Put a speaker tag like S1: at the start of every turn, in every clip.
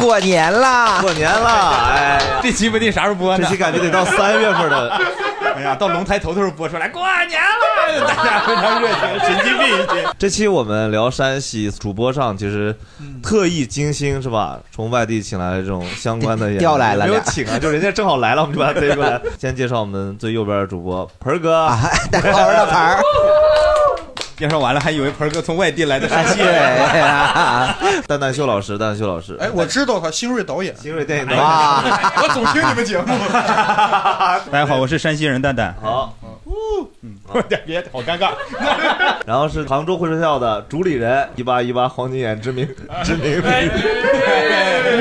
S1: 过年啦，
S2: 过年啦，哎 呀，
S3: 这期不定啥时候播呢？
S2: 这期感觉得到三月份的，
S3: 哎呀，到龙抬头的时候播出来，过年了，大家非常热情，神经病一群。
S2: 这期我们聊山西，主播上其实特意精心是吧？从外地请来这种相关的演员
S1: 调来了
S2: 没有
S1: 俩
S2: 请啊，就人家正好来了，我们就把他逮过来。先介绍我们最右边的主播盆儿哥，
S1: 带花儿的牌 儿，
S3: 介绍完了，还以为盆儿哥从外地来的山西
S1: 对
S3: 人。
S1: 呀，
S2: 蛋蛋秀老师，蛋蛋秀老师，哎
S4: 哎，我知道他，新锐导演。
S2: 嗯新锐电影的
S3: 哎
S1: 哇，
S4: 我总听你们节目，
S3: 大家好，我是山西人蛋蛋。
S2: 好，
S3: 别，好尴尬。
S2: 然后是杭州会说笑的主理人一八一八黄金眼知名知名，
S5: 哎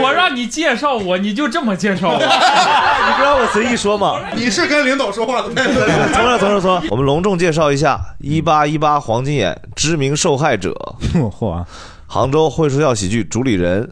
S5: 我让你介绍我，你就这么介绍我？
S2: 哎你不让我随意说吗？
S4: 你是跟领导说话的态 度。
S2: 从这从这从这，我们隆重介绍一下一八一八黄金眼知名受害者，
S3: 嚯啊！
S2: 杭州会说笑喜剧主理人，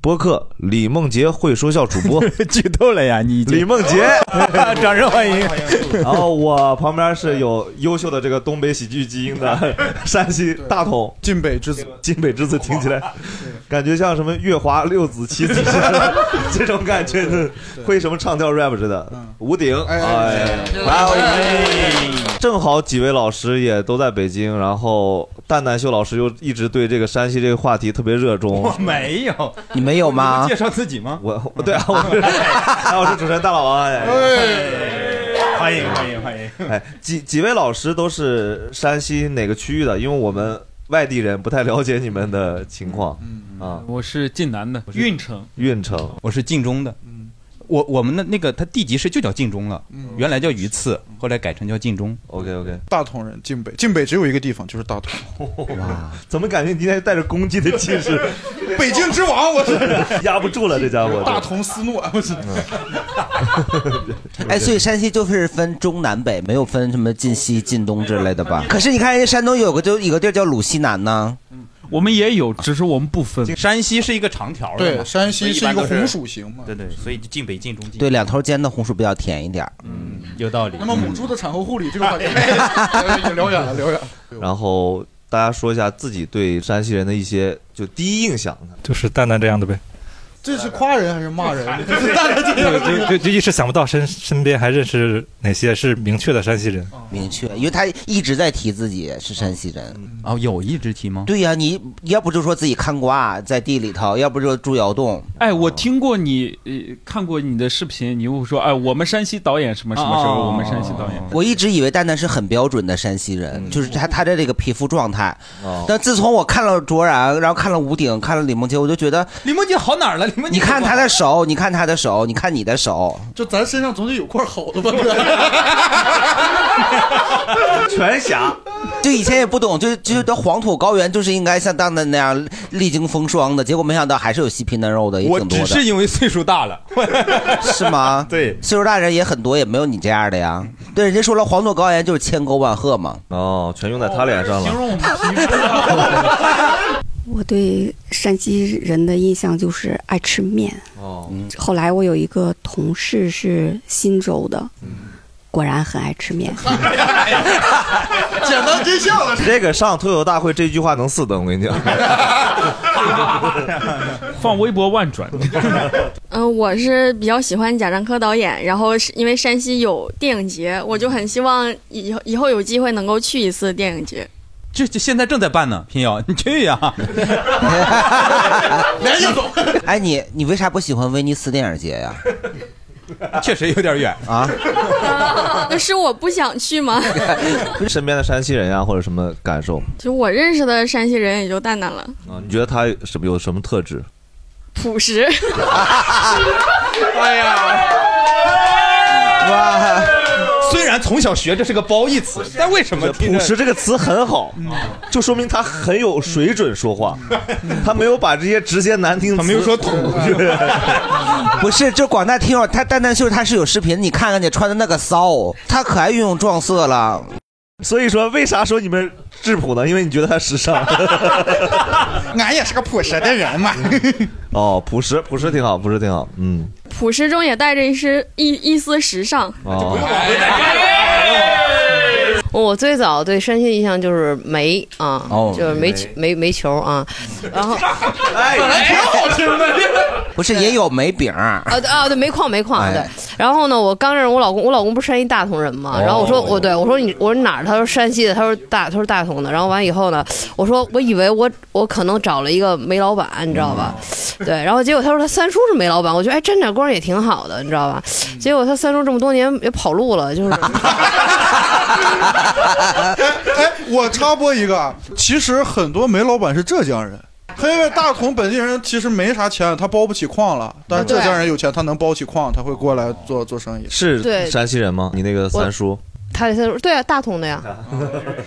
S2: 播客李梦洁会说笑主播
S3: 剧透了呀！你已
S2: 李
S3: 经
S2: 梦洁，
S3: 掌声欢迎。
S2: 然后我旁边是有优秀的这个东北喜剧基 因的山西大同
S4: 晋北之子，
S2: 金北之子，听起来 感觉像什么月华六子七子似的，这种感觉是会什么唱跳 rap 似的，吴鼎，
S4: 哎
S2: 哎，
S1: 哇哦，
S2: 正好几位老师也都在北京，然后蛋蛋秀老师又一直对这个山西这个话题特别热衷
S3: 我。没有，
S1: 你们有吗
S3: 介？绍自己吗？
S2: 我对啊，我是，啊，我是主持人大老王。哎，
S3: 欢迎欢迎欢迎！
S2: 哎几几位老师都是山西哪个区域的？因为我们外地人不太了解你们的情况。啊，
S5: 我是晋南的运
S4: 哦
S5: 城，
S2: 运城
S3: 我是晋中的。嗯我我们的那个他地级市就叫晋中了，原来叫榆次，后来改成叫晋中。
S2: ，OK OK，
S4: 大同人，晋北，晋北只有一个地方，就是大同。
S2: 怎么感觉你今天带着攻击的气势，
S4: 北京之王，我是
S2: 压不住了？ 这家伙，嗯
S4: 大同思怒，我是
S1: 哎，所以山西就是分中南北，没有分什么晋西、晋东之类的吧？可是你看人家山东有个就有个地儿叫鲁西南呢，
S5: 嗯我们也有，只是我们不分。
S3: 山西是一个长条的嘛，
S4: 对山西是一个红
S3: 属。
S4: 属形嘛。
S3: 对对，所以就晋北、晋中、晋
S1: 对，两头尖的红薯比较甜一点儿。
S3: 有道理
S4: 那。么母猪的产后护理这个话题，哎也聊远了，聊远了。
S2: 然后大家说一下自己对山西人的一些就第一印象。
S6: 就是蛋蛋这样的呗，
S4: 这是夸人还是骂人？
S2: 哎
S6: 就就就一时想不到身身边还认识哪些是明确的山西人，
S5: 哦
S1: 明确，因为他一直在提自己是山西人。
S5: 嗯
S3: 哦，有一只题吗？
S1: 对呀、你要不就说自己看瓜在地里头，要不就住窑洞。
S5: 哎，我听过你，呃，看过你的视频，你又说，哎，我们山西导演什么什么时候？我们山西导演，
S4: 哦
S1: 我一直以为蛋蛋是很标准的山西人，就是他他的这个皮肤状态。
S2: 嗯哦，
S1: 但自从我看了卓然，然后看了吴鼎，看了李梦洁，我就觉得，
S3: 李梦洁好哪儿了？李梦洁，
S1: 你看他的手，你看他的手，你看你的手，
S4: 就咱身上总得有块好的吧？
S2: 全侠，
S1: 就以前也不懂，就就觉得黄土高原就是应该像当年那样历经风霜的，结果没想到还是有细皮嫩肉的，也
S3: 我
S1: 挺多
S3: 只
S1: 的，
S3: 是因为岁数大了，
S1: 是吗？
S3: 对，
S1: 岁数大人也很多，也没有你这样的呀。对，人家说了，黄土高原就是千沟万壑嘛。
S2: 哦，全用在他脸上
S5: 形
S2: 了。
S5: 容我们皮肤啊。
S7: 我对山西人的印象就是爱吃面。
S2: 哦，
S7: 后来我有一个同事是忻州的，果然很爱吃面。
S4: 简单真相了。
S2: 这个上脱口大会这句话能四等，我跟你讲。
S5: 放微博万 转，
S8: 嗯、我是比较喜欢贾樟柯导演，然后是因为山西有电影节，我就很希望以后以后有机会能够去一次电影 节。
S3: 这这现在正在办呢。平遥，你去 呀、
S4: 连夜走，
S1: 哎，你你为啥不喜欢威尼斯电影节呀？
S3: 确实有点远。
S1: 啊，
S8: 那是我不想去 吗？
S2: 身边的山西人呀、或者什么感受
S8: 就我认识的山西人也就蛋蛋了，
S2: 啊？你觉得他什么有什么特质？
S8: 朴实。
S4: 哎
S1: 哇，
S3: 虽然从小学这是个褒义词，但为什么听着嗯
S2: 朴实这个词很好，就说明他很有水准说 话，他没有把这些直接难听词，他没有说土，
S1: 不是，就广大听友，他蛋蛋秀他是有视频，你看看去，穿的那个骚，他可爱运用撞色了。
S2: 所以说，为啥说你们质朴呢？因为你觉得他时尚。
S4: 俺也是个朴实的人嘛。
S2: 哦，朴实，朴实挺好，朴实挺好，嗯，
S8: 朴实中也带着一丝一一丝时尚。
S3: 哎
S2: 哦，
S9: 我最早对山西印象就是煤啊
S1: 哦，
S9: 就是煤
S1: 煤
S9: 煤煤球 啊，然后
S1: 本来挺好吃的， 不是也有煤饼儿？
S9: 啊对啊对煤矿煤矿
S1: 哎
S9: 对，然后呢，我刚认识我老公，我老公不是山西大同人嘛，
S1: 哦
S9: 然后我说我对我说你我说哪儿？他说山西的，他说大他说大同的，然后完以后呢，我说我以为我我可能找了一个煤老板，你知道吧？
S1: 嗯
S9: 对，然后结果他说他三叔是煤老板，我觉得哎沾点光也挺好的，你知道吧？
S1: 嗯
S9: 结果他三叔这么多年也跑路了， 就是
S4: 哎，我插播一个，啊其实很多煤老板是浙江人。他因为大同本地人其实没啥钱，他包不起矿了。但是浙江人有钱，他能包起矿，他会过来做做生意。
S9: 对
S2: 是山西人吗？你那个三叔，
S9: 他三叔对啊大同的呀，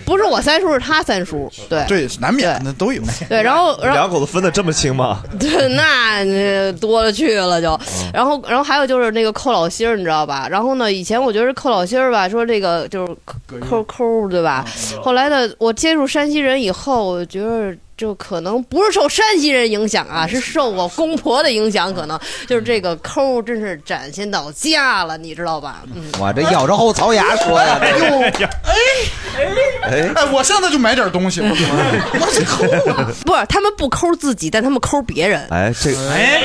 S9: 不是我三叔是他 三叔，对
S4: 对，难免的都有。
S9: 对，然后然后
S2: 两口子分的这么清 吗？
S9: 对，那那多了去了就。然后，然后还有就是那个寇老心儿，你知道吧？然后呢，以前我觉得寇老心儿吧，说这个就是抠抠，对吧？后来呢，我接触山西人以后，我觉得。就可能不是受山西人影响啊，是受我公婆的影响，可能就是这个抠真是展现到家了，你知道吧？嗯，
S1: 我这咬着后槽牙说呀，
S4: 哎呦，哎
S1: 哎，
S4: 哎，我现在就买点东西，我 我
S9: 是抠啊，不是他们不抠自己，但他们抠别人。
S2: 哎，这个，哎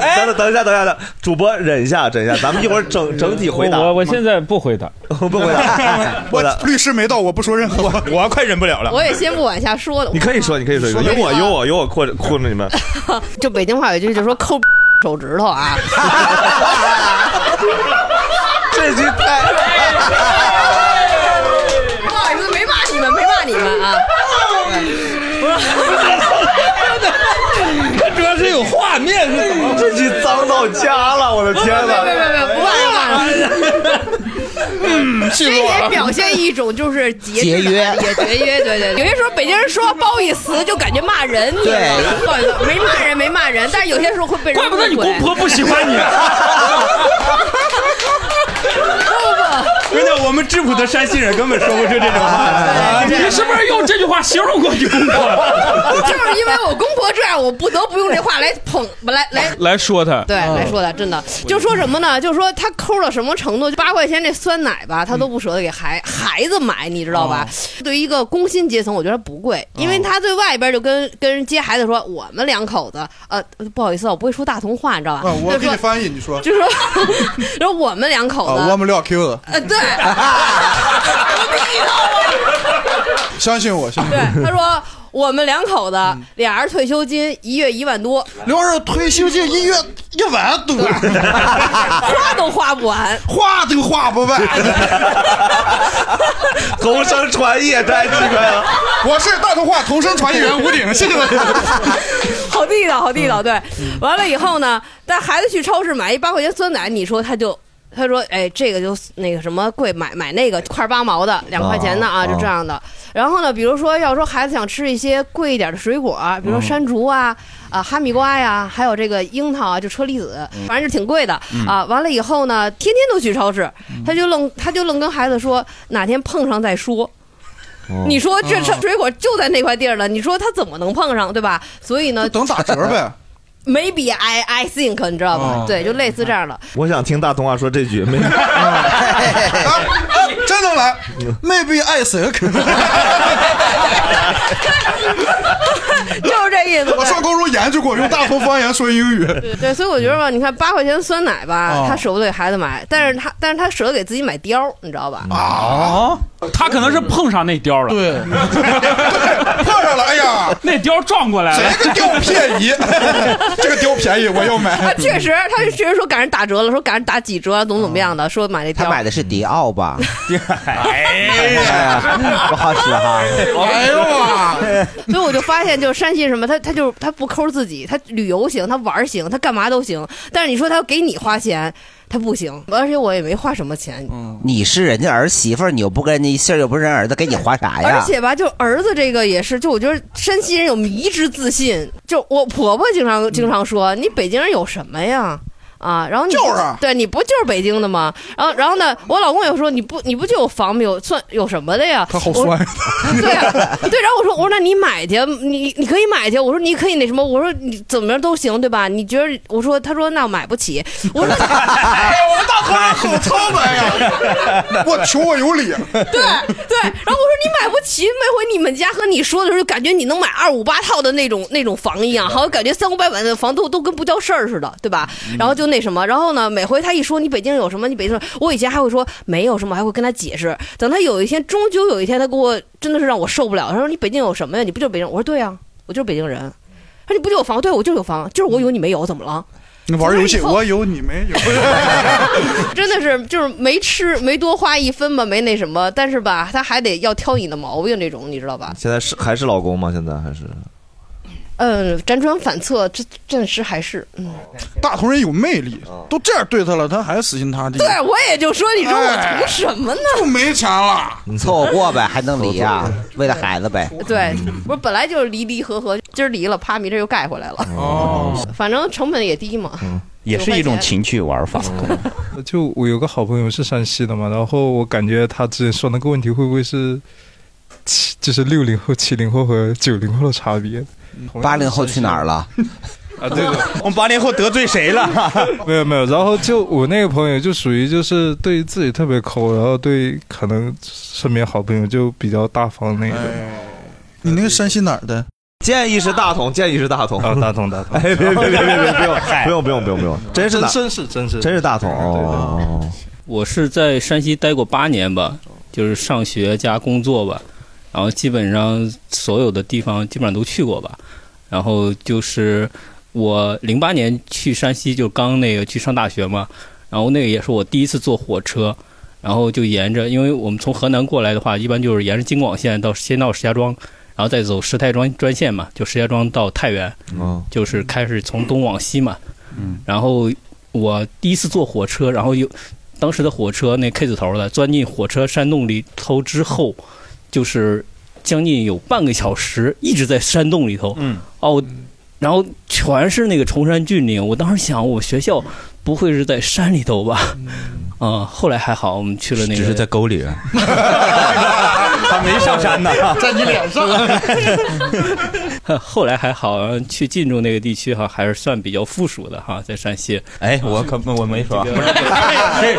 S2: 哎，等等等一下，等一下，等一下主播忍一下，忍一下，咱们一会儿整整体回答。
S5: 我我现在不回答，
S2: 不回答，不回答。
S4: 律师没到，我不说任何话。
S2: 我快忍不了
S9: 我也先不往下说了，
S2: 你可以说，你可以说，有我有我有我困着困着你 们。
S9: 就北京话有一句就说抠手指头啊。
S2: 这 句太……
S9: 不好意思，没骂你们，没骂你 们啊。
S3: 他主要是有画面，是怎么？
S2: 这句脏到家了，我的天
S4: 啊
S2: 哪！
S9: 没有没有没有，不骂了不骂了。嗯，这
S10: 啊
S9: 也表现一种就是节制
S1: 节约
S9: 感也节约，对对。对有些时候北京人说褒义词就感觉骂人，你知道吗
S1: 对
S9: 不好意思，没骂人没骂人，但是有些时候会被人
S5: 怪不得你
S9: 误会
S5: 公婆不喜欢你。啊
S3: 真的，我们质朴的山西人根本说不出这种话。
S5: 你是不是用这句话形容过你公婆？
S9: 就是因为我公婆这样，我不得不用这话来捧，来来
S5: 来说他，
S9: 对，
S4: 哦
S9: 来说的，真的就说
S4: 嗯
S9: 什么呢？就说他抠到什么程度，就八块钱这酸奶吧，他
S4: 嗯
S9: 都不舍得给孩孩子买，你知道吧？
S4: 哦
S9: 对于一个工薪阶层，我觉得不贵，因为他对外边就跟跟人接孩子说，我们两口子，呃，不好意思啊，我不会说大同话，你知道吧？
S4: 啊，我
S9: 就
S4: 给你
S9: 说
S4: 翻译，你说。
S9: 就说 就说我们两口子，
S4: 啊，我们聊 Q 的，
S9: 呃，对。
S4: 相信我，相信
S9: 对
S4: 我。，
S9: 他说我们两口子，俩人退休金一月一万多，
S4: 聊着嗯退休金一月一万多，
S9: 花都花不完。
S4: 花都花不完。
S2: 同声传译也太奇怪了。
S4: 我是大头话同声传译人吴鼎，谢谢大家。
S9: 好地道，好地道。对，完了以后呢，带孩子去超市买一八块钱酸奶，你说他就。他说：“哎，这个就那个什么贵，买买那个块八毛的，两块钱的啊，
S2: 哦
S9: 就这样的。然后呢，比如说要说孩子想吃一些贵一点的水果啊，比如说山竹啊、啊哈密瓜呀、还有这个樱桃啊，就车厘子，反正就挺贵的、啊。完了以后呢，天天都去超市，他就愣他就愣跟孩子说哪天碰上再说。你说这这水果就在那块地儿了，你说他怎么能碰上，对吧？所以呢，
S4: 等打折呗。
S9: maybe I I think，你知道吧？
S4: 哦
S9: 对，就类似这样的。
S2: 我想听大同话说这句， 没
S4: 啊，啊 真能来，maybe I think。
S9: 就是这意思。
S4: 我上高中研究过，用大同方言说英语。
S9: 对对，所以我觉得吧，你看八块钱酸奶吧
S4: 哦，
S9: 他舍不得给孩子买，但是他但是他舍得给自己买貂儿，你知道吧？
S4: 啊，
S5: 他可能是碰上那貂了，
S4: 对，碰上了，哎呀，
S5: 那貂撞过来了。
S4: 这个貂 便宜，这个貂便宜，我要
S9: 他
S4: 买。
S9: 啊确实，他确实说赶上打折了，说赶上打几折，怎么怎么样的，说买那
S1: 他
S9: 貂
S1: 买
S9: 儿。
S1: 的是迪奥 吧？
S3: 哎，
S1: 哎呀，不好使哈。
S4: 哎呦啊，
S9: 所以我就发现，就是山西什么，他他就他不抠是自己，他旅游行，他玩儿行，他干嘛都行。但是你说他要给你花钱，他不行，而且我也没花什么钱。
S1: 你是人家儿媳妇儿，你又不跟人家姓儿，又不是人儿子，给你花啥呀？
S9: 而且吧，就儿子这个也是，就我觉得山西人有迷之自信。就我婆婆经常经常说，你北京人有什么呀？啊，然后你就是对，你不就是北京的吗？然后，然后呢，我老公也说，你不你不就有房没有算有什么的呀？他好
S4: 酸
S9: 对，然后我说我说那你买去，你你可以买去。我说你可以那什么，我说你怎么着都行，对吧？你觉得？我说他说那我买不起。我说
S4: 我大哥好苍白呀！我求我有理。啊
S9: 对对，然后我说你买不起，每回你们家和你说的时候，感觉你能买二五八套的那种那种房一样，好像感觉三五百万的房都都跟不叫事儿似的，对吧？然后就那什么，然后呢，每回他一说你北京有什么，你北京有什么，我以前还会说没有什么，还会跟他解释。等他有一天，终究有一天，他给我真的是让我受不了，他说你北京有什么呀？你不就是北京人？我说对啊，我就是北京人。他说你不就有房？对，我就有房，就是我有你没有，怎么了？
S4: 你玩游戏，我有你没有？
S9: 真的是就是没吃没多花一分吧，没那什么，但是吧，他还得要挑你的毛病这种，你知道吧？
S2: 现在是还是老公吗？现在还是
S9: 嗯，辗转反侧，这暂时还是嗯。
S4: 大同人有魅力，
S1: 啊
S4: 都这样对他了，他还死心塌地。
S9: 对，我也就说，你说我图什么呢？
S4: 哎就没钱了。
S2: 嗯
S1: 凑合过呗，还能离啊？为了孩子
S10: 哦
S1: 呗。
S9: 对，我本来就是离离合 合，今儿离了，啪，明儿又盖回来了。
S3: 哦，
S9: 反正成本也低嘛。
S10: 嗯
S3: 也是一种情趣玩法。
S11: 就我有个好朋友是山西的嘛，然后我感觉他之前说那个问题会不会是七，就是六零后、七零后和九零后的差别？
S1: 嗯八零后去哪儿了？
S11: 啊，对对，我们八零后得罪谁了？ 没有没有，然后就我那个朋友就属于就是对自己特别抠，然后对可能身边好朋友就比较大方那种。
S3: 哎
S4: 哎你那个山西哪儿的？
S2: 建议是大同，建议是大同，
S11: 大同大同
S2: 哎，别别别别别，不用不用不用不用不用，真是大
S12: 真是真是
S2: 真是大同哦。
S12: 我是在山西待过八年吧，就是上学加工作吧，然后基本上所有的地方基本上都去过吧。然后就是我零八年去山西，就刚那个去上大学嘛，然后那个也是我第一次坐火车，然后就沿着，因为我们从河南过来的话，一般就是沿着京广线到先到石家庄，然后再走石太庄专线嘛，就石家庄到太原，
S2: 哦，
S12: 就是开始从东往西嘛。然后我第一次坐火车，然后有当时的火车那 K 字头的钻进火车山洞里头之后，就是将近有半个小时一直在山洞里头。
S3: 嗯，
S12: 哦，然后全是那个崇山峻岭，我当时想我学校不会是在山里头吧？啊、后来还好，我们去了那个，
S3: 嗯只是在啊
S12: 沟里，
S3: 他没上山呢，
S4: 在你脸上。
S12: 后来还好，然后去晋中那个地区哈，还是算比较附属的哈，在山西。
S3: 哎，我可我没说，
S12: 这个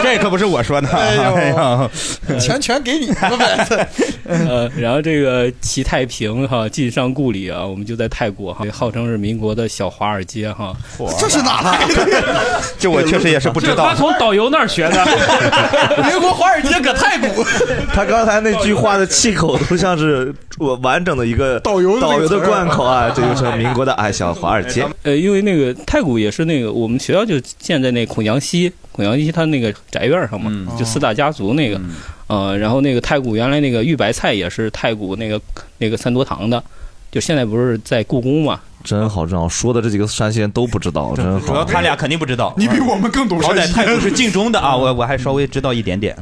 S3: 这这可不是我说的，
S12: 哎呦
S3: 哎呀，
S4: 钱全给你了呗。
S12: 呃，然后这个骑太平哈，晋上故里啊，我们就在泰国哈，号称是民国的小华尔街哈。
S4: 这是哪啊 来的？
S3: 这我确实也是不知道
S5: 他从导游那儿学的。
S3: 民国华尔街搁太 古。
S2: 他刚才那句话的气口都像是我完整的一个导游
S12: 的那
S2: 导
S12: 个
S2: 游
S12: 词儿
S2: 的贯口 啊，这就是民国的爱小华尔街。
S12: 呃，因为那个太谷也是那个我们学校就建在那孔祥熙，孔祥熙他那个宅院上嘛，就四大家族那个，呃，然后那个太谷原来那个玉白菜也是太谷那个那个三多堂的，就现在不是在故宫嘛，
S2: 真好，真好，说的这几个山西人都不知道，真
S3: 主要
S2: 好。
S3: 他俩肯定不知道，
S4: 你比我们更懂
S3: 好
S4: 山
S3: 歹
S4: 西
S3: 太古是晋中的啊，我我还稍微知道一点点。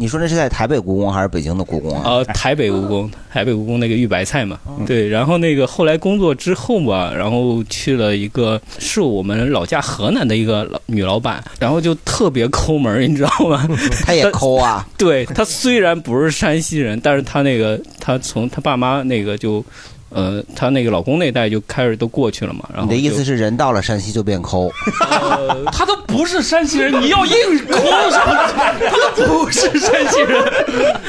S1: 你说那是在台北故宫还是北京的故宫啊？
S12: 呃，台北故宫，台北故宫那个玉白菜嘛，
S1: 嗯
S12: 对，然后那个后来工作之后吧，然后去了一个是我们老家河南的一个老女老板，然后就特别抠门儿，你知道吗？
S1: 嗯她也抠啊。
S12: 对她虽然不是山西人，但是她那个她从她爸妈那个就，呃，她那个老公那代就开始都过去了嘛。然
S1: 你
S12: 后
S1: 的意
S12: 就
S1: 思是人到了山西就变 抠？
S5: 他都不是山西人，你要硬抠上，他都不是山西人。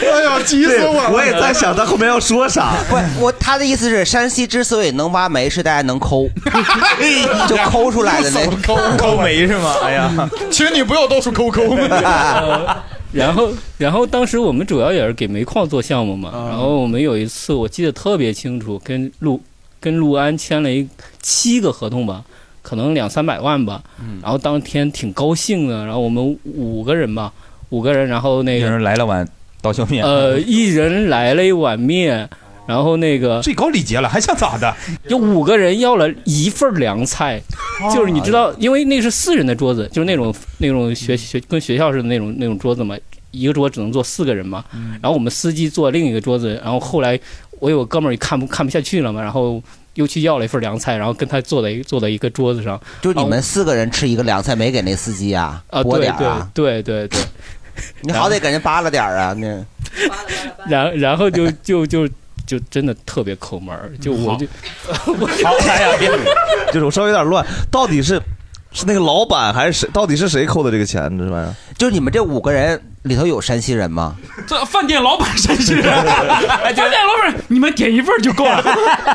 S4: 哎呀，急
S1: 死我了
S2: 对我也在想他后面要说啥。
S1: 不，我他的意思是，山西之所以能挖煤，是大家能抠， 就抠出来的那
S4: 抠
S3: 抠煤是 吗？哎呀，
S4: 请你不要到处抠抠。哎
S12: 然后，然后当时我们主要也是给煤矿做项目嘛。然后我们有一次我记得特别清楚，跟陆跟陆安签了一七个合同吧，可能两三百万吧。然后当天挺高兴的，然后我们五个人吧，五个人，然后那
S3: 一
S12: 个
S3: 人来了碗刀削面，
S12: 呃，一人来了一碗面，然后那个最高礼节了，还想咋的？有五个人要了一份凉菜，就是你知道，因为那是四人的桌子，就是那种那种学学跟学校似的那种那种桌子嘛，一个桌只能坐四个人嘛。
S1: 嗯
S12: 然后我们司机坐另一个桌子，然后后来我有个哥们儿看不看不下去了嘛，然后又去要了一份凉菜，然后跟他坐在一坐在一个桌子上。
S1: 就你们四个人吃一个凉菜，没给那司机啊
S12: 啊，
S1: 拨
S12: 对
S1: 点儿啊？
S12: 对对对对，
S1: 你好歹给人扒拉点儿啊！那
S12: 然然后就就就就真的特别抠门儿，就我就
S2: 好，哎呀，别，就是我稍微有点乱，到底是是那个老板还是谁？到底是谁扣的这个钱？这玩意儿？
S1: 就你们这五个人里头有山西人吗？
S5: 这饭店老板真是， 饭店老板，你们 点一份就够了。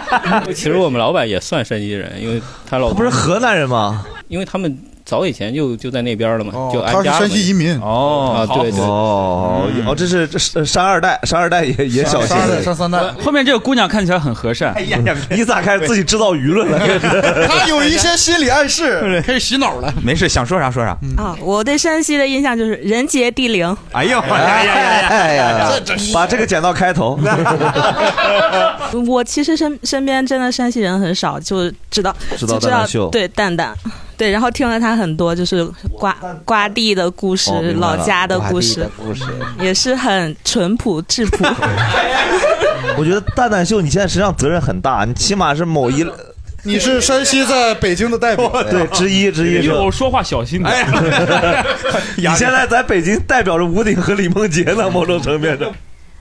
S12: 其实我们老板也算山西人，因为他老
S2: 不是河南人吗？
S12: 因为他们早以前就就在那边了嘛，就安
S2: 哦他是
S12: 家
S2: 山西移
S4: 民
S12: 哦，啊对对
S2: 哦哦，这是这是山二代，山二代也也小心，
S5: 三代。后面这个姑娘看起来很和善。哎呀，
S2: 你咋开始自己制造舆论了？哎
S4: 他 有一些心理暗示，
S5: 开始洗脑了。
S3: 没事，想说啥说啥。
S13: 啊，我对山西的印象就是人杰地 灵。
S3: 哎呦，哎呀呀呀！
S2: 哎呀
S13: 这真，是
S2: 把这个剪到开头。
S13: 我其实身身边真的山西人很少，就知道
S2: 知
S13: 就知
S2: 道蛋
S13: 道
S2: 蛋秀
S13: 对蛋蛋，对，然后听了他很多就是瓜瓜地的故事、
S1: 哦明白
S13: 老
S1: 了
S13: 家的故
S1: 瓜
S13: 事
S1: 地的，故事
S13: 也是很淳朴质朴。
S2: 我觉得蛋蛋秀你现在身上责任很大，你起码是某一，
S4: 你是山西在北京的代表，
S2: 对之一之一。
S4: 一会儿
S2: 说话小心点。你
S4: 压力
S2: 现在在北京代表着吴鼎和李梦洁呢，某种层面上。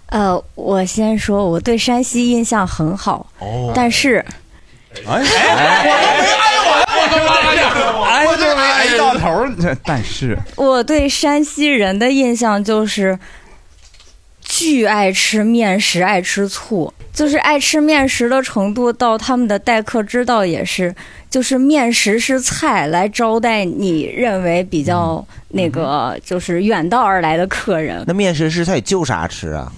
S14: 呃，我先说，我对山西印象很好，
S2: 哦
S14: 但是
S4: 哎
S3: 哎，我这哎到头儿，这但是
S14: 我对山西人的印象就是巨爱吃面食，爱吃醋，就是爱吃面食的程度到他们的待客之道也是，就是面食是菜来招待你认为比较那个就是远道而来的客人。
S1: 那面食是他得就啥吃啊？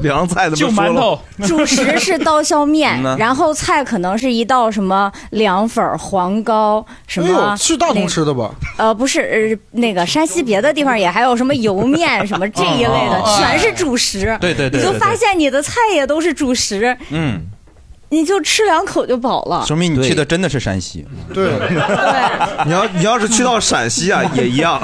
S2: 凉菜
S1: 的
S2: 就馒头
S14: 主食是刀削面
S1: 嗯呐，
S14: 然后菜可能是一道什么凉粉儿、黄糕什
S4: 哎
S14: 么。啊
S4: 呦，是大同吃的吧？
S14: 呃，不是，呃，那个山西别的地方也还有什么油面 什么这一类的，
S4: 哦
S14: 全是主食。
S4: 对对对
S14: 你就
S4: 对
S14: 发现你的菜也都是主食，
S3: 嗯，
S14: 你就吃两口就饱了。
S3: 说明你去的真的是山西。
S4: 对，
S2: 你要你要是去到陕西啊，也一样。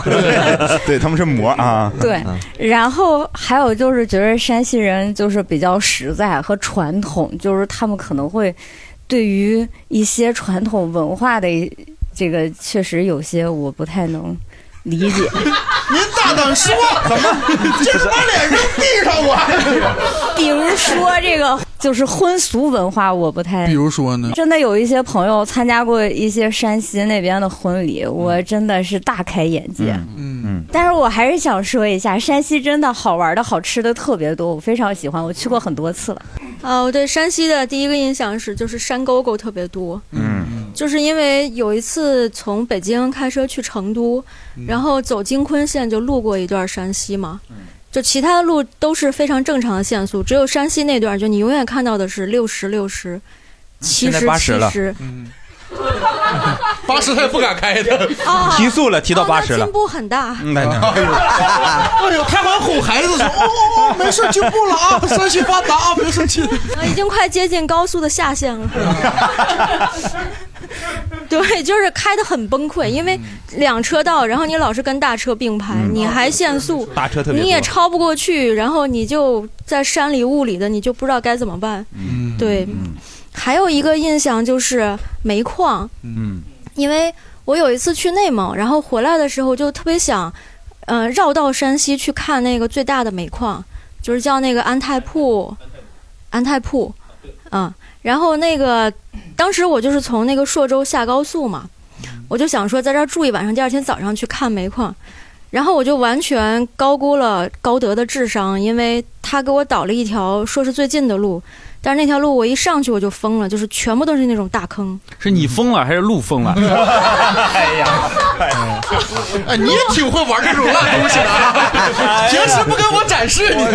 S3: 对他们是馍啊。
S14: 对，然后还有就是觉得山西人就是比较实在和传统，就是他们可能会对于一些传统文化的一这个确实有些我不太能理解。
S4: 您大胆说， 怎么这是把脸扔地上我？
S14: 比如说这个就是婚俗文化，我不太
S4: 比如说呢？
S14: 真的有一些朋友参加过一些山西那边的婚礼，我真的是大开眼界。
S4: 嗯嗯，
S14: 但是我还是想说一下，山西真的好玩的好吃的特别多，我非常喜欢，我去过很多次了。
S15: 呃，我对山西的第一个印象是，就是山沟沟特别多。
S3: 嗯，
S15: 就是因为有一次从北京开车去成都，然后走京昆线就路过一段山西嘛，就其他的路都是非常正常的限速，只有山西那段，就你永远看到的是六十、六十、七
S3: 现在
S15: 十、
S3: 80
S15: 七
S3: 了
S15: 十，
S3: 八十他也不敢开的
S15: 啊
S3: 提速了，提到八十了
S15: 进。步很大。
S3: 嗯那那
S4: 哎呦，他还哄孩子说，哦哦哦，没事， 进步了啊，山西发达啊，别生气。
S15: 呃已经快接近高速的下限 了。对，就是开得很崩溃，因为两车道，然后你老是跟大车并排，你还限速，
S3: 嗯大车特别多
S15: 你也超不过去，然后你就在山里雾里的，你就不知道该怎么办。
S3: 嗯
S15: 对，还有一个印象就是煤矿，
S3: 嗯，
S15: 因为我有一次去内蒙，然后回来的时候就特别想，嗯、绕道山西去看那个最大的煤矿，就是叫那个安泰铺，安泰铺，嗯，然后那个当时我就是从那个朔州下高速嘛，我就想说在这儿住一晚上，第二天早上去看煤矿。然后我就完全高估了高德的智商，因为他给我导了一条说是最近的路，但是那条路我一上去我就疯了，就是全部都是那种大 坑，
S5: 是你疯了还是路疯了？
S3: 哎呀，
S4: 哎，你也挺会玩这种烂东西的啊， 平时不跟我展示你。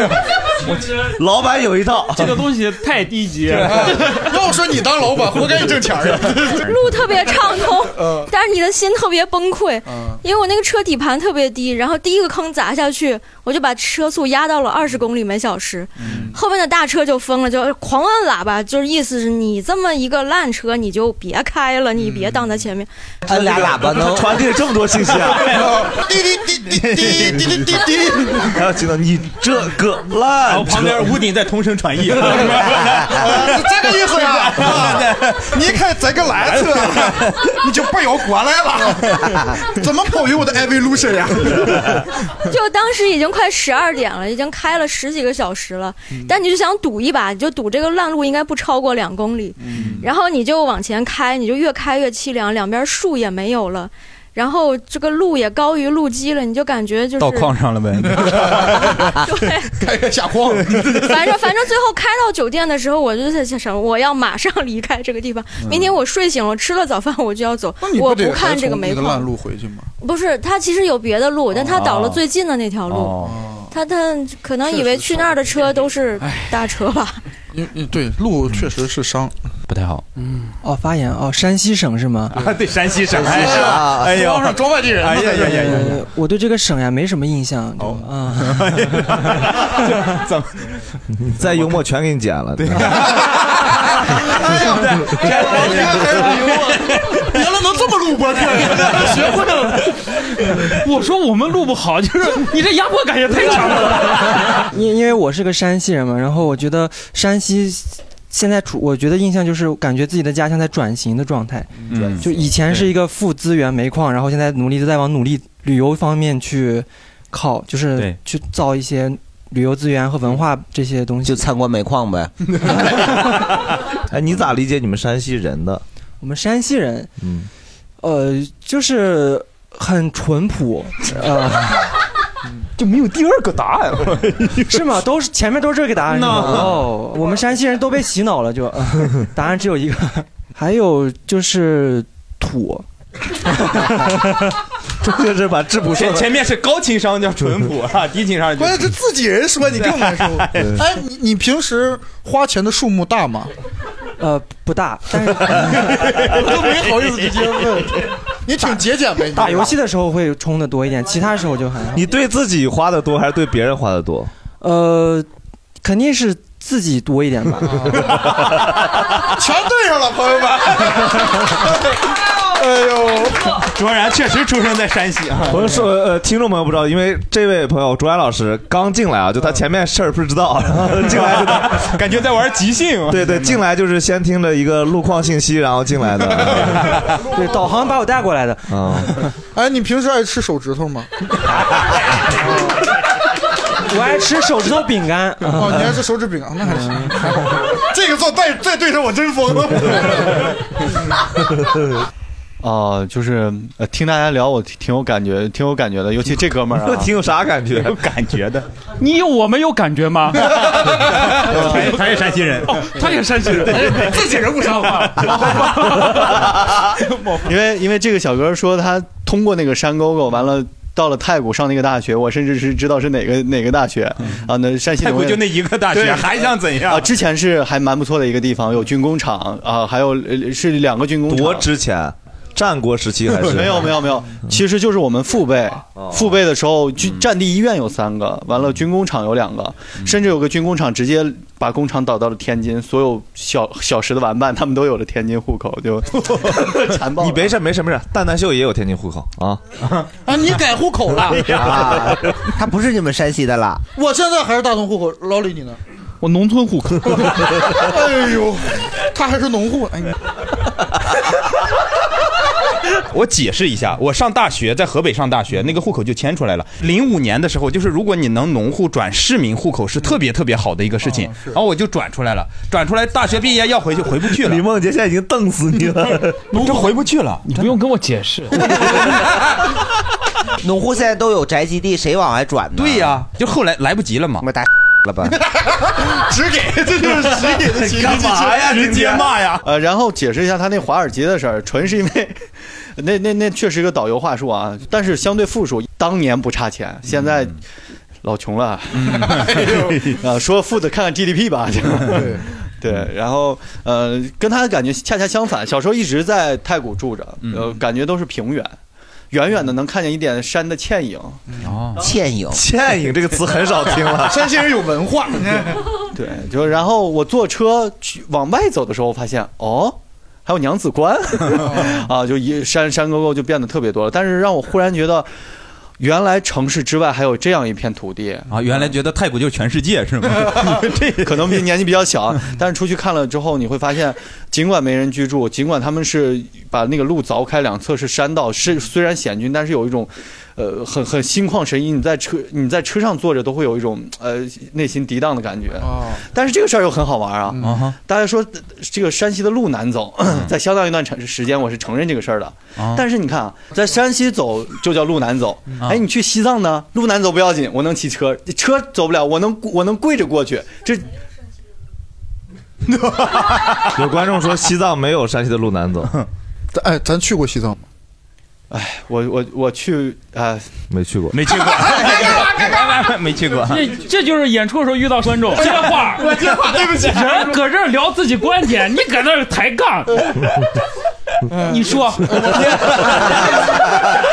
S2: 老板有一套，
S5: 这个东西太低 级
S4: 了。要说你当老板，活该你挣钱儿啊。
S15: 路特别畅
S4: 嗯
S15: 通，但是你的心特别崩溃
S4: 嗯，
S15: 因为我那个车底盘特别低，然后第一个坑砸下去，我就把车速压到了二十公里每小时，
S4: 嗯
S15: 后面的大车就疯了，就狂按喇叭，就是意思是你这么一个烂车，你就别开了，你别挡在前面。
S1: 嗯摁俩喇 叭能
S2: 传递了这么多信息 啊！
S1: 滴滴滴滴滴滴滴滴。
S2: 还要知道你这个烂车，
S3: 旁边屋顶在同声 传译，
S4: 是这个意 思呀？啊你看这个蓝车，啊你就不要过来了，怎么跑赢我的 Evolution 呀？
S15: 就当时已经快十二点了，已经开了十几个小时了，但你就想赌一把，你就赌这个烂路应该不超过两公
S8: 嗯
S15: 里，
S4: 嗯
S15: 然后你就往前开，你就越开越凄凉，两边树也没有了。然后这个路也高于路基了，你就感觉就是
S3: 到矿上了呗。
S4: 开个下矿，
S15: 反正反正最后开到酒店的时候，我就在想，我要马上离开这个地方。明天我睡醒了，吃了早饭我就要走，
S4: 嗯你
S15: 我
S4: 得
S15: 不看
S4: 还
S15: 这个
S4: 从
S15: 煤
S4: 你的烂
S15: 矿。
S4: 路回去吗？
S15: 不是，他其实有别的路，但他倒了最近的那条路。
S4: 哦，
S15: 他他可能以为去那儿的车都是
S4: 哎
S15: 大车吧？
S4: 因因对
S3: 嗯
S4: 路确实是伤，
S3: 不太好。
S16: 嗯，哦，发言哦，山西省是吗？
S3: 啊，对，山西 省，
S16: 山
S3: 哎
S16: 西省
S3: 呀，哎呦，
S4: 光上装外地人
S3: 哎呀呀呀呀呀！
S16: 呃我对这个省呀没什么印象。哦，啊，
S3: 哦 怎么？
S2: 你再幽默全给你剪了。对，
S4: 哎原来能这么 录播客，学会了。
S5: 我说我们录不好，就是你这压迫感也太强 了。
S16: 因因为我是个山西人嘛，然后我觉得山西现在处，我觉得印象就是感觉自己的家乡在转型的状态，
S3: 嗯
S16: 就以前是一个负资源煤矿，然后现在努力的在往努力旅游方面去靠，就是
S1: 对
S16: 去造一些旅游资源和文化这些东西，
S1: 就参观煤矿 呗。
S2: 哎，你咋理解你们山西人的？
S16: 我们山西人，
S2: 嗯，
S16: 呃，就是很淳朴，呃。 就没有第二个答案了， 是吗？都是前面都是这个答案是吗？
S1: No
S16: 哦，我们山西人都被洗脑了，就 答案只有一个。 还有就是土，
S2: 这就是把质朴
S3: 前前面是高情商叫淳朴啊，低情商就
S4: 关键是自己人说，你跟 我们说。哎，你你平时花钱的数目大吗？
S16: 呃，不大，但 是
S4: 我都没好意思直接问。你挺节俭呗？
S16: 打游戏的时候会充的多一点，其他时候就还好。
S2: 你对自己花的多还是对别人花的多？
S16: 呃，肯定是自己多一点吧。
S4: 全对上了，朋 友们。哎呦，
S3: 卓然确实出生在山西 啊。
S2: 我 说，呃，听众朋友不知道，因为这位朋友卓然老师刚进来啊，就他前面事儿不知道， 然后进来就 他
S3: 感觉在玩即兴。
S2: 对对，进来就是先听了一个路况信息，然后进来的。
S16: 对，导航把我带过来 的。
S2: 啊，
S4: 哎，你平时爱吃手指头吗？
S16: 我爱吃手指头饼干。
S4: 哦，你 爱吃手指饼干，那还行。这个做再再对上我真疯了。
S17: 哦、就是呃，听大家聊，我挺挺有感觉，挺有感觉的，尤其这 哥们儿、啊，
S2: 挺有啥感觉？
S17: 有感觉的，
S5: 你有我们有感 觉吗？
S3: 他是山西 人，
S5: 哦， 他也山西 人，自己人不说话。
S17: 因为因为这个小哥说他通过那个山沟沟，完了到了太谷上那个大学，我甚至是知道是哪个哪个大学啊，那山西
S3: 泰
S17: 农
S3: 国嗯
S17: 业
S3: 就那一个大
S17: 对
S3: 学，还想怎样
S17: 啊？？之前是还蛮不错的一个地方，有军工厂啊，还有呃是两个军工厂。
S2: 多值钱，战国时期还是
S17: 没有没有没有，其实就是我们父辈，父辈的时候，军战地医院有三个，完了军工厂有两个，甚至有个军工厂直接把工厂倒到了天津，所有小小时的玩伴他们都有了天津户口，就 残暴。
S2: 你没事没事没事，蛋蛋秀也有天津户口 啊。
S4: 啊，你改户口 了？
S16: 哎
S1: 啊， 他不是你们山西的啦。
S4: 我现在还是大同户口，老 李你呢？
S17: 我农村户 口。
S4: 哎呦，他还是农户。哎，
S3: 我解释一下，我上大学在河北上大学，那个户口就迁出来了。零五年的时候，就是如果你能农户转市民户口，是特别特别好的一个事
S5: 哦
S3: 情。然后我就转出来了，转出来大学毕业要回去回不去了。李
S2: 梦洁现在已经瞪死你了，
S3: 这回不去了。你
S5: 不用跟我解释，
S1: 农户现在都有宅基地，谁往外转呢？
S3: 对呀、就后来来不及了嘛，
S1: 我打了吧。
S4: 只给，这就是只给的亲戚。
S17: 干
S3: 嘛呀直接骂呀！
S17: 呃，然后解释一下他那华尔街的事儿，纯是因 为那那那确实个导游话术啊，但是相对富庶，当年不差钱，现在。老穷了， 啊，说富的看看 GDP 吧，对，对，然后嗯呃，跟他的感觉恰恰相反，小时候一直在太谷住着，呃，感觉都是平原，远远的能看见一点山的倩影。
S3: 哦，
S1: 倩影，
S2: 倩影这个词很少听了
S17: 山西人有 文化。 对，就然后我坐车去往外走的时候，发现哦，还有娘子 关啊，就一山山沟沟就变得特别多了。但是让我忽然觉得，原来城市之外还有这样一片土地。
S3: 啊，原来觉得泰国就是全世界是吗？
S17: 这可能比年纪比较小，但是出去看了之后，你会发现，尽管没人居住，尽管他们是把那个路凿开，两侧是山道，是虽然险峻，但是有一种，呃，很很心旷神怡。你在车你在车上坐着，都会有一种呃内心涤荡的感觉。
S4: 哦
S17: 但是这个事儿又很好玩啊！
S3: 嗯
S17: 大家说呃这个山西的路难走， 在相当一段长时间，我是承认这个事儿的。
S3: 哦
S17: 但是你看啊，在山西走就叫路难走，
S3: 嗯
S17: 哎，你去西藏呢，路难走不要紧，我能骑车，车走不了，我能我能跪着过去，这
S2: 有观众说西藏没有山西的路难走，
S4: 哎，咱去过西藏吗？
S17: 哎，我我我去 啊、
S2: 没去过，
S3: 没 去过，没去过
S5: 这这就是演出的时候遇到观众接话，
S3: 我接话对不起
S5: 人搁这儿聊自己观点，你搁那儿抬杠，你说，
S4: 哎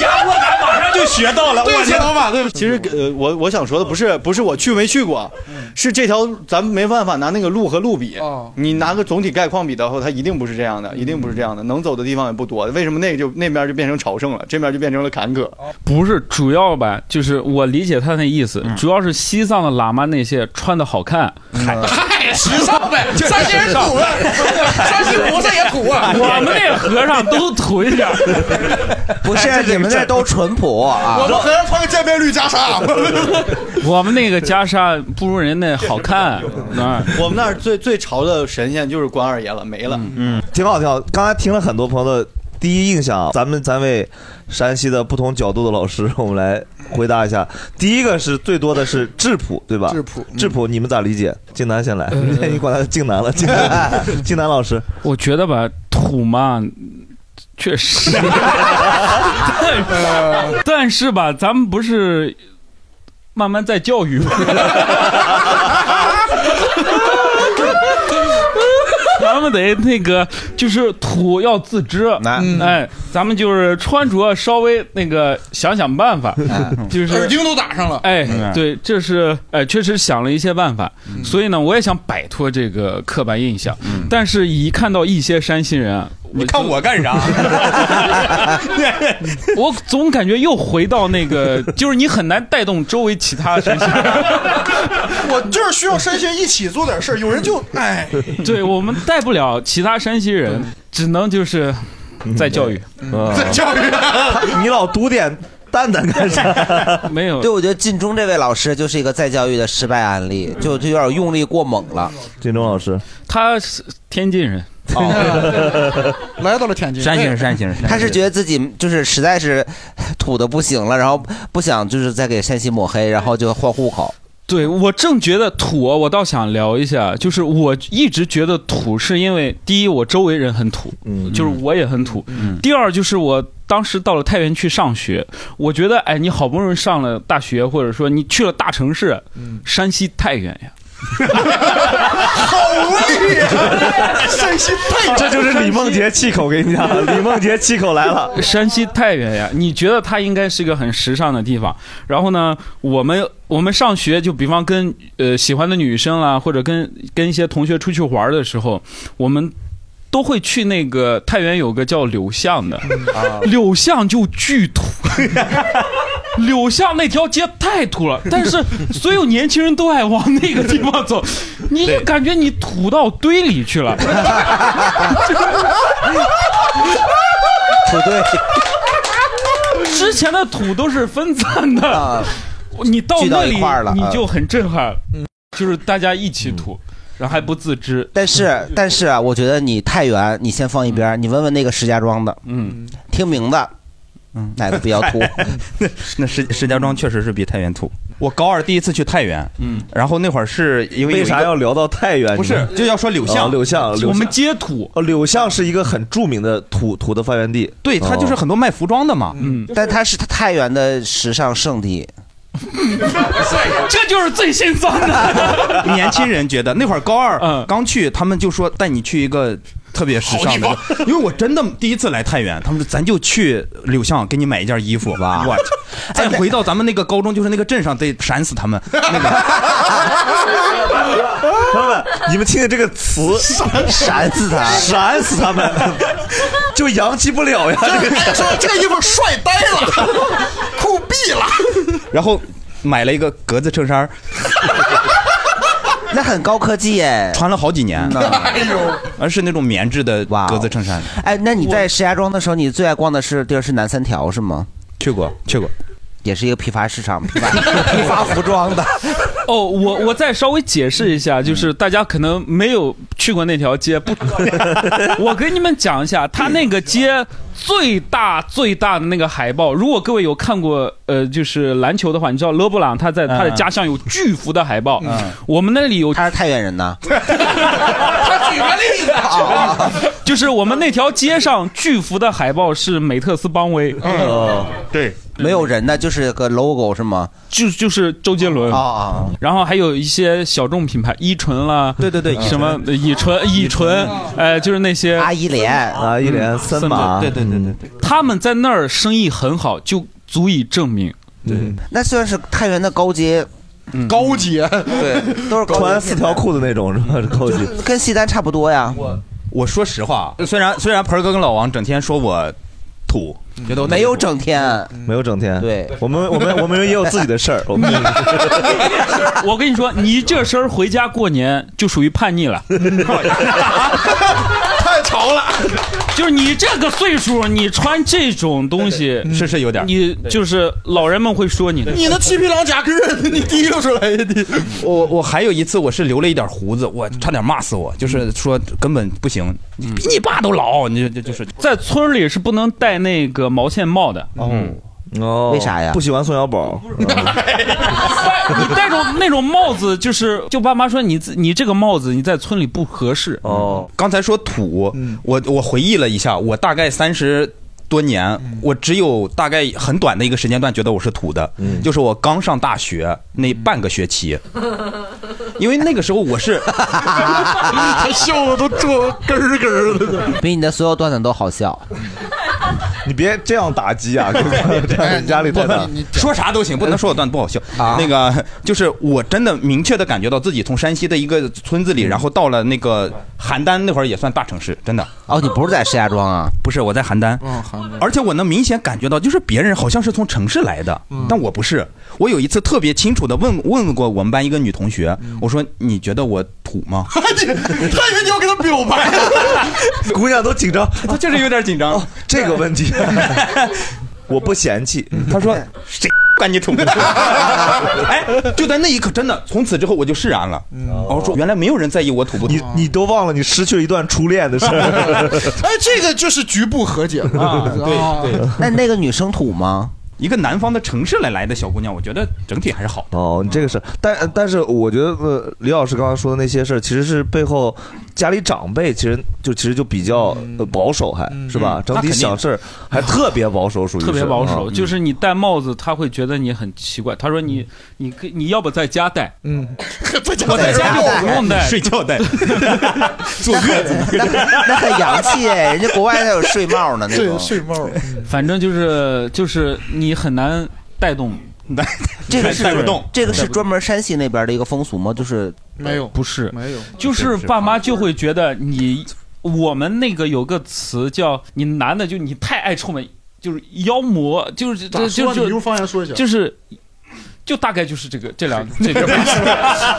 S3: 压迫感马哎上就学到了。
S17: 对不起，
S3: 我
S17: 老板，对不起。其实，呃，我我想说的不是不是我去没去过，是这条咱们没办法拿那个路和路比。
S4: 哦
S17: 你拿个总体概况比的话，它一定不是这样的，
S4: 嗯
S17: 一定不是这样的。能走的地方也不多，为什么那个就那边就变成朝圣了，这边就变成了坎坷？
S5: 不是主要吧？就是我理解他那意思，主要是西藏的喇嘛那些穿的好看，
S10: 嗨，时 尚呗，山西人土啊，山西菩萨也土啊。
S5: 我们那和尚都土一点儿，
S1: 不是你们那都淳朴啊
S5: 我们和
S4: 尚穿个渐变绿袈裟，
S5: 我们那个袈裟不如人那好看，那
S17: 我们那儿最最潮的神仙就是关二爷了，没了。
S2: 嗯，挺好，挺好。刚才听了很多朋友的第一印象，咱们三位山西的不同角度的老师，我们来回答一下。第一个是最多的是质朴，对吧？质朴，
S3: 嗯
S2: 质朴，你们咋理解？静南先来，
S3: 呃
S2: 你管他是静南了，静南，静南老师，
S5: 我觉得吧，土 嘛，确 实。但是 但是吧，咱们不是慢慢在教育吗？ 咱们得那个，就是土要自知，哎，咱们就是穿着稍微那个想想办法， 就是
S10: 耳钉都打上了
S5: 哎
S10: 嗯，
S5: 对，这是哎，确实想了一些办法，
S4: 嗯
S5: 所以呢，我也想摆脱这个刻板印象，但是一看到一些山西人啊，你
S3: 看我干啥？
S5: 我总感觉又回到那个，就是你很难带动周围其他山西人。
S4: 我就是需要山西 人一起做点事儿，有人就哎，嗯
S5: 对我们带不了其他山西人，只能就是在教育，
S2: 在
S4: 教育。
S2: 你老读点蛋蛋干啥？
S5: 没有
S1: 对，我觉得靳中这位老师就是一个再教育的失败案例，就就有点用力过猛了。
S2: 靳中老师，
S5: 他是天津 人，
S4: 来到了天津，
S3: 山西人
S1: 哦他是觉得自己就是实在是土的不行了，然后不想就是再给山西抹黑，然后就换户口。
S5: 对我正觉得土，我倒想聊一下，就是我一直觉得土，是因为第一我周围人很土，就是我也很土；第二就是我当时到了太原去上学，我觉得哎，你好不容易上了大学，或者说你去了大城市，山西太原呀，
S10: 好累啊呀，山西太
S2: 这就是李梦洁气口，给你讲，李梦洁气口来了。
S5: 山西太原呀，你觉得它应该是一个很时尚的地方？然后呢，我们我们上学就比方跟呃喜欢的女生啦，或者跟跟一些同学出去玩的时候，我们。都会去那个太原有个叫柳巷的，
S10: 啊
S5: 柳巷就巨 土，柳巷那条街太土了，但是所有年轻人都爱往那个地方走，你就感觉你土到堆里去了。
S1: 土堆，
S5: 之前的土都是分散的，你到
S1: 啊聚到
S5: 那
S1: 一
S5: 里
S1: 块儿了
S5: 你
S1: 啊嗯
S5: 就很震撼， 就是大家一起土，然后还不自 知。
S1: 但
S3: 嗯
S1: 是但是啊，我觉得你太原你先放一边儿，你问问那个石家庄的，
S5: 嗯，
S1: 听名字，嗯，哪
S2: 哎
S1: 个比较土？
S3: 那 那石石家庄确实是比太原土。我高二第一次去太原，
S5: 嗯，
S3: 然后那会儿是因为
S2: 为啥要聊到太原？
S3: 不是就要说柳巷
S2: 哦柳巷，柳巷
S3: 我们接土。
S2: 哦，柳巷是一个很著名的土土的发源地。哦
S3: 对，它就是很多卖服装的嘛。
S5: 嗯，
S1: 但它是太原的时尚圣地。
S5: 这就是最心酸的。
S3: 年轻人觉得那会儿高二刚去，他们就说带你去一个特别时尚的
S10: 好，
S3: 因为我真的第一次来太原，他们说咱就去柳巷给你买一件衣服吧，我去，再回到咱们那个高中，就是那个镇上得闪死 他们。
S2: 朋友们，你们听 听这个词，闪死他，闪死他们，就洋气不了呀！这个
S10: 哎说这个衣服帅呆了，酷毙了。
S3: 然后买了一个格子衬衫，
S1: 那很高科技耶，
S3: 穿了好几年， 哎呦，哦而是那种棉质的格子衬衫，
S1: 哎，那你在石家庄的时候，你最爱逛的是地儿是南三条是吗？
S3: 去过，去过，
S1: 也是一个批发 市场，批发批发服装的。 嗯
S5: 哦，我我再稍微解释一下，就是大家可能没有去过那条 街，不知道。我给你们讲一下，它那个街最大最大的那个海报，如果各位有看过呃，就是篮球的话，你知道勒布朗他在他的家乡有巨幅的海报，我们那里有。
S1: 嗯他是太原 人呐。哦
S10: 他举个例子，
S5: 啊 就是我们那条街上巨幅的海报是美特斯邦威。
S1: 哦，
S3: 对，
S1: 没有人呢，就是个 logo 是吗？
S5: 就就是周杰伦
S1: 啊，
S5: 然后还有一些小众品牌，依纯啦，对
S1: 对对
S5: 什么呃乙醇、乙醇，呃，就是那些嗯
S1: 阿依莲、
S2: 阿依莲森马
S3: 对对对对对，
S5: 他们在那儿生意很好，就足以证明。
S3: 对，
S1: 那虽然是太原的高街，
S3: 嗯
S4: 高街
S1: 对，都是高街
S2: 穿四条裤子那种是吧？高级。
S1: 跟西单差不多呀。
S3: 我说实话，虽然虽然盆儿哥跟老王整天说我土，觉得我
S1: 没有整天，
S2: 没有整天。
S1: 对，
S2: 我们我们我们也有自己的事儿。我们
S5: 我跟你说，你这身儿回家过年就属于叛逆了，
S10: 太潮了。
S5: 就是你这个岁数，你穿这种东西
S3: 是是有点，
S5: 你就是老人们会说你的。
S10: 你那七匹狼夹克儿，你提溜出来呀你！
S3: 我我还有一次我是留了一点胡子，我差点骂死我，就是说根本不行，
S10: 嗯
S3: 你比你爸都老，你就就就是
S5: 在村里是不能戴那个毛线帽的。
S3: 嗯，
S2: 哦
S5: 为啥呀
S2: 不喜欢宋小宝，
S5: 你戴着那种 帽子，就是就爸妈说你自你这个帽子你在村里不合适。
S2: 哦，
S10: 嗯
S3: 刚才说土，我我回忆了一下，我大概三十。多年，
S10: 嗯
S3: 我只有大概很短的一个时间段觉得我是土的，
S10: 嗯
S3: 就是我刚上大学那半个学期，因为那个时候我 是，
S5: 啊
S10: 他笑的都这根儿根儿的。
S1: 比你的所有段子都好笑。
S2: 你别这样打 击啊！
S1: 哎
S2: 压力太大。
S3: 说啥都行，不能说我段子不好笑。
S1: 啊
S3: 那个就是我真的明确的感觉到自己从山西的一个村子里，
S1: 嗯
S3: 然后到了那个邯郸那会儿也算大城市，真的。
S1: 哦，你不是在石家庄啊？
S3: 不是，我在邯郸。
S4: 嗯，好。
S5: 啊
S3: 而且我能明显感觉到，就是别人好像是从城市来的，
S1: 嗯
S3: 但我不是。我有一次特别清楚的问问过我们班一个女同学，
S1: 嗯
S3: 我说你觉得我土吗？
S10: 他以为你要给他表白了。
S2: 姑娘都紧张，哦
S3: 她就是有点紧张。
S2: 这个 问题，我不嫌弃。
S3: 她说谁管你土？哎，就在那一刻，真的，从此之后我就释然了。
S1: 嗯
S3: 哦我说原来没有人在意我土不土。
S2: 你 你都忘了你失去了一段初恋的事儿。
S4: 哎，这个就是局部和解 嘛。啊
S1: 那那个女生土吗？
S3: 一个南方的城市来来的小姑娘，我觉得整体还是好。
S2: 哦，你这个是，但但是我觉得呃，李老师刚刚说的那些事儿，其实是背后家里长辈其实就其实就比较呃保守还，是吧？整
S5: 那嗯
S2: 体
S5: 肯定
S2: 想事儿还特别保守，属于
S5: 特别
S2: 是
S5: 保守，
S2: 嗯
S5: 就是你戴帽子，他会觉得你很奇怪。他说你，你可以你要不在家戴，
S4: 嗯，
S5: 我在家就不用 戴，
S3: 睡觉戴，
S5: 坐月 子。
S1: 那很洋气哎，人家国外还有睡 帽呢，那种。
S4: 帽，
S5: 反正就是就是你很难带动，
S1: 这个是这个是专门山西那边的一个风俗吗？就是
S5: 没有
S1: 不嗯是
S4: 没有，
S5: 就是爸妈就会觉得你，我们那个有个词叫你男的就你太爱臭美，就是妖魔，就是
S4: 咋
S5: 就
S4: 说
S5: 就
S4: 呢你
S5: 就
S4: 用方言说一下
S5: 就是就大概就是这个这 两这个吧，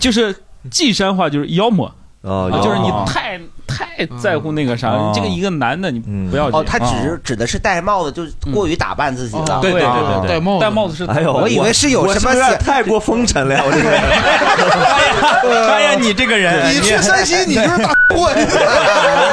S5: 就是稷山话就是妖魔。啊
S2: 哦
S5: 就是你
S1: 妖魔
S5: 太太在乎那个啥，
S1: 哦
S5: 你这个一个男的你不要这样
S1: 哦，他只是指的是戴帽子，就是过于打扮自己了。
S5: 嗯对对对对，戴帽子是
S2: 哎呦，
S1: 我以为是有什么
S2: 我是不是太过风尘了呀？我这 个人
S1: 呃
S3: 哎呀，你这个人，
S10: 你去山西，你就是大货。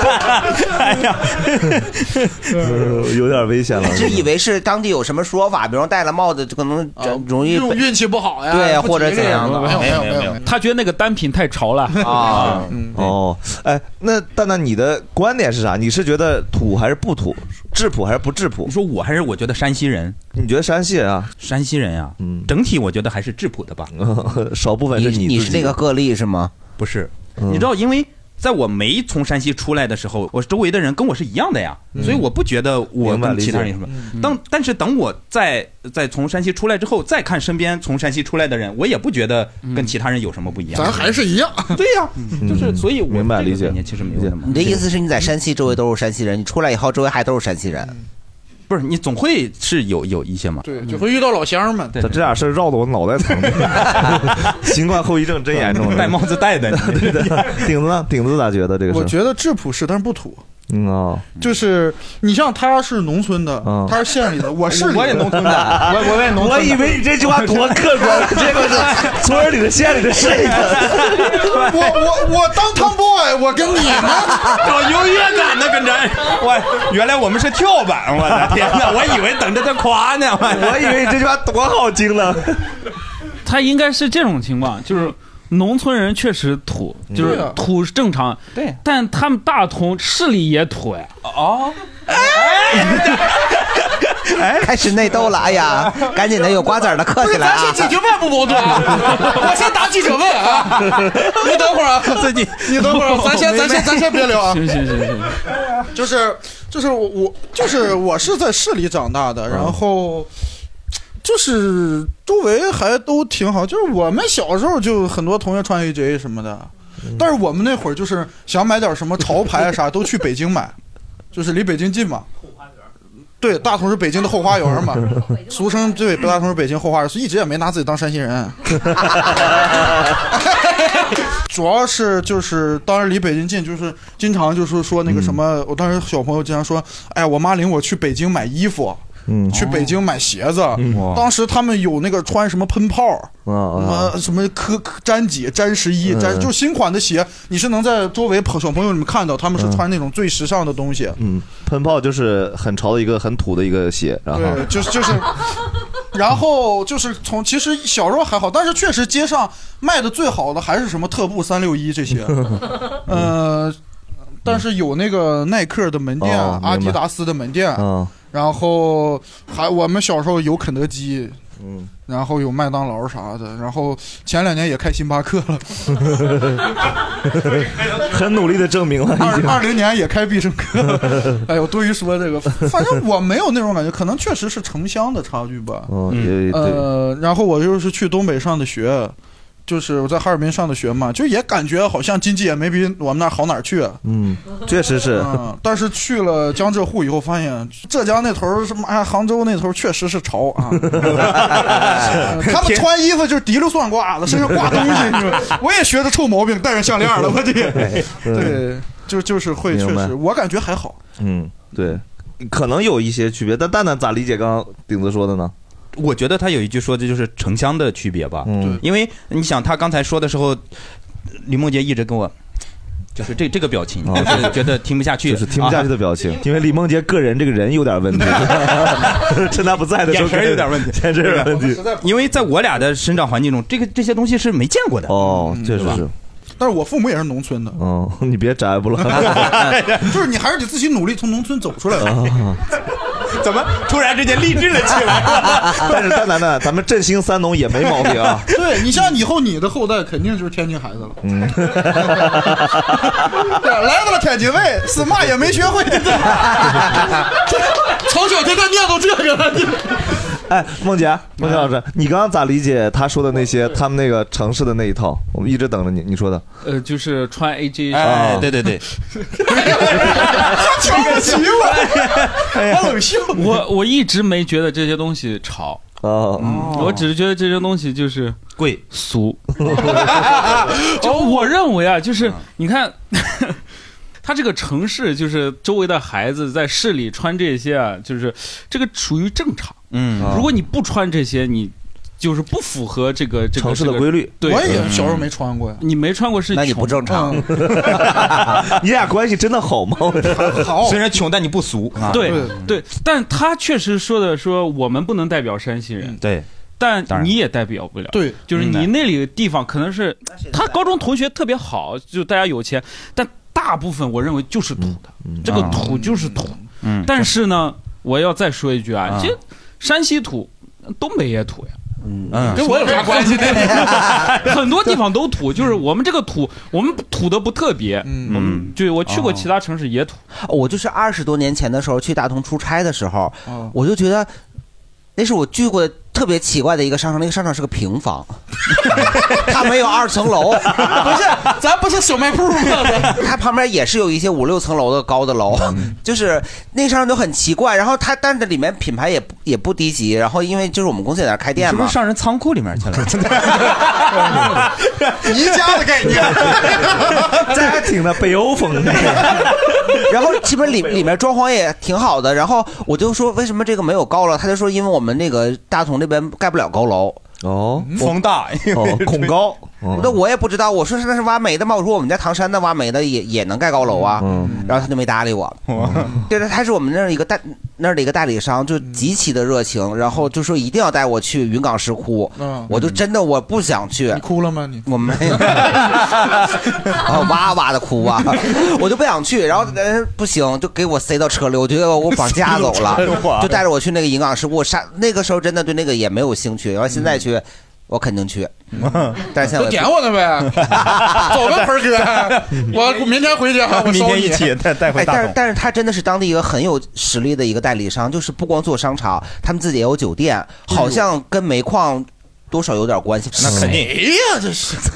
S2: 呃有点危险了。
S1: 只以为是当地有什么说法，比如戴了帽子就可能容易被
S5: 哦运气不好
S1: 呀对不吉利或者怎样的
S5: 没有没有没有，哎他觉得那个单品太潮了
S1: 啊。
S5: 嗯
S2: 哦，哎，那蛋蛋，你的观点是啥？你是觉得土还是不土，质朴还是不质朴？你
S3: 说我还是我觉得山西人，
S2: 你觉得山西人啊？
S3: 山西人啊，整体我觉得还是质朴的吧，
S2: 少部分是
S3: 你
S2: 你
S3: 你
S2: 自己
S3: 是那个
S1: 个例是吗？
S3: 不是，你知道，因为在我没从山西出来的时候，我周围的人跟我是一样的呀，
S2: 嗯
S3: 所以我不觉得我
S2: 明白
S3: 跟其他人
S2: 理
S3: 有
S2: 解
S3: 什么。当但是等我再再从山西出来之后，再看身边从山西出来的人，我也不觉得跟其他人有什么不一样。
S1: 咱还是一样，
S3: 对呀、就是所以我嗯明白理解，其实没有什么。
S1: 你的意思是你在山西周围都是山西人，你出来以后周围还都是山西人，
S3: 不是你总会是有有一些嘛？
S1: 对
S10: 就会遇到老乡们。
S2: 这这俩事儿绕得我 脑袋疼，新冠后遗症真严重。
S3: 戴帽子戴的，
S2: 对的。顶子呢？顶子咋觉得这个事儿？
S4: 我觉得质朴是，但是不土。
S2: 嗯啊，
S4: 就是你像他是农村的
S2: 嗯，
S4: 他是 县里的，我是
S2: 我也农 村的我我也农村的 我以为你这句话多客观结果是村里的县里的市里的
S4: 我我我当 tomboy，我跟你们
S3: 找优越感呢，跟着哎我原来我们是跳板，我的天哪！我以为等着他夸呢，
S2: 我以为你这句话多好听了。
S5: 他应该是这种情况，就是农村人确实土，
S2: 嗯
S5: 就是
S10: 对啊
S5: 土是正常，
S3: 对，
S5: 但他们大同市里也土呀。
S3: 哦，
S10: 嗯
S1: 开始内斗了。哎呀，赶紧的，有瓜子儿的客
S10: 不
S1: 气
S10: 是，
S1: 来
S10: 咱
S1: 啊
S10: 先！解决外部矛盾 啊！我先答记者问啊！你等会儿啊，
S3: 自己
S4: 你等
S2: 哦
S4: 会儿，啊咱先咱
S10: 没
S4: 先咱先别聊啊。
S5: 行行行行，
S4: 就是就是我我就是我是在市里长大
S2: 嗯
S4: 的，然后就是周围还都挺好，就是我们小时候就很多同学穿 AJ 什么的，
S2: 嗯
S4: 但是我们那会儿就是想买点什么潮牌啊啥都去北京买，就是离北京近嘛。对，大同是北京的后花园嘛，俗称对，大同是北京后花园，所以一直也没拿自己当山西人。 主要是就是当时离北京近，就是经常就是说
S2: 嗯
S4: 那个什么，我当时小朋友经常说，哎呀，我妈领我去北京买衣服，
S2: 嗯
S4: 去北京买鞋子。
S2: 嗯
S4: 啊当时他们有那个穿什么喷泡，
S2: 啊
S4: 什
S2: 啊
S4: 么什么科科詹几、詹十一、
S2: 嗯
S4: 詹，就是新款的鞋，你是能在周围朋小朋友里面看到，他们是穿那种最时尚的东西。
S2: 嗯，喷炮就是很潮的一个很土的一个鞋，然后
S4: 对，就是就是，然后就是从其实小时候还好，但是确实街上卖的最好的还是什么特步三六一这 些，呃，但是有那个耐克的门店、
S2: 哦明白
S4: 阿迪达斯的门店，
S16: 哦
S2: 嗯
S4: 然后还我们小时候有肯德基。
S2: 嗯，
S4: 然后有麦当劳啥的，然后前两年也开星巴克 了，
S2: 很努力的证明了已
S4: 二
S2: 经。
S4: 二零年也开必胜客。 哎呦，多余说这个，反正我没有那种感觉，可能确实是城乡的差距吧。
S2: 嗯也对，
S4: 呃，然后我就是去东北上的学，就是我在哈尔滨上的学嘛，就也感觉好像经济也没比我们那儿好哪儿去。
S2: 嗯，确实是。
S4: 嗯，但是去了江浙沪以后，发现浙江那头儿什么哎，杭州那头儿确实是潮 啊。 呃他们穿衣服就是提溜算卦的，身上挂东西。你知道吗我也学的臭毛病，戴上项链了，我这
S2: 对
S3: 嗯
S4: 对，就就是会确
S2: 明白
S4: 实，我感觉还好。
S2: 嗯，对，可能有一些区别，但蛋蛋咋理解刚刚顶子说的呢？
S3: 我觉得他有一句说的就是城乡的区别吧，
S2: 嗯
S3: 因为你想他刚才说的时候，李梦洁一直跟我。就是这这个表情，
S2: 哦
S3: 就是觉得听不下去，
S2: 就是听不下去的表情，啊因为李梦洁个人这个人有点问题， 趁他不在的时候
S3: 眼神有点问题，
S2: 眼神有点问题。
S3: 因为在我俩的生长环境中，这个这些东西是没见过的。嗯
S2: 哦，确实是。
S4: 但是我父母也是农 村的，
S2: 哦，你别摘不了。
S4: 就是你还是得自己努力从农村走出来吧。
S2: 哦
S3: 怎么突然之间励志了起来了
S2: 但是蛋蛋蛋，咱们振兴三农也没毛病啊。
S4: 对你像以后你的后代肯定就是天津孩子了，
S2: 嗯，
S4: 对来到了天津卫，是嘛也 没学会，
S10: 从小就在念叨这个了。
S2: 哎，梦洁，梦洁老师，你刚刚咋理解他说的那些他们那个城市的那一套？我们一直等着你，你说的。
S5: 呃，就是穿 AJ，
S2: 哎
S5: 啊
S2: 对对 对，
S4: 他瞧不起我，我冷笑。
S5: 我我一直没觉得这些东西潮，
S2: 哦，
S5: 我只是觉得这些东西就是
S3: 贵
S5: 俗。就我认为啊，就是你看， 他这个城市，就是周围的孩子在市里穿这些啊，就是这个属于正常。
S3: 嗯
S5: 如果你不穿这些，你就是不符合这个这个
S2: 城市的
S5: 这个
S2: 规律
S5: 对，
S4: 我也小时候没穿过呀。
S5: 你没穿过嗯是
S1: 那你不正常。
S2: 你俩关系真的好吗？
S4: 好
S3: 虽然穷，但你不俗啊。
S5: 对对，但他确实说的说我们不能代表山西人，
S3: 对，
S5: 但你也代表不了。
S4: 对，
S5: 就是你
S3: 嗯
S5: 那里的地方可能是他高中同学特别好，就大家有钱，但大部分我认为就是土的，这个土就是土。
S3: 啊嗯，
S5: 但是呢，我要再说一句啊，
S3: 啊
S5: 这山西土，东北也土呀。
S3: 嗯？
S5: 跟我有啥关系呢
S3: 嗯
S5: 很多地方都土，就是我们这个土，我们土的不特别。
S1: 嗯，哦
S5: 对我去过其他城市也土，
S1: 我就是二十多年前的时候去大同出差的时候，
S5: 哦
S1: 我就觉得那是我去过的特别奇怪的一个商场，那个商场是个 平房，它没有二层楼，不是，咱不是小卖部吗？它旁边也是有一些五六层楼的高的楼，
S5: 嗯
S1: 就是那个商场都很奇怪。然后它，但是里面品牌也不也不低级。然后因为就是我们公司也在那儿开店嘛，
S3: 你是不是上人仓库里面去了？
S1: 宜家的概 念， 家庭的北欧风。 然后基本里里面装潢也挺好的，然后我就说为什么这个没有高楼，他就说因为我们那个大同那边盖不了高楼。
S2: 哦，
S1: 嗯
S3: 风大
S2: 哦恐高哦
S1: 那我也不知道。我说是那是挖煤的吗？我说我们家唐山的挖煤的也也能盖高楼啊。然后他就没搭理我。对他是我们那儿一个代那儿的一个代理商，就极其的热情，然后就说一定要带我去云冈石窟。
S4: 嗯
S1: 我就真的我不想去。你
S4: 哭了吗？ 你
S1: 我没有。啊，哇哇的哭啊！我就不想去，然后人、呃、不行，就给我塞到车里，我觉得我绑架走了
S16: 塞到车，里
S1: 就带着我去那个银港石窟。我啥那个时候真的对那个也没有兴趣，然后现在去，我肯定去，但是现在
S10: 就点我呢呗， 走吧，盆儿哥，我明天回家，
S4: 啊
S10: 我收你。
S1: 哎但是但是他真的是当地一个很有实力的一个代理商，就是不光做商场，他们自己也有酒店，好像跟煤矿多少有点关系。
S10: 那肯
S4: 哎
S10: 定谁呀这 是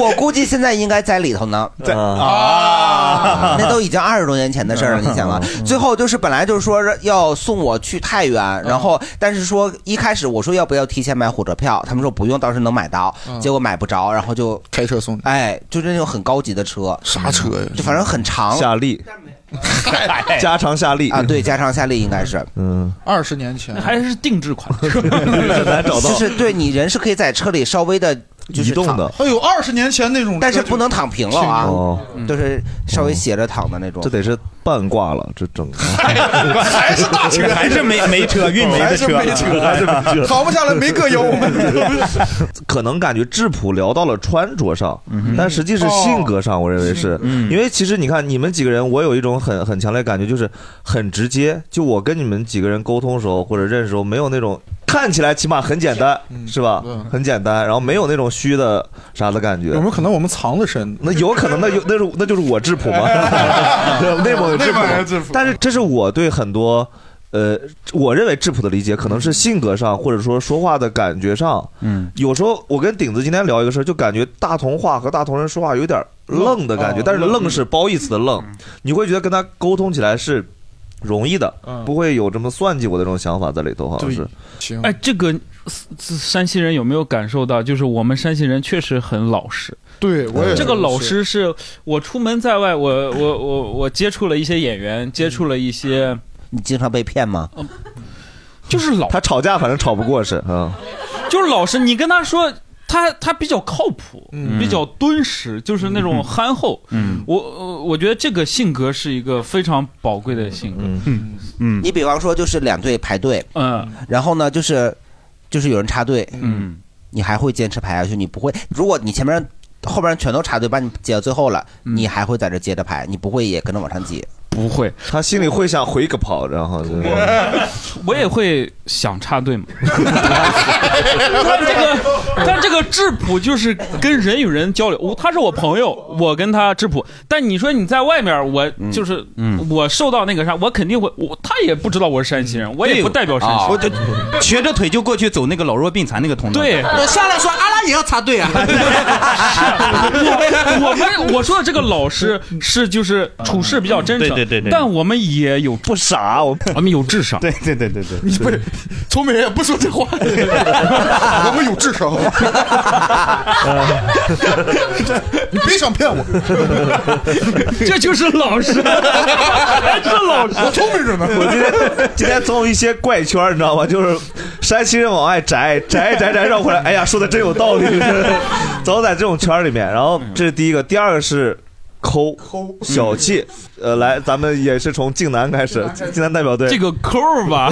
S1: 我估计现在应该在里头呢。啊，那都已经二十多年前的事儿了，你想啊。最后就是本来就是说要送我去太原，然后但是说一开始我说要不要提前买火车票，他们说不用，到时候能买到
S16: 嗯，
S1: 结果买不着，然后就
S4: 开车送。
S1: 哎，就是那种很高级的车，
S4: 啥车呀？
S1: 就反正很长，
S2: 夏 利，
S1: 加长夏利啊，对，加长夏利应该是，
S2: 嗯，
S4: 二十年前
S5: 还是定制款，
S1: 难
S2: 找到
S1: 就是对你人是可以在车里稍微的，就是
S2: 移动的
S1: 躺
S4: 哎呦，二十年前那种，
S1: 但是不能躺平了啊
S2: 哦，
S4: 嗯
S1: 就是稍微斜着躺的那种。
S2: 这得是半挂了，这整 个
S4: 还是大车，
S3: 还是煤煤车运煤的车
S4: 还是煤车，
S2: 还是煤车
S4: 扛不下来没个 腰。
S2: 可能感觉质朴聊到了穿着上
S4: 哼，
S2: 但实际是嗯哦性嗯格上，我认为是，因为其实你看你们几个人，我有一种很很强烈的感觉，就是很直接。就我跟你们几个人沟通时候或者认识时候，没有那种看起来起码很简单，是嗯吧？很简单，然后没有那种虚的啥的感觉。
S4: 有没有可能我们藏的深？
S2: 那有可能，那有那是那就是我质朴 吗？ 内蒙有质朴，但是这是我对很多。呃，我认为质朴的理解可能是性格上，或者说说话的感觉上。嗯，有时候我跟顶子今天聊一个事儿，就感觉大同话和大同人说话有点愣的感觉，
S4: 哦
S2: 但是愣是褒义词的愣，你会觉得跟他沟通起来是容易的，不会有这么算计我的这种想法在里头，好像是。
S4: 行
S5: 哎，这个山山西人有没有感受到？就是我们山西人确实很老实。呃
S4: 对我也
S5: 这个
S4: 是
S5: 老师是我出门在外，我我我我接触了一些演员，接触了一些，
S1: 啊
S5: 呃
S1: 你经常被骗吗？
S5: 就是老
S2: 他吵架，反正吵不过是嗯。
S5: 就是老实。你跟他说，他他比较靠谱，
S2: 嗯
S5: 比较敦实，就是那种憨厚。
S3: 嗯，
S5: 我我我觉得这个性格是一个非常宝贵的性格。
S2: 嗯
S5: 嗯
S1: 你比方说就是两队排队，
S5: 嗯，
S1: 然后呢就是就是有人插队，
S5: 嗯，
S1: 你还会坚持排下去，你不会。如果你前面后边全都插队，把你挤到最后了，
S4: 嗯
S1: 你还会在这接着排，你不会也跟着往上挤。
S5: 不会，
S2: 他心里会想回个跑，然后就
S5: 我也会想插队嘛。他这个， 但这个质朴就是跟人与人交流。我他是我朋友，我跟他质朴。但你说你在外面，我就是，
S3: 嗯
S5: 我受到那个啥，我肯定会，我他也不知道我是山西人，我也不代表山西
S3: 啊
S5: 人，
S3: 我就 瘸着腿就过去走那个老弱病残那个通道。
S5: 对
S10: 我上来说阿拉也要插队啊，
S5: 我我们我说的这个老师是就是处事比较真诚，
S3: 对对对对
S5: 但我们也有
S2: 不傻，我
S5: 我们有智商。
S3: 对对对对对，
S5: 你不是
S4: 聪明人也不说这话，我们有智商。你别想骗我，
S5: 这就是老 实，还是老实。
S4: 我聪明着呢。
S2: 我今天今天总有一些怪圈儿，你知道吗？就是山西人往外摘，摘摘摘绕回来，哎呀，说的真有道理， 总在这种圈儿里面。然后这是第一个，第二个是抠抠小气。呃，来，咱们也是从靖南开始，靖南代表队
S5: 这个抠儿 吧，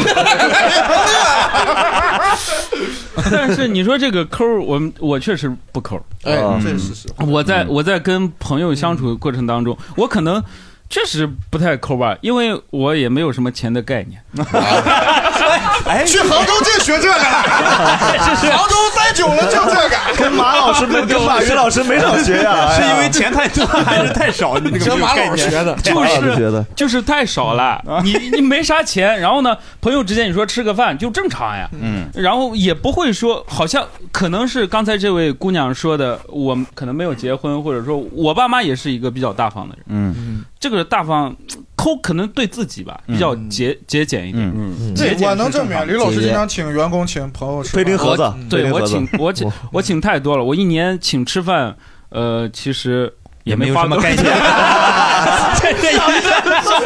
S5: 但是你说这个抠儿，我们我确实不抠儿。
S4: 哎
S2: 啊
S5: 嗯
S4: 这是实
S5: 我
S2: 嗯
S5: 在我在跟朋友相处过程当中，我可能 确实不太抠吧，因为我也没有什么钱的概念。
S10: 哎，
S4: 去杭州净学这个了，
S10: 是是
S4: 杭州待久了就这个，
S2: 跟马 老师没跟马云老师没少学呀
S3: 是因为钱太多还是太少？你这个没有概念
S5: 就是就是太少了，你你没啥钱，然后呢，朋友之间你说吃个饭就正常呀，
S3: 嗯，
S5: 然后也不会说，好像可能是刚才这位姑娘说的，我可能没有结婚，或者说我爸妈也是一个比较大方的人，
S3: 嗯，
S5: 这个大方抠可能对自己吧比较节节俭一点，
S3: 嗯
S5: 节俭是
S4: 我能证
S5: 正常
S4: 明，
S5: 的
S4: 李老师经常请员工请朋友吃饭
S5: 我对我请我
S3: 嗯
S5: 请我请太多了，我一年请吃饭，呃，其实也没
S3: 没有
S5: 花
S3: 什么
S5: 多
S3: 概 念
S5: 这这一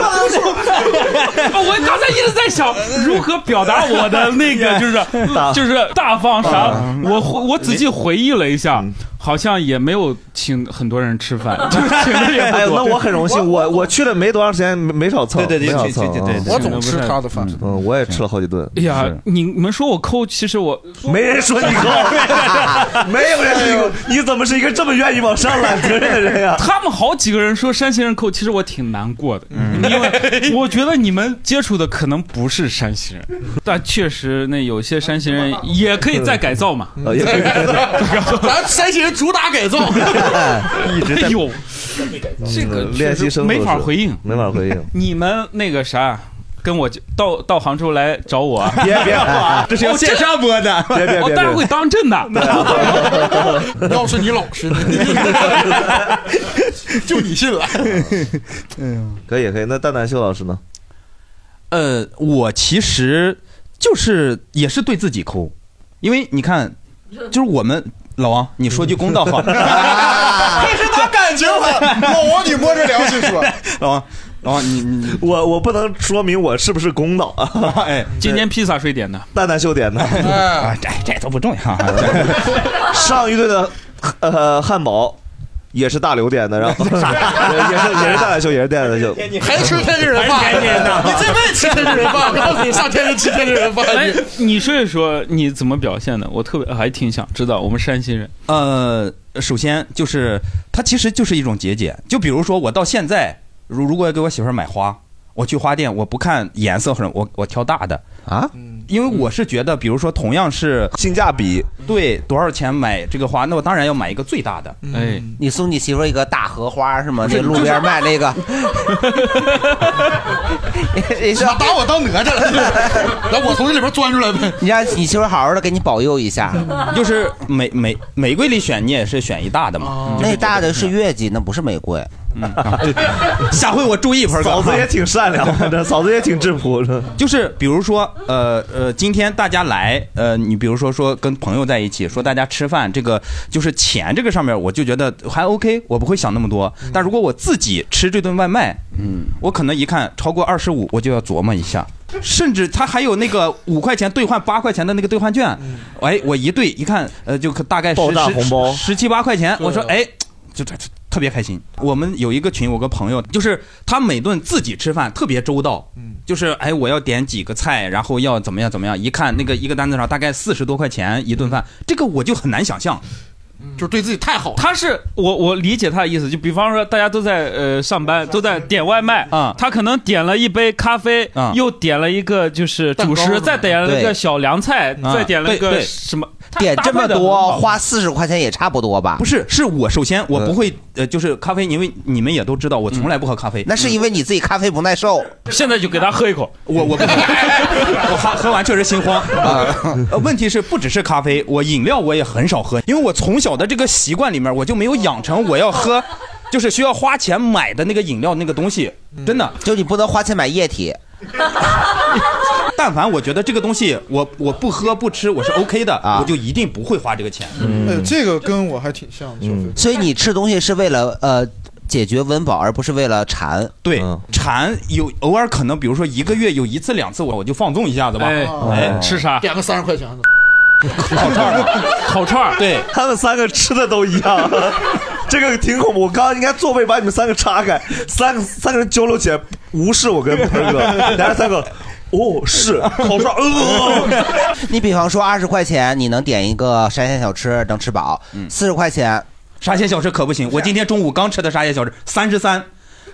S5: 直我刚才一直在想如何表达我的那 个，就是
S2: 啊
S3: 大
S5: 就是大方啥
S3: 啊。
S5: 我回我仔细回忆了一下，好像也没有请很多人吃 饭，就是请的也
S2: 哎
S5: 不
S2: 呦，那
S5: 多。
S2: 我很荣幸，我我去了没多长时间，没没少蹭，
S5: 对对对
S2: 没少
S5: 去
S2: 蹭
S5: 去
S2: 啊
S5: 对对我总吃他的饭
S2: 嗯，我也吃了好几顿。
S5: 哎呀，你们说我抠，其实我
S2: 没人说你抠没有人说你抠你怎么是一个这么愿意往上揽责任的人呀？
S5: 他们好几个人说山西人抠，其实我挺难过的，
S2: 嗯
S5: 因为我觉得你们接触的可能不是山西人，但确实那有些山西 人也可以再改造嘛，
S2: 嗯哦也可以改
S10: 咱山西人主打改造，
S2: 一直在
S5: 哎呦，这个
S2: 嗯练习生
S5: 没法
S2: 都是
S5: 回应，
S2: 没法回应。
S5: 你们那个啥。跟我就到到杭州来找我，哦
S2: 别别 这是要线上
S5: 播的
S2: 别别别
S5: 我
S2: 别
S5: 当然会 当真的。
S10: 要哦是你老实，就你信了。
S2: 可以可以，那蛋蛋秀老师呢？
S3: 呃，我其实就是也是对自己抠，因为你看，就是我们老王，你说句公道话，
S4: 这是他感情好，老王你摸着良心说，
S3: 老王，老王你你
S2: 我我不能说明我是不是公道啊？
S3: 哎，
S5: 今天披萨谁点的？
S2: 蛋蛋秀点的，
S3: 啊，这这都不重要。
S2: 上一顿的呃汉堡也是大刘点的，然后也是也是蛋蛋秀，也是蛋蛋秀。
S10: 哎还吃天津人饭？
S5: 还是天津人呢
S10: 你这辈子吃天津人饭，我告诉你，上天津吃天津人饭。
S5: 哎，你说一说你怎么表现的？我特别还挺想知道。我们山西人，
S3: 呃，首先就是它其实就是一种节俭。就比如说我到现在，如如果要给我媳妇儿买花，我去花店，我不看颜色或者我我挑大的
S2: 啊，
S3: 因为我是觉得，比如说同样是
S2: 性价比，
S3: 对多少钱买这个花，那我当然要买一个最大的。
S12: 嗯
S5: 哎，
S1: 嗯你送你媳妇儿一个大荷花是吗？那路
S3: 就是
S1: 边卖那个， 你说
S10: 把我当哪吒 了，那我从这里边钻出来呗。
S1: 你让你媳妇儿好好的给你保佑一下。
S3: 嗯就是玫玫玫瑰里选你也是选一大的嘛，就是
S1: 那大的是月季，那不是玫瑰。
S3: 嗯 下回我注意盆儿哥
S2: 嫂子也挺善良的，嫂子也挺质朴的。
S3: 就是比如说，呃呃，今天大家来，呃，你比如说说跟朋友在一起，说大家吃饭，这个就是钱这个上面，我就觉得还 OK，我不会想那么多。
S2: 嗯
S3: 但如果我自己吃这顿外卖，嗯，我可能一看超过二十五，我就要琢磨一下。甚至他还有那个五块钱兑换八块钱的那个兑换券，哎，我一兑一看，呃，就可大概
S2: 嗯爆炸红包
S3: 十七八块钱，我说哎，就特特别开心。我们有一个群，有个朋友，就是他每顿自己吃饭特别周到，就是哎，我要点几个菜，然后要怎么样怎么样，一看那个一个单子上大概四十多块钱一顿饭，这个我就很难想象。
S10: 就是对自己太好。
S5: 他是我我理解他的意思，就比方说大家都在呃上班，都在点外卖啊，他可能点了一杯咖啡，又点了一个就是主
S1: 蛋糕
S5: 食，
S1: 是吧
S5: 再点了一个
S1: 对
S5: 小凉菜，
S1: 啊
S5: 再点了一
S1: 对
S5: 个
S1: 对
S5: 什么，他
S1: 点
S5: 搭
S1: 这
S5: 配
S1: 么
S5: 得很
S1: 多，
S5: 好
S1: 花四十块钱也差不多吧？
S3: 不是，是我首先我不会呃，就是咖啡，因为你们也都知道，我从来不喝咖啡。
S1: 那是因为你自己咖啡不耐受。
S5: 现在就给他喝一口。
S3: 我我 不喝，我喝喝完确实心慌啊。呃问题是不只是咖啡，我饮料我也很少喝，因为我从小的这个习惯里面，我就没有养成我要喝，就是需要花钱买的那个饮料那个东西。真的，
S1: 嗯就你不能花钱买液体。
S3: 但凡我觉得这个东西我我不喝不吃我是 OK 的，
S1: 啊
S3: 我就一定不会嗯花这个钱。
S1: 嗯
S4: 哎，这个跟我还挺像的，
S1: 所以你吃东西是为了呃解决温饱，而不是为了馋。
S3: 对，馋有偶尔可能，比如说一个月有一次两次，我我就放纵一下子吧。
S5: 哎
S3: 哎，
S5: 吃啥？
S10: 点个三十块钱的，
S5: 烤串儿，
S3: 对
S2: 他们三个吃的都一 样，这个挺恐怖。我刚刚应该座位把你们三个岔开，三个三个人交流起来，无视我跟 盆儿哥，俩人三个。哦，是烤串，呃，
S1: 哦 你比方说二十块钱，你能点一个沙县小吃能吃饱，四十块钱
S5: 啊
S3: 沙县小吃可不行，我今天中午刚吃的沙县小吃三十三。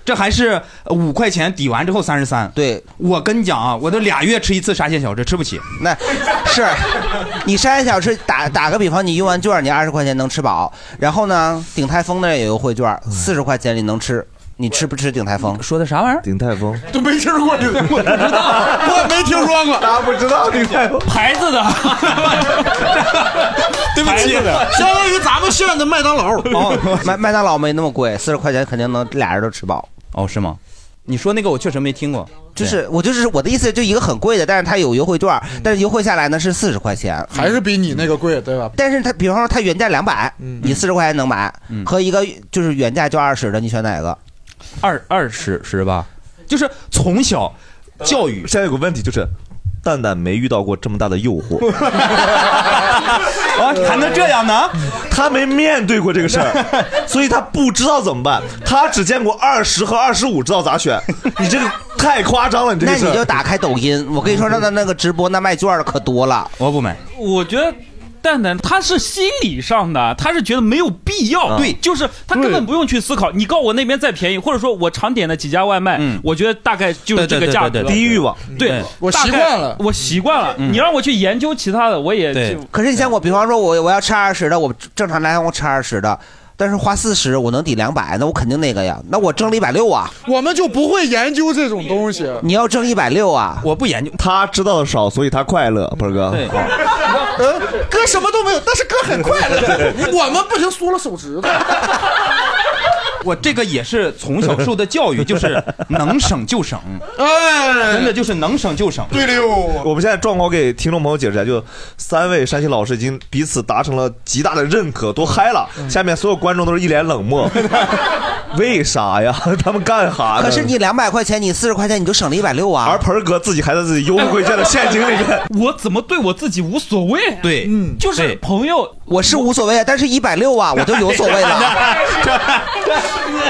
S3: 这还是五块钱抵完之后三十三。
S1: 对，
S3: 我跟你讲啊，我都俩月吃一次沙县小吃，吃不起。
S1: 那是，你沙县小吃打打个比方，你用完券你二十块钱能吃饱，然后呢，鼎泰丰那儿也有优惠
S2: 嗯
S1: 券，四十块钱你能吃，你吃不吃鼎泰丰？
S3: 说的啥玩意儿？
S2: 鼎泰丰
S10: 都没吃过这个，我不知道，我没听说过，哎
S2: 大家不知道这个
S3: 牌子的，
S10: 对不起，相当于咱们县的麦当劳。
S1: 哦，麦麦当劳没那么贵，四十块钱肯定能俩人都吃饱。
S3: 哦，是吗？你说那个我确实没听过，
S1: 就是我就是我的意思，就一个很贵的，但是它有优惠券，
S2: 嗯
S1: 但是优惠下来呢是四十块钱，
S4: 还是比你那个贵，对吧？嗯
S1: 但是它比方说它原价两百，你四十块钱能买，
S3: 嗯
S1: 和一个就是原价就二十的，你选哪个？
S3: 二二十是吧？就是从小教育。
S2: 现在有个问题就是，蛋蛋没遇到过这么大的诱惑，哦
S3: 啊， 还能这 样呢？
S2: 他没面对过这个事儿， 所以他不知道怎么办。他只见过二十和二十五，知道咋 选。你这个太夸张了，你这
S1: 那
S2: 个事
S1: 你就
S2: 儿。
S1: 打开抖音，我跟你说，那那那个直播那卖券的可多了。
S3: 我不买，
S5: 我觉得。蛋蛋他是心理上的，他是觉得没有必要，
S3: 对
S5: 就是他根本不用去思考。你告我那边再便宜，或者说我常点的几家外卖，我觉得大概就是这
S3: 对对
S5: 个
S3: 对
S5: 价
S3: 嗯对
S5: 格。
S3: 对对低欲望
S5: 对
S3: 对我
S5: 大概
S3: 习惯了嗯
S5: 我习惯了。你让我去研究其他的，我也就
S1: 可是你像我，比方说我我要吃二十的，我正常来讲我吃二十的，但是花四十我能抵两百，那我肯定那个呀，那我挣了一百六啊。
S4: 我们就不会研究这种东西。
S1: 你要挣一百六啊？
S3: 我不研究，
S2: 他知道的少，所以他快乐，鹏哥。。
S3: 对
S4: 嗯，哥什么都没有，但是哥很快乐我们不行，缩了手指头。
S3: 我这个也是从小受的教 育，就是能省就省，
S4: 哎，
S3: 真的就是能省就省。
S4: 对溜。
S2: 我们现在状况给听众朋友解释一下，就三位山西老师已经彼此达成了极大的认可，都嗨了。
S3: 嗯
S2: 下面所有观众都是一脸 冷漠，为啥呀？他们干啥呢？
S1: 可是你两百块钱，你四十块钱你就省了一百六啊。
S2: 而盆哥自己还在自己优惠券的陷阱里 面。
S5: 我怎么对我自己无所谓？
S3: 对，
S5: 嗯，就是朋友，
S1: 我是无所谓啊，但是一百六啊，我就有所谓了。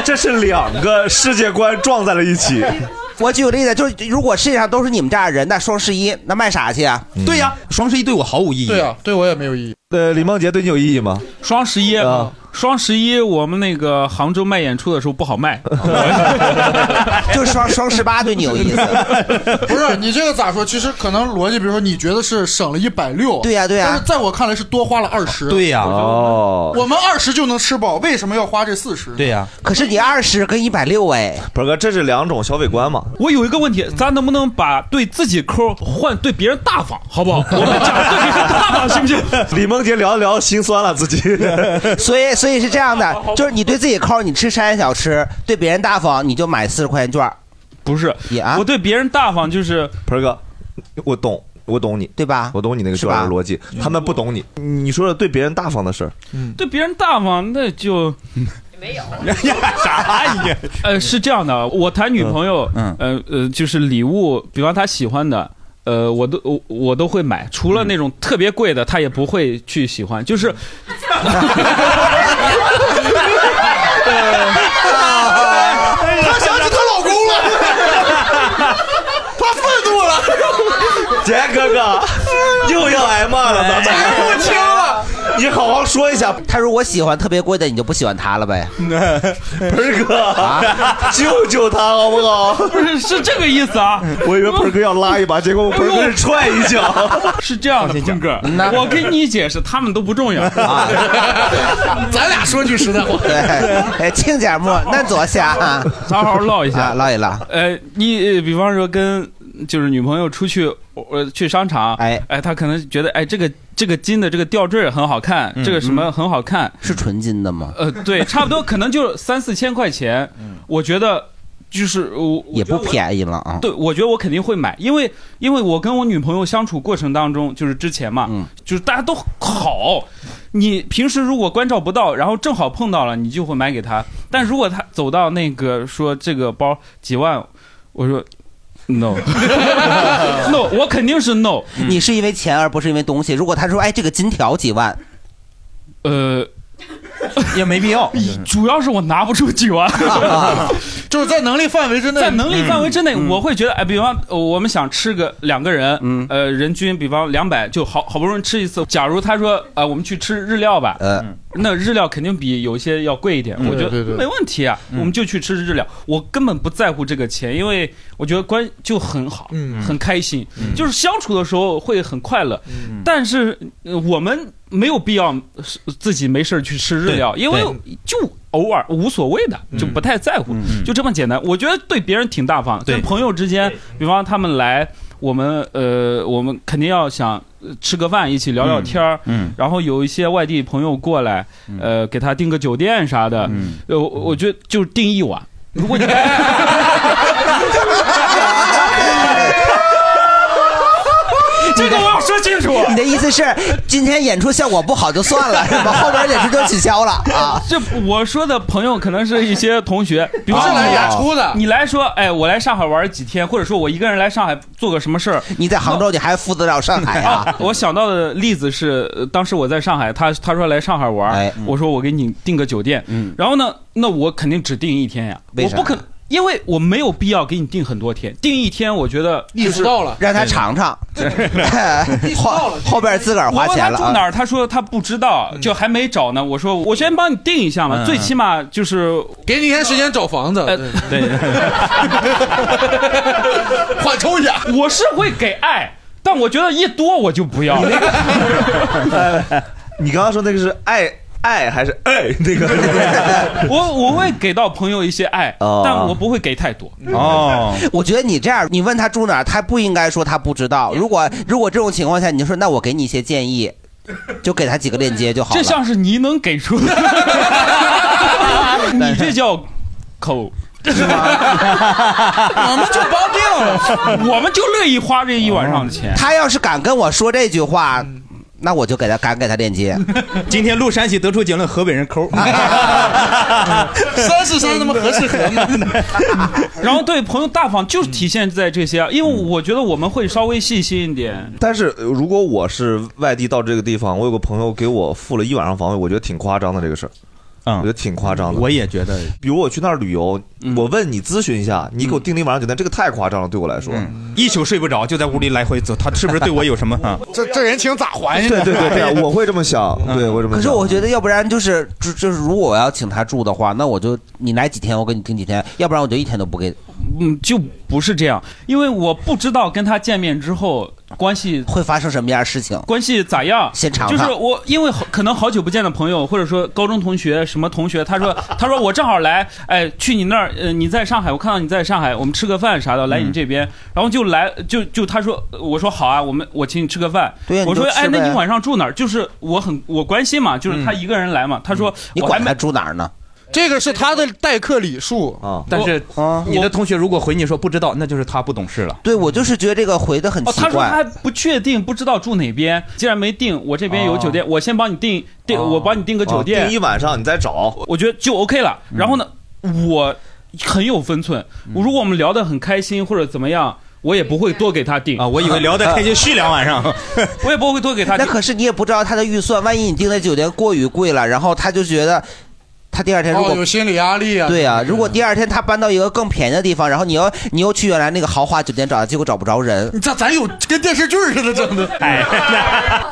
S2: 这是两个世界观撞在了一起。
S1: 我举个例子，就是如果世界上都是你们这样的人，那双十一那卖啥去啊？
S3: 对呀、嗯双十一对我毫无意义。
S4: 对啊，对我也没有意义。
S2: 呃，李梦洁对你有意义吗？
S5: 双十一，
S3: 啊
S5: 双十一我们那个杭州卖演出的时候不好 卖，
S1: 就双双十八对你有意思。
S4: 不是你这个咋说？其实可能逻辑，比如说你觉得是省了一百六，
S1: 对呀对呀
S4: 但是在我看来是多花了二十。
S3: 对呀
S2: 哦
S4: 我们二十就能吃饱，为什么要花这四十？
S3: 对呀、
S1: 可是你二十跟一百六哎，
S2: 鹏哥，这是两种消费观嘛？
S5: 我有一个问题，咱能不能把对自己抠换对别人大方，好不好？我们讲对别人大方行不行？
S2: 李梦洁 聊一聊心酸了自己，
S1: 所以所以是这样的，就是你对自己抠，你吃山鲜小吃，对别人大方，你就买四十块钱券。
S5: 不是，我对别人大方就是
S2: 鹏哥，我懂，我懂你，
S1: 对吧？
S2: 我懂你那个
S5: 是
S2: 圈
S5: 吧
S2: 的逻辑，他们不懂你。你说的对别人大方的事儿，
S5: 对别人大方，那就
S10: 没有，
S3: 啥呀？
S5: 呃，是这样的，我谈女朋友，嗯，呃呃，就是礼物，比方她喜欢的。呃，我都我我都会买，除了那种特别贵的，她也不会去喜欢。就是
S10: 她想起她老公了，她愤怒了，
S2: 杰哥哥 又要挨骂了，咱们
S10: 不轻了。
S2: 你好好说一下。
S1: 他如果喜欢特别贵的，你就不喜欢他了呗？
S2: 不是哥，啊救救他好不好？
S5: 不是是这个意思啊？
S2: 我以为鹏哥要拉一把，结果鹏哥是踹一脚。
S5: 是这样的，鹏哥，我跟你解释，他们都不重要。
S1: 咱俩说句实在话， 对，哎，轻点莫，那多下，
S5: 好好唠一下
S1: 啊，唠一唠。
S5: 呃，你呃比方说跟就是女朋友出去，呃，去商场，哎哎，她可能觉得哎这个这个金的这个吊坠儿很好看，这个什么很好看，
S1: 是纯金的吗？
S5: 呃，对，差不多可能就三四千块钱，我觉得就是我
S1: 嗯也不
S5: 宜。
S1: 便宜了啊。
S5: 对，我觉得我肯定会买，因为因为我跟我女朋友相处过程当中，就是之前嘛，
S1: 嗯
S5: 就是大家都好，你平时如果关照不到，然后正好碰到了，你就会买给她。但如果她走到那个说这个包几万，我说 no no，我肯定是 no。
S1: 你是因为钱而不是因为东西。如果他说哎这个金条几万，
S5: 呃，
S3: 也没 必要。
S5: 主要是我拿不出几万，
S4: 就是在能力范围之内，
S5: 在能力范围之
S3: 嗯
S5: 内，我会觉得，哎，比方呃我们想吃个两个人，呃呃，人均比方两百，就好好不容易吃一次。假如他说，啊，我们去吃日料吧，
S1: 嗯，
S5: 那日料肯定比有些要贵一点，
S3: 嗯
S5: 我觉
S3: 对
S5: 得
S3: 对对
S5: 没问题啊，
S3: 嗯
S5: 我们就去吃日料，我根本不在乎这个钱，因为我觉得关就很好，
S16: 嗯
S5: 很开心，就是相处的时候会很快乐，
S3: 嗯
S5: 但是呃我们没有必要呃自己没事儿去吃日料，
S3: 对
S5: 因为
S3: 对
S5: 就偶尔无所谓的，
S3: 嗯
S5: 就不太在乎，就这么简单。我觉得对别人挺大方，跟朋友之间，比方他们来，我们呃，我们肯定要想呃吃个饭，一起聊聊天儿。
S3: 嗯嗯
S5: 然后有一些外地朋友过来，呃，给他订个酒店啥的，
S3: 嗯
S5: 呃，我我觉得就是订一 晚。如果你
S1: 这
S5: 个我要说清楚。
S1: 你的意思是今天演出效果不好就算了，是吧？后边演出就 取消了啊？
S5: 这我说的朋友可能是一些同学，比如
S16: 不
S5: 说
S3: 啊
S16: 是来演出
S5: 的，你来说，哎，我来上海玩几天，或者说我一个人来上海做个什么事儿，
S1: 你在杭州，你还负责了上海啊？
S5: 我想到的例子是，呃当时我在上海，他他说来上海玩，
S1: 哎
S5: 我说我给你订个酒店，然后呢，那我肯定只订一天呀，
S1: 嗯为
S5: 我
S1: 啥
S5: 不肯，因为我没有必要给你订很多天，订一天我觉得
S1: 意识到了让他尝 尝， 后后边自个儿花钱
S5: 我
S1: 了
S5: 问他住哪
S1: 啊？嗯
S5: 儿，他说他不知道，就还没找呢。我说我先帮你定一下嘛，
S16: 嗯
S5: 最起码就是给你一天时间找房子。对， 缓冲一下。我是会给爱，但我觉得一多我就不要 了。
S1: 哎
S2: 你刚刚说那个是爱爱还是爱 那个？
S5: 我我会给到朋友一些爱，
S1: 哦
S5: 但我不会给太多。，
S2: 哦
S5: 哦
S1: 我觉得你这样，你问他住哪儿，他不应该说他不知道。如果如果这种情况下，你就说那我给你一些建议，就给他几个链接就好
S5: 这
S1: 了。
S5: 像是你能给出 的，
S10: 哎
S5: 你这 叫抠。啊我们就帮定了，我们就乐意花这一晚上的钱。
S1: 他要是敢跟我说这句话，
S5: 嗯
S1: 那我就给他敢给他链接。
S3: 今天录山西得出结论，河北人哎抠。
S5: 三是三，那么合适合吗？然后对朋友大方就是体现在这些啊，因为我觉得我们会稍微细心一点。
S2: 但是呃如果我是外地到这个地方，我有个朋友给我付了一晚上房费，我觉得挺夸张的这个事儿。
S3: 嗯，
S2: 我觉得挺夸张的。
S3: 我也觉得，
S2: 比如我去那儿旅游，我问你咨询一下，你给我订了一晚上酒店，这个太夸张了，对我来说。
S3: 一宿睡不着，就在屋里来回走，他是不是对我有什么？啊？
S2: 这这人情咋还
S3: 呀
S2: 对对对
S1: 哎
S2: 对，我会这么想，
S5: 嗯
S2: 对我会这么
S1: 可
S2: 想。
S1: 是我觉得，要不然就是就就是，如果我要请他住的话，那我就你来几天，我给你订几天；要不然我就一天都不给。
S5: 嗯，就不是这样，因为我不知道跟他见面之后关系
S1: 会发生什么样的事情，
S5: 关系咋样，
S1: 先尝
S5: 就
S1: 尝
S5: 是我，因为好可能好久不见的朋友，或者说高中同学、什么同学，他说 他说我正好来，哎，去你那儿，呃，你在上海，我看到你在上海，我们吃个饭啥的，来你这
S1: 嗯
S5: 边，然后就来，就就他说，我说好啊，我们我请你吃个饭，
S1: 对呀
S5: 我说
S1: 你就吃
S5: 哎，那
S1: 呗嗯
S5: 你晚上住哪儿？就是我很我关心嘛，就是他一个人来嘛，他说
S1: 你
S5: 我还
S1: 管
S5: 没
S1: 哎他住哪儿呢？
S5: 这个是他的待客礼数
S2: 啊
S3: 但是
S1: 哦
S3: 你的同学如果回你说不知道，那就是他不懂事了。
S1: 对我就是觉得这个回的很
S5: 哦，
S1: 奇
S5: 他说
S1: 怪。
S5: 他还不确定，不知道住哪边。既然没定，我这边有酒店，我先帮你订订，我帮你订个酒店，
S2: 哦订一晚上，你再找。
S5: 我觉得就 OK 了。然后呢，我很有分寸。如果我们聊得很开心或者怎么样，我也不会多给他订啊。
S3: 我以为聊得开心续两晚上，
S5: 我也不会多给他
S1: 那
S5: 订。
S1: 可是你也不知道他的预算，万一你订的酒店过于贵了，然后他就觉得他第二天如果、
S16: 哦有心理压力啊
S1: 对呀、如果第二天他搬到一个更便宜的地方，然后你又你又去原来那个豪华酒店找他，结果找不着人。
S5: 嗯
S16: 你咋咱有跟电视剧似的，整的？
S5: 哎，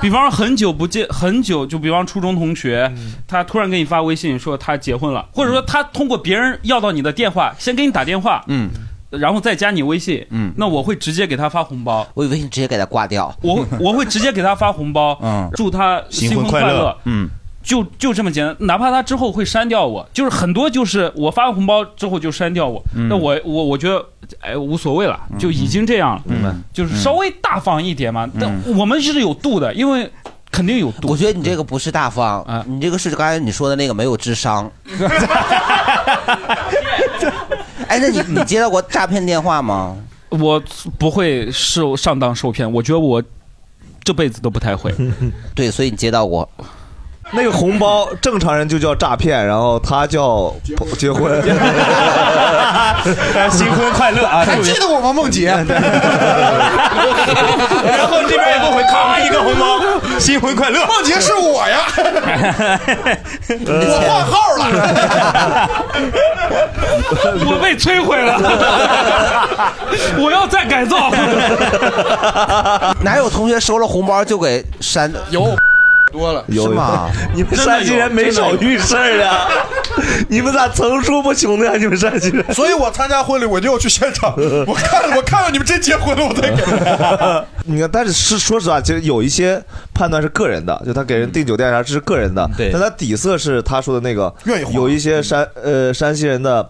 S5: 比方说很久不见，很久就比方初中同学，他突然给你发微信说他结婚了，或者说他通过别人要到你的电话，先给你打电话，
S3: 嗯，
S5: 然后再加你微信，
S3: 嗯，
S5: 那我会直接给他发红包，
S1: 我以为你直接给他挂掉，
S5: 我我会直接给他发红 包，
S3: 嗯
S5: 祝他新婚快乐，
S3: 嗯，
S5: 就就这么简单，哪怕他之后会删掉我，就是很多就是我发完红包之后就删掉我，
S3: 嗯
S5: 那我我我觉得哎无所谓了，就已经这样了，嗯
S3: 明白
S5: 就是稍微大方一点嘛，但我们是有度的，因为肯定有度。啊
S1: 我觉得你这个不是大方，你这个是刚才你说的那个没有智商。 哎，那你你接到过诈骗电话吗？
S5: 我不会受上当受骗，我觉得我这辈子都不太 会。
S1: 对，所以你接到过。
S2: 那个红包，正常人就叫诈骗，然后他叫结 婚，
S3: 新婚快乐啊！
S16: 还记得我吗，梦姐？
S3: 然后这边也不回，咔一个红包，新婚快乐。呃
S16: 梦姐是我 呀，我换号了。
S5: 我被摧毁了，我要再改造。
S1: 哪有同学收了红包就给删？
S16: 有，
S4: 多了
S2: 有
S4: 是吗？
S2: 你们山西人没少遇事儿啊！你们咋层出不穷呢？你们山西人。
S4: 所以我参加婚礼，我就要去现场， 我看我看到你们真结婚了，我再给。
S2: 你看，但是是说实话，其实有一些判断是个人的，就他给人订酒店啥，这是个人的。
S3: 嗯
S2: 对，但他底色是他说的那个，
S4: 愿意花
S2: 有一些山呃山西人的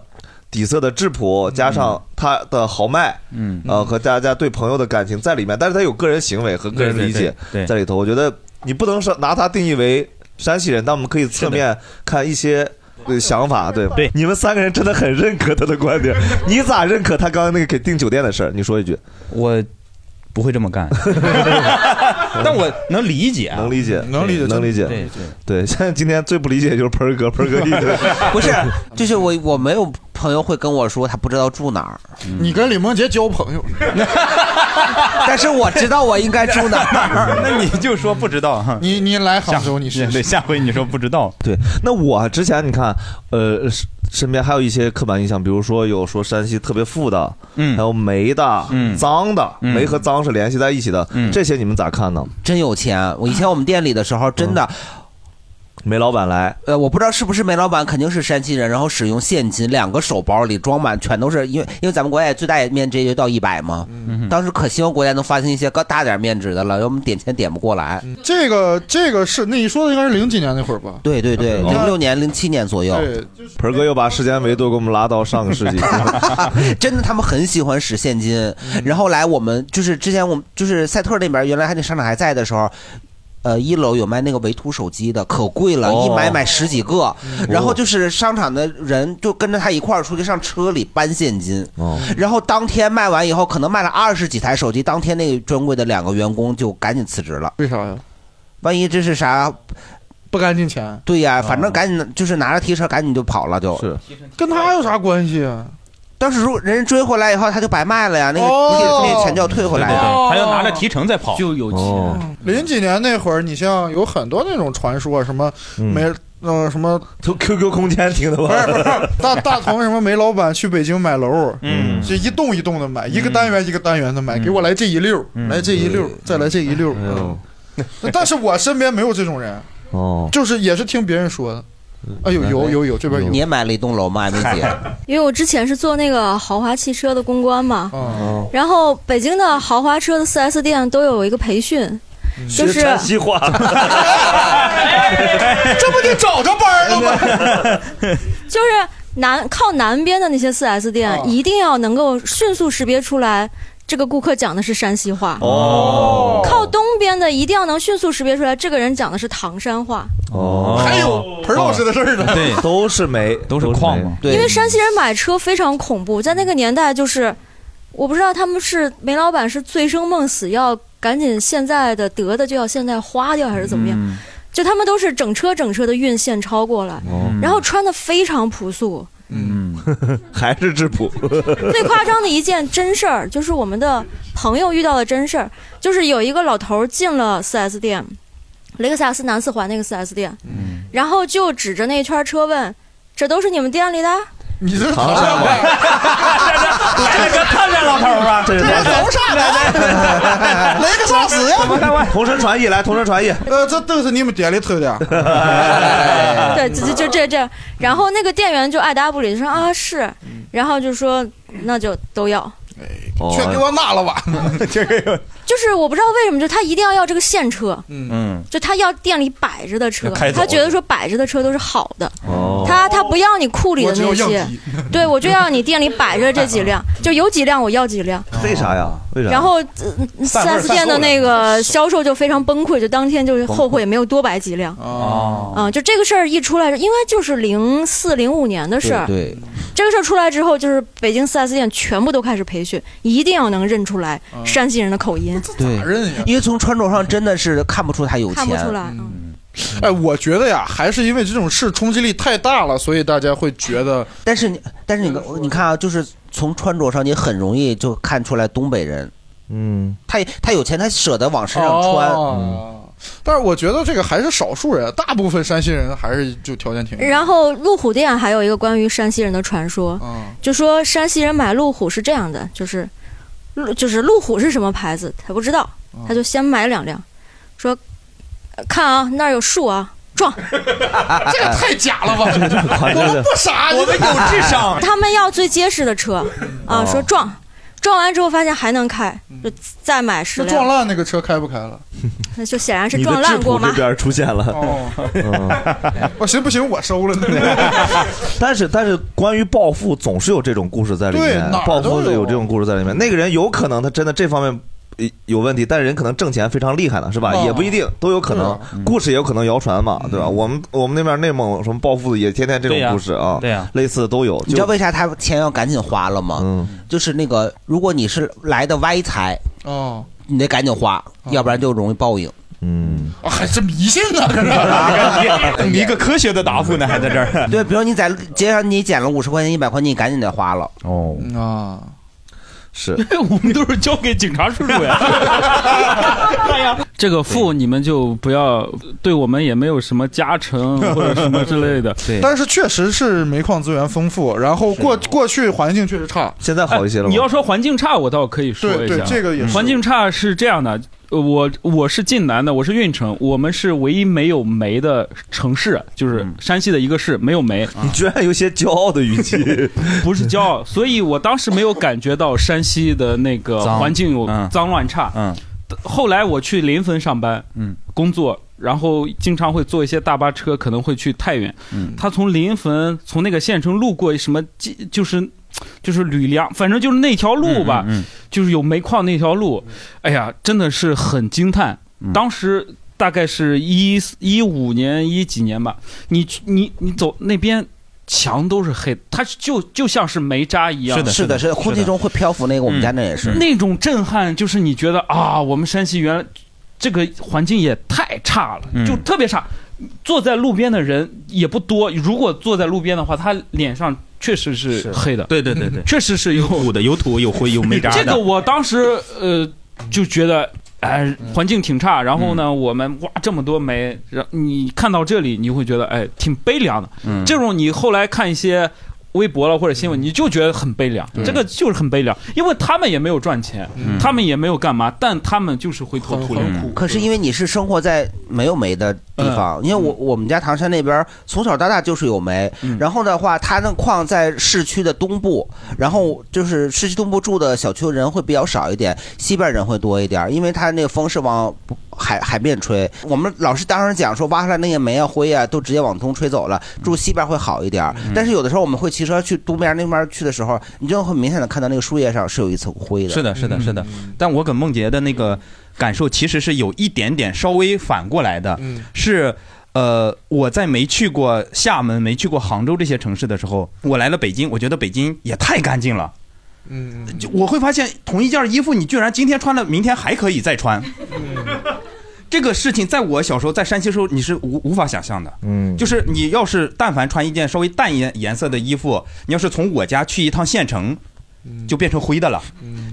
S2: 底色的质朴，加上他的豪迈，
S3: 嗯
S2: 呃和大家对朋友的感情在里面，但是他有个人行为和个人理解
S3: 对对对对
S2: 在里头。我觉得你不能说拿他定义为山西人，但我们可以侧面看一些。呃想法对对，你们三个人真的很认可他的 观点。你咋认可他刚刚那个给订酒店的事儿？你说一句。
S3: 我不会这么 干，但我能理解啊，
S2: 能理解，
S3: 能理解
S2: 能理解。
S3: 对
S2: 对，现在今天最不理解就是盆儿哥，盆儿哥一 直
S1: 不是，就是我我没有朋友会跟我说他不知道住哪儿。
S2: 你
S1: 跟李梦洁交朋友， 但是我知道我应该住哪儿。
S3: 那你就说不知道哈。
S4: 你你来杭
S3: 州，你是对下 回你说不知道，
S2: 对，那我之前你看，呃，身身边还有一些刻板印象，比如说有说山西特别富的，
S3: 嗯
S2: 还有煤的，
S1: 嗯
S2: 脏的，
S1: 嗯
S2: 煤和脏是联系在一起的，这些你们咋看呢？
S1: 真有钱！我以前我们店里的时候，真的，
S2: 煤老板来，
S1: 呃，我不知道是不是煤老板，肯定是山西人，然后使用现金，两个手包里装满，全都是因为因为咱们国家最大面值也就到一百嘛，
S2: 嗯
S1: 当时可希望国家能发行一些更大点面值的了，要不然点钱点不过来。
S4: 这个这个是，那你说的应该是零几年那会儿吧？
S1: 对对对，
S2: 哦
S1: 零六年、零七年左右，
S4: 对
S2: 盆儿哥又把时间维度给我们拉到上个世纪，
S1: 真的，他们很喜欢使现金。
S2: 嗯
S1: 然后来我们就是之前我们就是赛特那边，原来还那商场还在的时候。呃，一楼有卖那个维图手机的，可贵了，
S2: 哦嗯
S1: 一买买十几个。然后就是商场的人就跟着他一块儿出去上车里搬现金。
S2: 哦
S1: 然后当天卖完以后，可能卖了二十几台手机，当天那个专柜的两个员工就赶紧辞职了。
S4: 为啥呀？
S1: 万一这是啥？
S4: 不干净钱？
S1: 对呀、反正赶紧就是拿着提车赶紧就跑了就，
S2: 是
S4: 跟他有啥关系啊？
S1: 但是如果人家追回来以后，他就白卖了呀，那个
S4: 哦
S1: 那个那个钱就要退回来
S3: 对
S1: 呀
S3: 对对还要拿着提成再跑，哦
S5: 就有
S2: 钱。
S4: 零几年那会儿，你像有很多那种传说，什么没。呃，什么？
S2: 嗯从 QQ 空间听的吧？
S4: 不是不是，大大同什么煤老板去北京买楼，
S2: 嗯
S4: 就一栋一栋的
S1: 嗯
S4: 买，一个单元一个单元的买， 给我来这一溜，
S10: 嗯
S4: 来这一溜，再来这一溜。
S10: 哎
S4: 嗯但是我身边没有这种人，
S2: 哦，
S4: 就是也是听别人说的。哎呦，有有有，这边有。
S1: 你也买了一栋楼吗？艾米姐，
S15: 因为我之前是做那个豪华汽车的公关嘛，
S4: 哦
S15: 然后北京的豪华车的 4S 店都有一个培训，
S4: 嗯
S15: 就
S2: 学
S15: 是
S2: 山西 话，
S4: 这不就找着班了吗？
S15: 就是南靠南边的那些 4S
S2: 啊
S15: 店，一定要能够迅速识别出来这个顾客讲的是山西话。
S2: 哦，
S15: 靠东边的一定要能迅速识别出来，这个人讲的是唐山话，
S2: 哦，
S4: 还有盆儿老师的事儿呢
S2: 对， 都是煤，都是矿嘛，
S15: 因为山西人买车非常恐怖，在那个年代就是，我不知道他们是煤老板是醉生梦死，要赶紧现在的得的就要现在花掉，还是怎么样？就他们都是整车整车的运现钞过来，然后穿的非常朴素。
S2: 嗯， 还是质朴，
S15: 最夸张的一件真事儿，就是我们的朋友遇到的真事儿，就是有一个老头儿进了 4S 店，雷克萨斯南四环那个 4S 店，然后就指着那一圈车问：“这都是你们店里的？”
S4: 你这是
S2: 唐山话，
S3: 来了个唐山老头儿啊，
S2: 这是唐山
S4: 来啊雷克萨斯呀！
S2: 同声传译，来同声传译。
S4: 呃，这都是你们店里 头的。啊
S10: 哎
S15: 对，就就就这这，然后那个店员就爱答不理，就说啊是，然后就说那就都要，
S4: 全给我纳了吧！
S3: 这个，
S15: 就是我不知道为什么，就他一定要要这个现车，
S3: 嗯，
S15: 就他要店里摆着的车
S3: 要开，走
S15: 他觉得说摆着的车都是好的，
S2: 哦
S15: 他他不要你库里的那
S2: 我只有
S15: 些
S2: 样机，
S15: 对我就要你店里摆着这几辆，就有几辆我要几辆。
S2: 为啥呀？为啥？
S15: 然后呃四
S2: 哦散味儿
S15: S 店的
S2: 散
S15: 那个销售就非常崩溃，就当天就后悔没有多摆几辆。
S2: 哦，
S15: 嗯，就这个事儿一出来，因为就是零四零五年的事儿，
S1: 对，
S15: 这个事儿出来之后，就是北京四 S 店全部都开始培训，一定要能认出来山西人的口音。
S1: 对，
S4: 因
S1: 为从穿着上真的是看不出他有钱，
S15: 看不出来
S4: 哎，我觉得呀，还是因为这种事冲击力太大了，所以大家会觉得。
S1: 但是你，但是你，你看啊，就是从穿着上，你很容易就看出来东北人。
S2: 嗯，
S1: 他他有钱，他舍得往身上穿。
S4: 哦但是我觉得这个还是少数人，大部分山西人还是就条件挺。
S15: 然后路虎店还有一个关于山西人的传说，
S1: 嗯
S4: 啊
S15: 就说山西人买路虎是这样的，就是
S2: 哦
S15: 路就是路虎是什么牌子他不知道，他就先买两辆，说呃看啊，那儿有树啊， 撞！
S10: 这个太假了吧？
S2: 这哎这么夸张
S10: 我们
S2: 的
S10: 不傻，
S2: 我们有智 商
S15: 他们要最结实的车啊，
S4: 哦
S15: 说撞，撞完之后发现还能开，
S2: 嗯
S15: 就再买十
S4: 那
S15: 辆。
S4: 撞烂那个车开不开了？
S15: 那就显然啊是撞烂过吗？
S2: 边出现了。嗯
S4: 哦，我寻不寻我收了呢？
S2: 但是但是，关于暴富总是有这种故事在里
S4: 对
S2: 面
S4: 哪儿，
S2: 暴
S4: 都
S2: 富
S4: 有
S2: 有这种故事在里面。那个人有可能他真的这方面。呃有问题，但是人可能挣钱非常厉害呢，是吧？
S4: 哦啊嗯
S2: 也不一定，都有可能。故事也有可能谣传嘛，对吧？我 们我们那边内蒙什么暴富的也天天这
S1: 对
S2: 种
S1: 呀
S2: 故事啊，
S1: 对呀
S2: 类似的都有。嗯
S1: 你知道为啥他钱要赶紧花了吗？就是那个，如果你是来的歪财，
S16: 嗯
S4: 哦，
S1: 你得赶紧花，要不然就容易报应。
S2: 嗯，
S4: 啊还是迷信呢？这
S3: 等你一个科学的答复呢，还在这儿。
S1: 对，比如你在街上你捡了五十块钱、一百块钱，你赶紧得花了。
S2: 哦
S4: 啊，
S2: 是
S5: 我们都是交给警察叔叔呀。这个富你们就不要，对我们也没有什么加成或者什么之类的。对
S4: 但是确实是煤矿资源丰富，然后过过去环境确实差，
S2: 现在
S5: 你要说环境差，我倒可以说一下。
S4: 对
S2: 嗯
S4: 对这个也是
S5: 环境差是这样的，呃我我是晋南的，我是运城，我们是唯一没有煤的城市，啊就是山西的一个市没有煤。
S2: 嗯 你居然有些骄傲的语气，
S5: 不是骄傲，所以我当时没有感觉到山西的那个
S3: 脏
S5: 环境有
S3: 嗯
S5: 脏乱差。
S3: 嗯，
S5: 后来我去临汾上班，嗯，工作，然后经常会坐一些大巴车，可能会去太原。
S3: 嗯
S5: 他从临汾从那个县城路过什么，就就是就是吕梁，反正就是那条路吧，
S3: 嗯嗯嗯嗯
S5: 就是有煤矿那条路，哎呀，真的是很惊叹。当时大概是一一五年一几年吧，你去你你走那边。墙都是黑的，它就就像是煤渣一样。
S1: 是的，是的空气中会漂浮那个，我们家那也是。
S5: 那种震撼，就是你觉得啊，我们山西原来这个环境也太差了，
S3: 嗯
S5: 就特别差。坐在路边的人也不多，如果坐在路边的话，他脸上确实是黑的。
S3: 对对 对对，
S5: 确实是有
S3: 土的，有土有灰有煤渣
S5: 这
S3: 的
S5: 个我当时呃就觉得。哎，环境挺差，然后呢，
S1: 嗯
S5: 我们哇这么多煤，然你看到这里，你会觉得哎挺悲凉的。
S3: 嗯
S5: 这种你后来看一些微博了或者新
S1: 嗯
S5: 闻，你就觉得很悲凉，
S3: 对
S5: 这个就是很悲凉，因为他们也没有赚钱，
S1: 嗯
S5: 他们也没有干嘛，但他们就是灰头土
S1: 很
S5: 脸。
S1: 可是因为你是生活在没有煤的
S3: 嗯
S1: 地方，因为我我们家唐山那边从小到大就是有煤，
S3: 嗯
S1: 然后的话，它那矿在市区的东部，然后就是市区东部住的小区人会比较少一点，西边人会多一点，因为它那个风是往海海面吹。我们老师当时讲说，挖出来那些煤啊灰啊都直接往东吹走了，住西边会好一点。
S3: 嗯
S1: 但是有的时候我们会骑车去东边那边去的时候，你就会明显的看到那个树叶上是有一层灰的。
S3: 是的，是的，是的。但我跟梦洁的那个感受其实是有一点点稍微反过来的，
S11: 嗯
S3: 是。呃，我在没去过厦门、没去过杭州这些城市的时候，我来了北京，我觉得北京也太干净了。
S4: 嗯，
S3: 就我会发现，同一件衣服，你居然今天穿了，明天还可以再穿。这个事情在我小时候在山西时候，你是无无法想象的。
S2: 嗯
S3: 就是你要是但凡穿一件稍微淡颜颜色的衣服，你要是从我家去一趟县城。
S4: 嗯
S3: 就变成灰的了，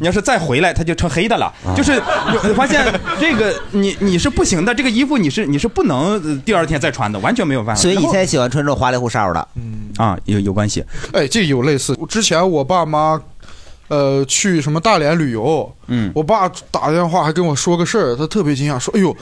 S3: 你要是再回来，它就成黑的了。
S4: 啊
S3: 就是我发 现这个你你是不行的，这个衣服你是你是不能呃第二天再穿的，完全没有办法。
S1: 所以你
S3: 然后
S1: 现在喜欢穿这种花里胡哨的，
S4: 嗯
S3: 啊，有有关系。
S4: 哎，这有类似。之前我爸妈，呃，去什么大连旅游，
S3: 嗯，
S4: 我爸打电话还跟我说个事儿，他特别惊讶，说：“哎呦，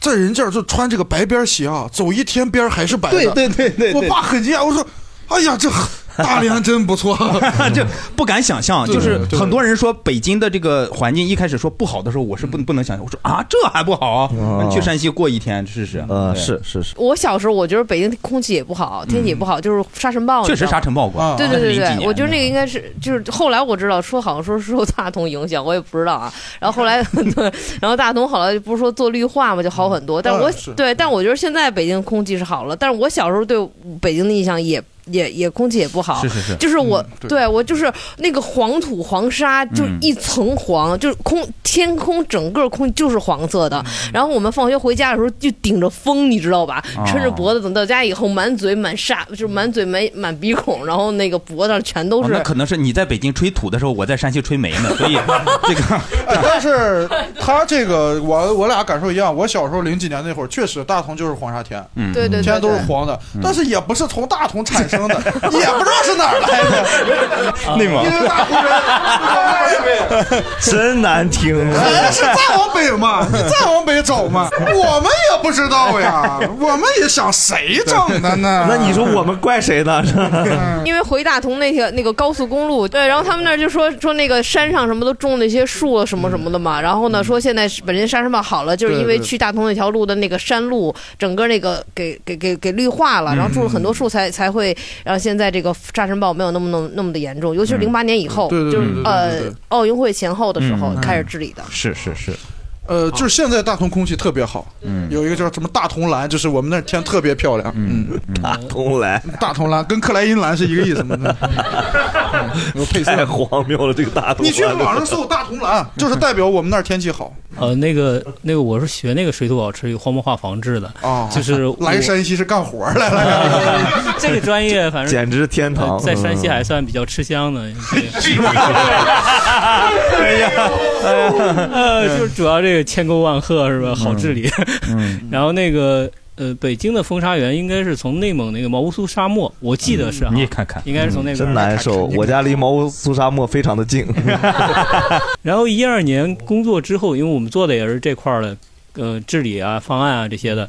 S4: 在人这儿就穿这个白边鞋啊，走一天边儿还是白的。”
S3: 对对对对对
S4: 我爸很惊讶，我说：“哎呀，这 大连真不错。”
S3: 就不敢想象，
S4: 对
S3: 就是
S4: 对
S3: 很多人说北京的这个环境一开始说不好的时候，我是不不能想象，我说啊这还不好，
S4: 哦
S3: 你去山西过一天试试。
S2: 呃，
S3: 对
S2: 是是是，
S9: 我小时候我觉得北京空气也不
S10: 嗯
S9: 好，天气也不好，就是沙尘暴。
S3: 确
S9: 你知
S3: 实
S9: 道吗
S3: 沙尘暴过，
S10: 啊
S9: 对对对
S3: 但是零几
S9: 对，
S3: 年嗯
S9: 我觉得那个应该是就是后来我知道说好像说受大同影响，我也不知道啊。然后后 来对，然后大同好了，不是说做绿化嘛，就好很多。但我
S10: 嗯是
S9: 对，但我觉得现在北京空气是好了，但是我小时候对北京的印象也。也也空气也不好，
S10: 是是是
S9: 就是我、
S10: 嗯对
S9: 我就是那个黄土黄沙，就是
S10: 嗯
S9: 一层黄，就是空天空整个空气就是黄色的。
S3: 嗯
S9: 然后我们放学回家的时候就顶着风，你知道吧？
S3: 啊
S10: 哦
S9: 撑着脖子，等到家以后满嘴满沙，就是满嘴满满鼻孔，然后那个脖子上全都
S3: 哦
S9: 是。
S3: 那可能是你在北京吹土的时候，我在山西吹煤 呢，所以这个
S4: 哎但 是他这个，我我俩感受一样。我小时候零几年那会儿，确实大同就是黄沙田，
S3: 嗯对对对
S4: 天都是黄的
S3: 嗯，
S4: 但是也不是从大同产生 的，也不知道是哪儿来的，
S3: 内蒙
S4: 因为大湖人，
S2: 真难听啊！
S4: 咱是再往北嘛，你再往北走嘛，我们也不知道呀，我们也想谁整的呢？
S2: 那 你说我们怪谁呢？
S4: 嗯
S9: 因为回大同那条那个高速公路，对，然后他们那儿就说说那个山上什么都种那些树啊什么什么的嘛，然后呢说现在是本身沙尘暴好了，就是因为
S14: 对对
S9: 去大同那条路的那个山路，整个那个给给给给绿化了，
S14: 嗯
S9: 然后种了很多树才才会让现在这个沙尘暴没有那么那么那么的严重，尤其是
S3: 嗯
S9: 零八年以后，
S4: 对对对
S9: 就是
S4: 对对对
S9: 呃
S4: 对对
S9: 奥运会前后的时候
S4: 嗯
S9: 开始治理的。
S3: 是是是，
S4: 呃，就是现在大同空气特别好，
S3: 嗯
S4: 有一个叫什么大同蓝，就是我们那儿天特别漂亮，嗯，
S2: 大同蓝，
S4: 大同蓝跟克莱因蓝是一个意思吗？嗯
S2: 太荒谬了，这个大同。
S4: 你去网上搜大同蓝，就是代表我们那儿天气好。
S12: 呃，那个那个，我是学那个水土保持与荒漠化防治的，
S4: 哦
S12: 就是
S4: 来
S12: 我
S4: 山西是干活儿来了，
S12: 这个专业，反正
S2: 简直天堂
S12: 呃在山西
S2: 嗯
S12: 还算比较吃香的。
S2: 哎呀， 哎
S12: 呃，就主要这个千沟万壑是吧？好治理。
S2: 嗯
S12: 然后那个呃，北京的风沙源应该是从内蒙那个毛乌苏沙漠，我记得
S2: 嗯
S12: 是、啊。
S3: 你看看，
S12: 应该是从那边
S2: 真难受。我家离毛乌苏沙漠非常的近，
S12: 然后一二年工作之后，因为我们做的也是这块儿的，呃，治理啊、方案啊这些的。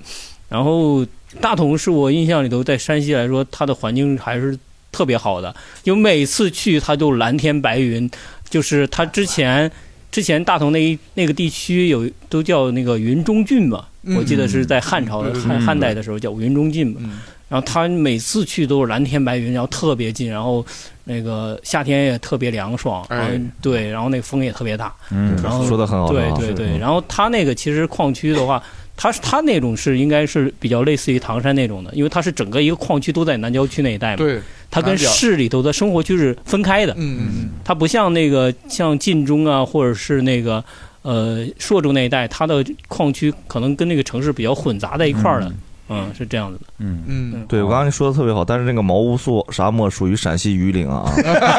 S12: 然后大同是我印象里头，在山西来说，它的环境还是特别好的，就每次去它就蓝天白云，就是它之前。之前大同那一那个地区有都叫那个云中郡嘛，
S3: 嗯
S12: 我记得是在汉朝
S3: 对对对
S12: 汉
S3: 嗯
S12: 汉代的时候叫云中郡嘛。然后它每次去都是蓝天白云，然后特别近，然后那个夏天也特别凉爽，然后
S3: 哎
S12: 对，然后那个风也特别大，
S3: 嗯
S12: 然后
S3: 说得很好
S12: 对
S3: 很好
S12: 对对。
S3: 嗯
S12: 然后它那个其实矿区的话，它是它那种是应该是比较类似于唐山那种的，因为它是整个一个矿区都在南郊区那一带嘛，
S4: 对
S12: 它跟
S4: 南边
S12: 市里头的生活区是分开的，
S4: 嗯嗯，
S12: 它不像那个像晋中啊，或者是那个。呃，朔州那一带，它的矿区可能跟那个城市比较混杂在一块儿的，嗯是这样子的。
S3: 嗯
S4: 嗯，
S2: 对我刚才说的特别好，但是那个毛乌苏沙漠属于陕西榆林啊，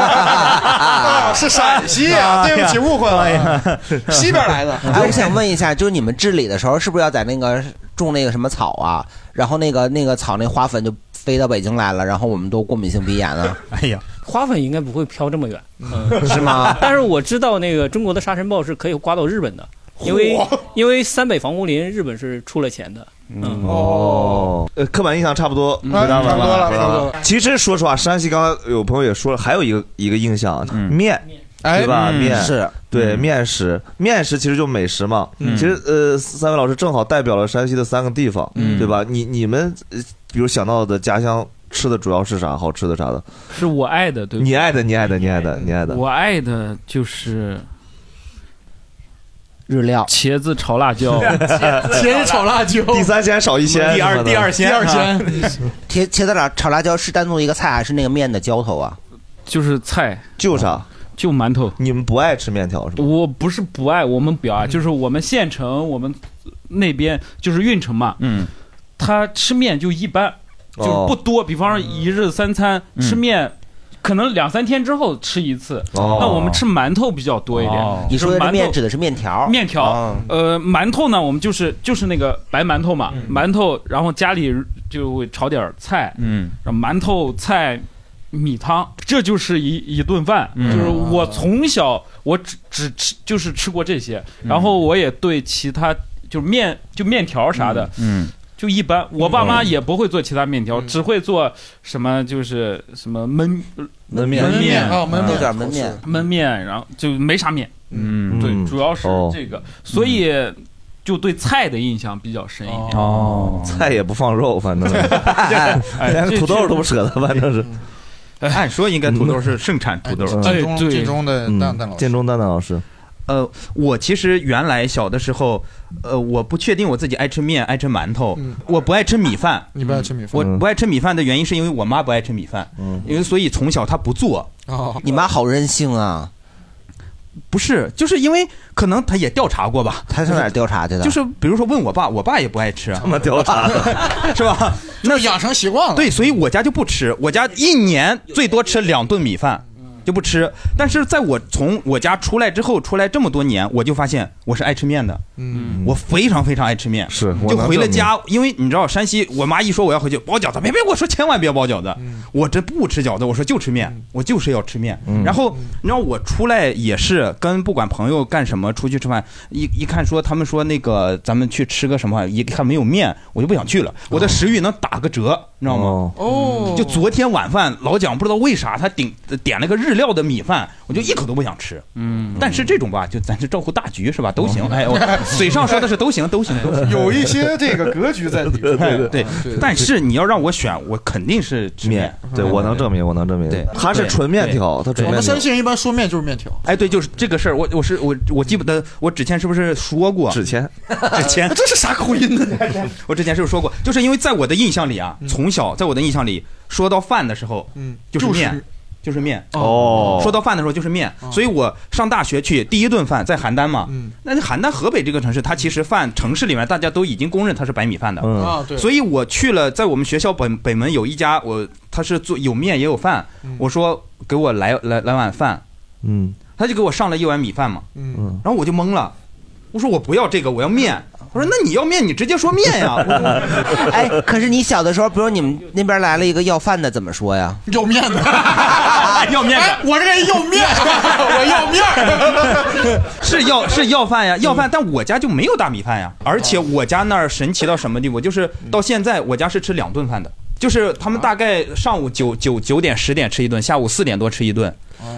S4: 啊，是陕西啊， 对不起，误会
S5: 哎
S4: 了， 西边来的。
S1: 哎，我想问一下，就是你们治理的时候，是不是要在那个种那个什么草啊？然后那个那个草那花粉就飞到北京来了，然后我们都过敏性鼻炎 了。
S3: 哎呀，
S12: 花粉应该不会飘这么远， 嗯、
S1: 是吗？
S12: 但是我知道那个中国的沙尘暴是可以刮到日本的，因为因为三北防护林日本是出了钱的。
S2: 哦，呃，刻板印象差不
S4: 嗯
S2: 多回答完
S12: 差不多了
S2: 回答
S12: 差不
S2: 完
S12: 多
S2: 了。其实说实话，山西刚刚有朋友也说了，还有一个一个印象，面。
S4: 哎
S2: 对吧？
S4: 嗯
S2: 面
S4: 是
S2: 对面食，面食其实就美食嘛。
S4: 嗯
S2: 其实呃，三位老师正好代表了山西的三个地方，
S4: 嗯
S2: 对吧？你你们呃比如想到的家乡吃的主要是啥？好吃的啥的？
S5: 是我爱的，对不对？
S2: 你爱的，你爱的，你爱的，你爱的。
S5: 我爱的就是
S1: 日料、
S5: 茄子炒辣 椒
S1: 子炒辣椒
S2: 第三鲜少一鲜，什么的
S1: 茄 茄子炒炒辣椒是单独一个菜还是那个面的浇头啊？
S5: 就是菜，啊
S2: 就啥？
S5: 就馒头。
S2: 你们不爱吃面条是吗？
S5: 我不是不爱，我们不
S1: 嗯
S5: 爱，就是我们县城，我们那边就是运城嘛，
S3: 嗯，
S5: 他吃面就一般，就是
S3: 哦
S5: 不多。比方说一日三餐
S1: 嗯
S5: 吃面，可能两三天之后吃一次。
S1: 哦
S5: 那我们吃馒头比较多一
S1: 哦
S5: 点。
S1: 你说的
S5: 馒头
S1: 面指的是面条
S5: 面条
S1: 哦。
S5: 呃，馒头呢，我们就是就是那个白馒头嘛，
S1: 嗯
S5: 馒头，然后家里就会炒点菜，
S3: 嗯，
S5: 然后馒头菜。米汤，这就是一一顿饭，就是
S4: 嗯
S5: 我从小我只只吃就是吃过这些，然后我也对其他就是面就面条啥的，
S3: 嗯，
S5: 就一般。我爸妈也不会做其他面
S4: 嗯
S5: 条，只会做什么就是什么焖
S2: 焖
S4: 面
S5: 焖面嗯
S4: 哦焖面有点焖面
S5: 焖面，然后就没啥面。
S3: 嗯
S5: 对，主要是
S2: 哦
S5: 这个，所以就对菜的印象比较深一点。
S2: 哦，菜也不放肉，反正
S5: 哎
S2: 连
S5: 这
S2: 土豆都不舍得，反正是。
S3: 哎按说应该土豆是盛产土豆，哎
S2: 嗯
S4: 建中建中的
S3: 嗯
S4: 蛋蛋老师
S2: 建中蛋蛋老师，
S3: 呃，我其实原来小的时候，呃，我不确定我自己爱吃面，爱吃馒头，我不爱吃米饭。
S4: 嗯你不爱吃米饭
S3: 我不爱吃米饭的原因是因为我妈不爱吃米饭，因为所以从小她不做。
S4: 哦，
S1: 你妈好任性啊！
S3: 不是，就是因为可能她也调查过吧。
S1: 她上哪儿调查去的？
S3: 就是比如说问我爸，我爸也不爱吃，
S2: 这么调查
S3: 的， 是 吧？那
S4: 养成习惯了。
S3: 对，所以我家就不吃，我家一年最多吃两顿米饭，就不吃。但是在我从我家出来之后，出来这么多年，我就发现我是爱吃面的，
S4: 嗯，
S3: 我非常非常爱吃面，是
S2: 我
S3: 就
S2: 能
S3: 回了
S2: 证明
S3: 家，因为你知道山西，我妈一说我要回去包饺子，别别，我说千万别包饺子，
S2: 嗯
S3: 我这不吃饺子，我说就吃面，我就是要吃面。然后你知道我出来也是跟不管朋友干什么出去吃饭，一一看说他们说那个咱们去吃个什么，一看没有面，我就不想去了，我
S2: 哦
S3: 的食欲能打个折，你知道吗？
S10: 哦
S3: 就昨天晚饭老蒋不知道为啥他顶点了个日料的米饭，我就一口都不想吃。
S5: 嗯，
S3: 但是这种吧，就咱是照顾大局是吧？都行， 哎，我嘴上说的是都行， 都行，都行，
S4: 有一些这个格局在里面
S3: 哎
S4: 对对
S3: 对
S4: 对。
S3: 但是你要让我选，我肯定是吃面。嗯
S2: 对我能证明，我能证明，他是纯面条，他纯
S3: 我
S2: 面
S3: 们
S2: 条
S3: 山。西
S4: 人一般说面就是面条。
S3: 哎，对，就是这个事儿，我我是我我记不得，我之前是不是说过？
S2: 之前，
S3: 之前，
S4: 这是啥口音呢？
S3: 我之前是不是说过？就是因为在我的印象里啊，从小在我的印象里，说到饭的时候，
S4: 嗯，
S3: 就是面，就是面。嗯说到饭的时候就是面，所以我上大学去第一顿饭在邯郸嘛，那邯郸河北这个城市，它其实饭城市里面大家都已经公认它是白米饭的，
S10: 嗯啊对
S3: 所以我去了，在我们学校北北门有一家，我他是做有面也有饭，我说给我来来来碗饭，
S2: 嗯
S3: 他就给我上了一碗米饭嘛，
S2: 嗯，
S3: 然后我就懵了，我说我不要这个，我要面。我说那你要面，你直接说面呀。我说
S1: 哎，可是你小的时候，比如你们那边来了一个要饭的，怎么说呀？
S4: 要面子，
S3: 要面子，
S4: 我这个人要面，我要面儿。
S3: 是要是要饭呀，要饭，但我家就没有大米饭呀。而且我家那儿神奇到什么地步，就是到现在我家是吃两顿饭的，就是他们大概上午九九九点十点吃一顿，下午四点多吃一顿。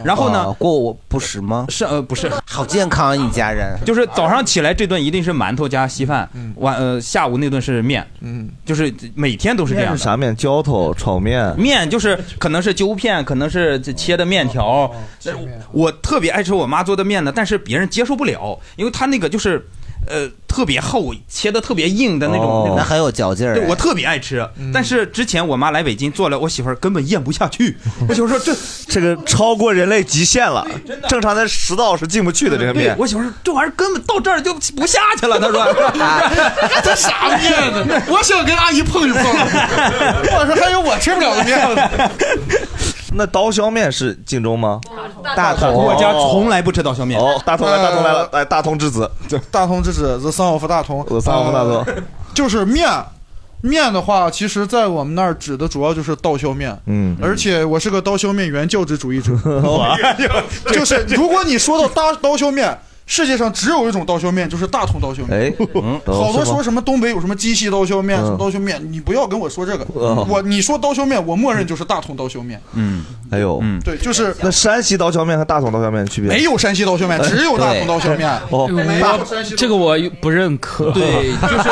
S3: 然后呢
S1: 哦，过我不食吗？
S3: 是呃，不是，
S1: 好健康啊，你家人。
S3: 就是早上起来这顿一定是馒头加稀饭，晚呃下午那顿是面，
S4: 嗯，
S3: 就是每天都是这样
S2: 面
S3: 的
S2: 是。啥面？浇头、炒面。
S3: 面就是可能是揪片，可能是这切的面
S9: 哦
S3: 条。但是我特别爱吃我妈做的面呢，但是别人接受不了，因为她那个就是，呃，特别厚，切的特别硬的那
S2: 哦
S3: 种。那种
S1: 哦那很有嚼劲儿。
S3: 对我特别爱吃，
S2: 嗯
S3: 但是之前我妈来北京做了，我媳妇儿根本咽不下 去。我媳妇说这
S2: 这个 超过人类极限了，正常的食道是进不去的。这个
S3: 对
S2: 面，，
S3: 我媳妇说这玩意儿根本到这儿就不下去了。 她
S4: 哎
S3: 说
S4: 这啥面呢？我想跟阿姨碰一碰。我说还有我吃不了的面呢。
S2: 那刀削面是晋中吗？
S4: 大同
S2: 哦
S4: 我家
S3: 从来不吃刀削面。
S2: 哦，大同来，大同来了，哎，大同之子，
S4: 大同之子，the son of 呃大同
S2: 我三王大同
S4: 呃。就是面，面的话，其实在我们那儿指的主要就是刀削面。
S2: 嗯
S4: 而且我是个刀削面原教旨主义者，
S2: 哇
S4: 就是如果你说到大刀削面，世界上只有一种刀削面，就是大同刀削面。
S2: 哎，嗯
S4: 好多说
S2: 么？
S4: 什么东北有什么鸡西刀削面，
S2: 嗯
S4: 什么刀削面，你不要跟我说这个。
S2: 嗯
S4: 我你说刀削面，我默认就是大同刀削面。
S3: 嗯，
S2: 哎呦，嗯，
S4: 对，就是
S2: 那山西刀削面和大同刀削面的区别哎
S4: 没有山西刀削面，只有大同刀削面。
S2: 哦
S5: 这个我不认可。
S3: 对， 就是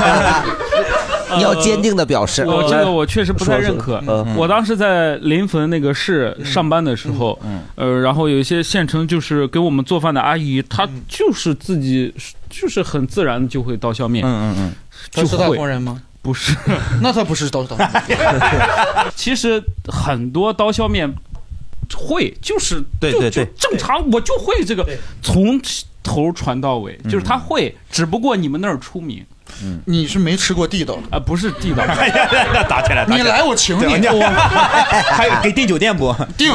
S1: 你要坚定的表示。
S5: 呃
S1: 嗯
S5: 我这个我确实不太认可。嗯我当时在临汾那个市上班的时候，
S1: 嗯
S5: 呃，然后有一些县城就是给我们做饭的阿姨，她
S1: 嗯
S5: 就是自己就是很自然地就会刀削面，
S3: 嗯嗯嗯，
S5: 就
S4: 她是大
S5: 会
S4: 同人吗？
S5: 不是，
S4: 那他不是刀削面。
S5: 其实很多刀削面会，就是
S3: 对
S5: 就
S3: 对对
S5: 就正常我就会这个，从头传到尾，就是他会，只不过你们那儿出名。
S4: 你是没吃过地道
S5: 啊？不是地道，
S3: 哎打起来，打起
S4: 你来我请 你
S3: 对
S4: 我
S3: 还有给订酒店不？
S4: 订，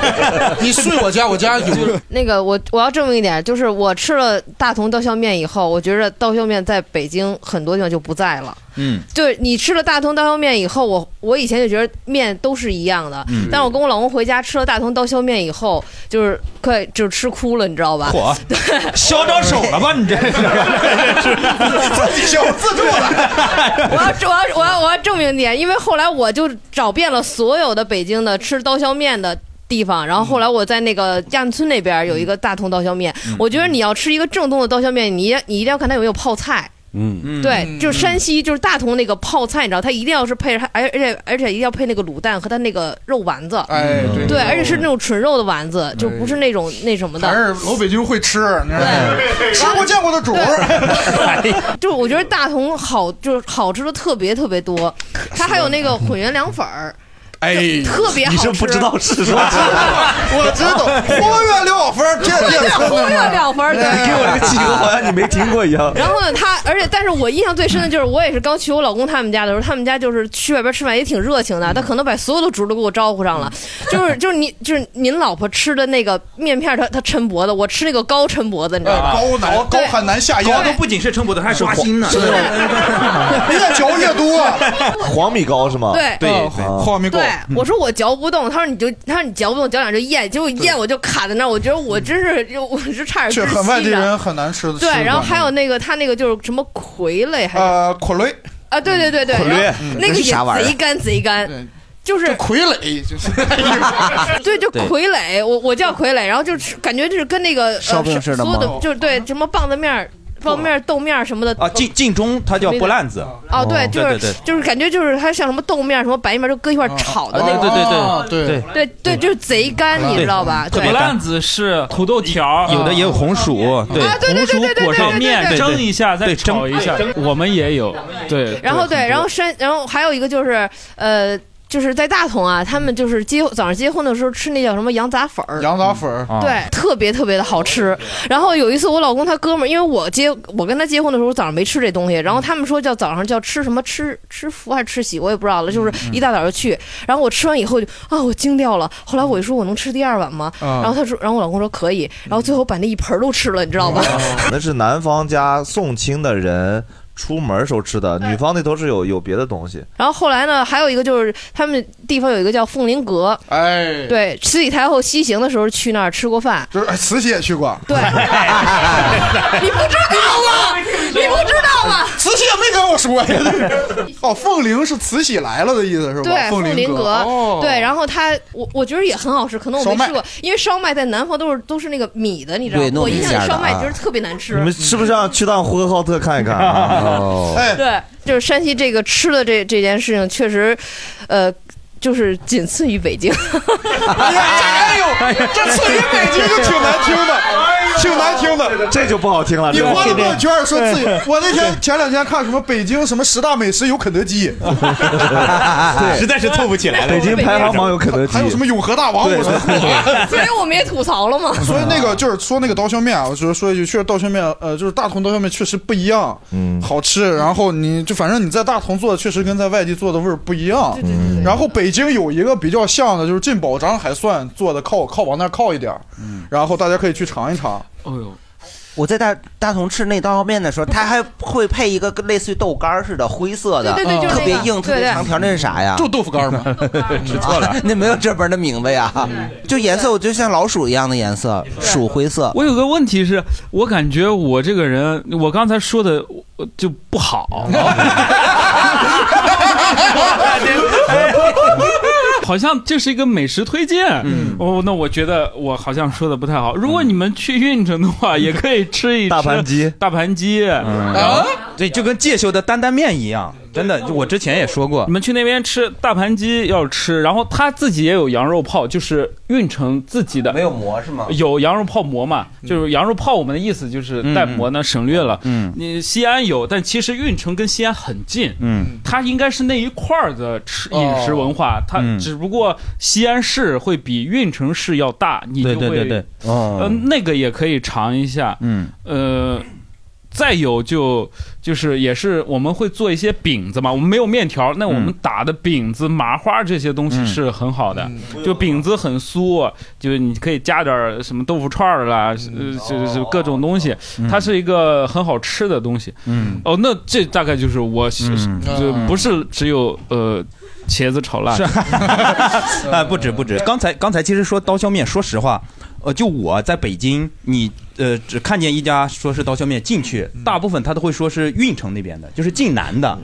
S4: 你睡我家，我家有。
S9: 那个我我要证明一点，就是我吃了大同刀削面以后，我觉着刀削面在北京很多地方就不在了。
S3: 嗯，
S9: 就是你吃了大同刀削面以后，我我以前就觉得面都是一样的，
S3: 嗯
S9: 但是我跟我老公回家吃了大同刀削面以后，就是快就是吃哭了，你知道吧？
S3: 嚯，嚣张手了吧？你这是
S4: 自己笑自助了。
S9: 我要我要我要我要证明点，因为后来我就找遍了所有的北京的吃刀削面的。地方，然后后来我在那个亚运村那边有一个大同刀削面，我觉得你要吃一个正宗的刀削面，你一你一定要看它有没有泡菜。
S10: 嗯
S9: 对，就是山西就是大同那个泡菜，你知道，它一定要是配着它，而而且而且一定要配那个卤蛋和它那个肉丸子。
S4: 哎
S2: 嗯
S4: 对
S9: 对，而且是那种纯肉的丸子，就不是那种那什么的。
S4: 还是老北京会吃，你知道吗？吃过见过的主
S2: 哎
S9: 儿。 就是我觉 得
S4: 嗯
S9: 大同好，就是好吃的特别特别多，它还有那个混元凉粉儿。
S3: 哎，
S9: 特别好吃你是不知道是
S10: 啥
S4: 我知道， 忽略六分儿，这这哎
S9: 忽略两分儿对
S2: 哎你给我这个气球，好像你没听过一 样。
S9: 然后呢，他而且，但是我印象最深的就是，我也是刚去我老公他们家的时候，他们家就是去外边吃饭也挺热情的，他可能把所有的主儿都给我招呼 上了，就是就是你就是您老婆吃的那个面片儿，它它抻脖子，我吃那个高抻脖子，你知道吗？
S4: 啊高难高很难下咽，
S3: 啊高都不仅是撑脖子，还刷新呢。
S4: 你得嚼越多，哦
S2: 黄米糕是吗？
S9: 对
S2: 对，
S4: 黄米嗯
S9: 对，我说我嚼不动，他说你就他说你嚼不动，嚼两就咽，结果咽我就卡在那儿，我觉得我真是就我是差点
S4: 这很
S9: 窒
S4: 外
S9: 息
S4: 地人
S9: 的。
S4: 很难吃的。嗯
S9: 对，然后还有那个他那个就是什么傀儡还是
S4: 呃，傀儡，
S9: 啊，对对对对，
S4: 傀儡
S9: 然后
S4: 嗯
S9: 那个
S4: 那是啥玩意
S9: 也
S4: 儿
S9: 贼干贼干。就是
S4: 傀儡，就是
S9: 对，就
S1: 对
S9: 傀儡，我我叫傀儡，然后就是感觉就是跟那个呃
S3: 烧饼似
S9: 是
S3: 的
S9: 所有
S3: 吗
S9: 的就是对什么棒子面儿、棒子面儿、豆面儿什么的
S3: 啊，晋晋中它叫拨烂子。
S9: 哦，对，就
S3: 对
S9: 是
S3: 对
S9: 就是感觉就是它像什么豆面儿、什么白面儿，就搁一块儿炒的
S3: 哦对
S9: 那种。
S4: 哦
S3: 对对
S9: 对对，就是贼干，你知道吧？
S3: 特
S9: 对
S3: 别干
S5: 烂子是土豆条，
S3: 有的也有红薯，对，
S9: 啊对对对对对对
S5: 红薯裹上面
S3: 对对对
S5: 蒸一下，再
S3: 对蒸
S5: 炒一下
S3: 对。蒸
S5: 我们也有，对。
S9: 然后对，然后山，然后还有一个就是呃。就是在大同啊，他们就是结早上结婚的时候吃那叫什么羊杂粉儿，
S4: 嗯羊杂粉儿，
S9: 对，特别特别的好吃。然后有一次我老公他哥们儿，因为我结我跟他结婚的时候，我早上没吃这东西，
S4: 嗯
S9: 然后他们说叫早上叫吃什么吃吃福还是吃喜，我也不知道了，就是
S4: 嗯
S9: 一大早就去。然后我吃完以后就啊，我惊掉了。后来我就说我能吃第二碗吗？
S2: 啊
S4: 嗯
S9: 然后他说，然后我老公说可以。然后最后把那一盆儿都吃了，你知道吧？
S4: 嗯
S2: 那是男方家送亲的人出门时候吃的，女方那头是有有别的东西。
S9: 然后后来呢，还有一个就是他们地方有一个叫凤林阁，
S4: 哎，
S9: 对，慈禧太后西行的时候去那儿吃过饭。
S4: 就是哎慈禧也去过，哎
S9: 对，你不知道吗？你不知道吗？
S4: 慈禧也没跟我说呀。 哦，凤翎是慈禧来了的意思是吧？
S9: 对，
S4: 凤
S9: 林
S4: 阁，
S9: 阁，
S4: 哦
S9: 对，然后它，我我觉得也很好吃，可能我
S2: 烧麦
S9: 没吃过，因为烧麦在南方都是都是那个米的，你知道
S2: 对
S9: 吗？
S2: 弄
S9: 我印
S2: 一
S9: 象
S2: 下
S9: 里
S2: 的
S9: 烧麦
S2: 啊
S9: 就是特别难吃
S2: 你。们是不是要去趟呼和浩特看一看啊？ 哦
S4: 哎
S9: 对，就是山西这个吃的这这件事情，确实，呃，就是仅次于北 京。
S4: 哎呦，这次于北京就挺难听的，
S2: 哎
S4: 挺难听的，
S2: 这就不好听了。
S4: 你
S2: 这个
S4: 花了多少圈 儿说自己
S2: 对？
S4: 我那天前两天看什么北京什么十大美食有肯德基，
S2: 对
S4: 对
S2: 实在是凑不起来了北京排行榜有肯德基
S4: 还有什么永和大王，
S2: 对
S4: 我说
S9: 所以我们也吐槽了嘛。
S4: 所以那个就是说那个刀削面啊，我就是说一句，确实刀削面，呃，就是大同刀削面确实不一样，
S2: 嗯，
S4: 好吃。然后你就反正你在大同做的确实跟在外地做的味儿不一样。嗯。然后北京有一个比较像的，就是进宝章还算做的靠靠往那儿靠一点儿，然后大家可以去尝一尝。
S5: 哦呦，
S1: 我在大大同吃那刀削面的
S3: 嗯
S1: 时候，它还会配一个跟类似于豆干儿似的灰色的，
S9: 对对对就是
S1: 特别
S9: 那个
S1: 硬、特
S9: 对
S1: 别
S9: 对
S1: 长条，那是啥呀？
S4: 就豆腐干儿嘛。
S1: 吃错了， 那没有这边的 名字呀。
S9: 嗯
S1: 就颜色，我就像老鼠一样的颜色，鼠灰色。
S5: 我有个问题是，我感觉我这个人，我刚才说的我就不 好， 好像这是一个美食推荐。
S3: 嗯
S5: 哦，那我觉得我好像说的不太好。如果你们去运城的话，也可以吃一吃大盘
S2: 鸡，
S5: 大盘鸡。
S3: 啊，对，就跟介休的担担面一样，真的，就我之前也说过
S5: 你，们去那边吃大盘鸡要吃，然后他自己也有羊肉泡，就是运城自己的，没
S1: 有馍是吗？
S5: 有羊肉泡馍嘛，
S3: 嗯
S5: 就是羊肉泡，我们的意思就是带馍呢，省略了。嗯，你西安有，但其实运城跟西安很近，
S3: 嗯，
S5: 它应该是那一块儿的吃
S3: 哦
S5: 饮食文化，它
S3: 嗯
S5: 只不过西安市会比运城市要大，你就
S3: 对
S5: 会
S3: 对对对，
S5: 呃，那个也可以尝一下，
S3: 嗯，
S5: 呃，再有就就是也是我们会做一些饼子嘛，我们没有面条，那我们打的饼子、麻花这些
S3: 嗯
S5: 东西是很好的，就饼子很酥，就是你可以加点儿什么豆腐串儿啦，呃，就是各种东西，它是一个很好吃的东西。
S3: 哦嗯，
S5: 哦，那这大概就是我就不是只有呃茄子炒辣
S3: 是，啊，不止不止。刚才刚才其实说刀削面，说实话，呃，就我在北京，你呃只看见一家说是刀削面进去，大部分他都会说是运城那边的，就是晋南的。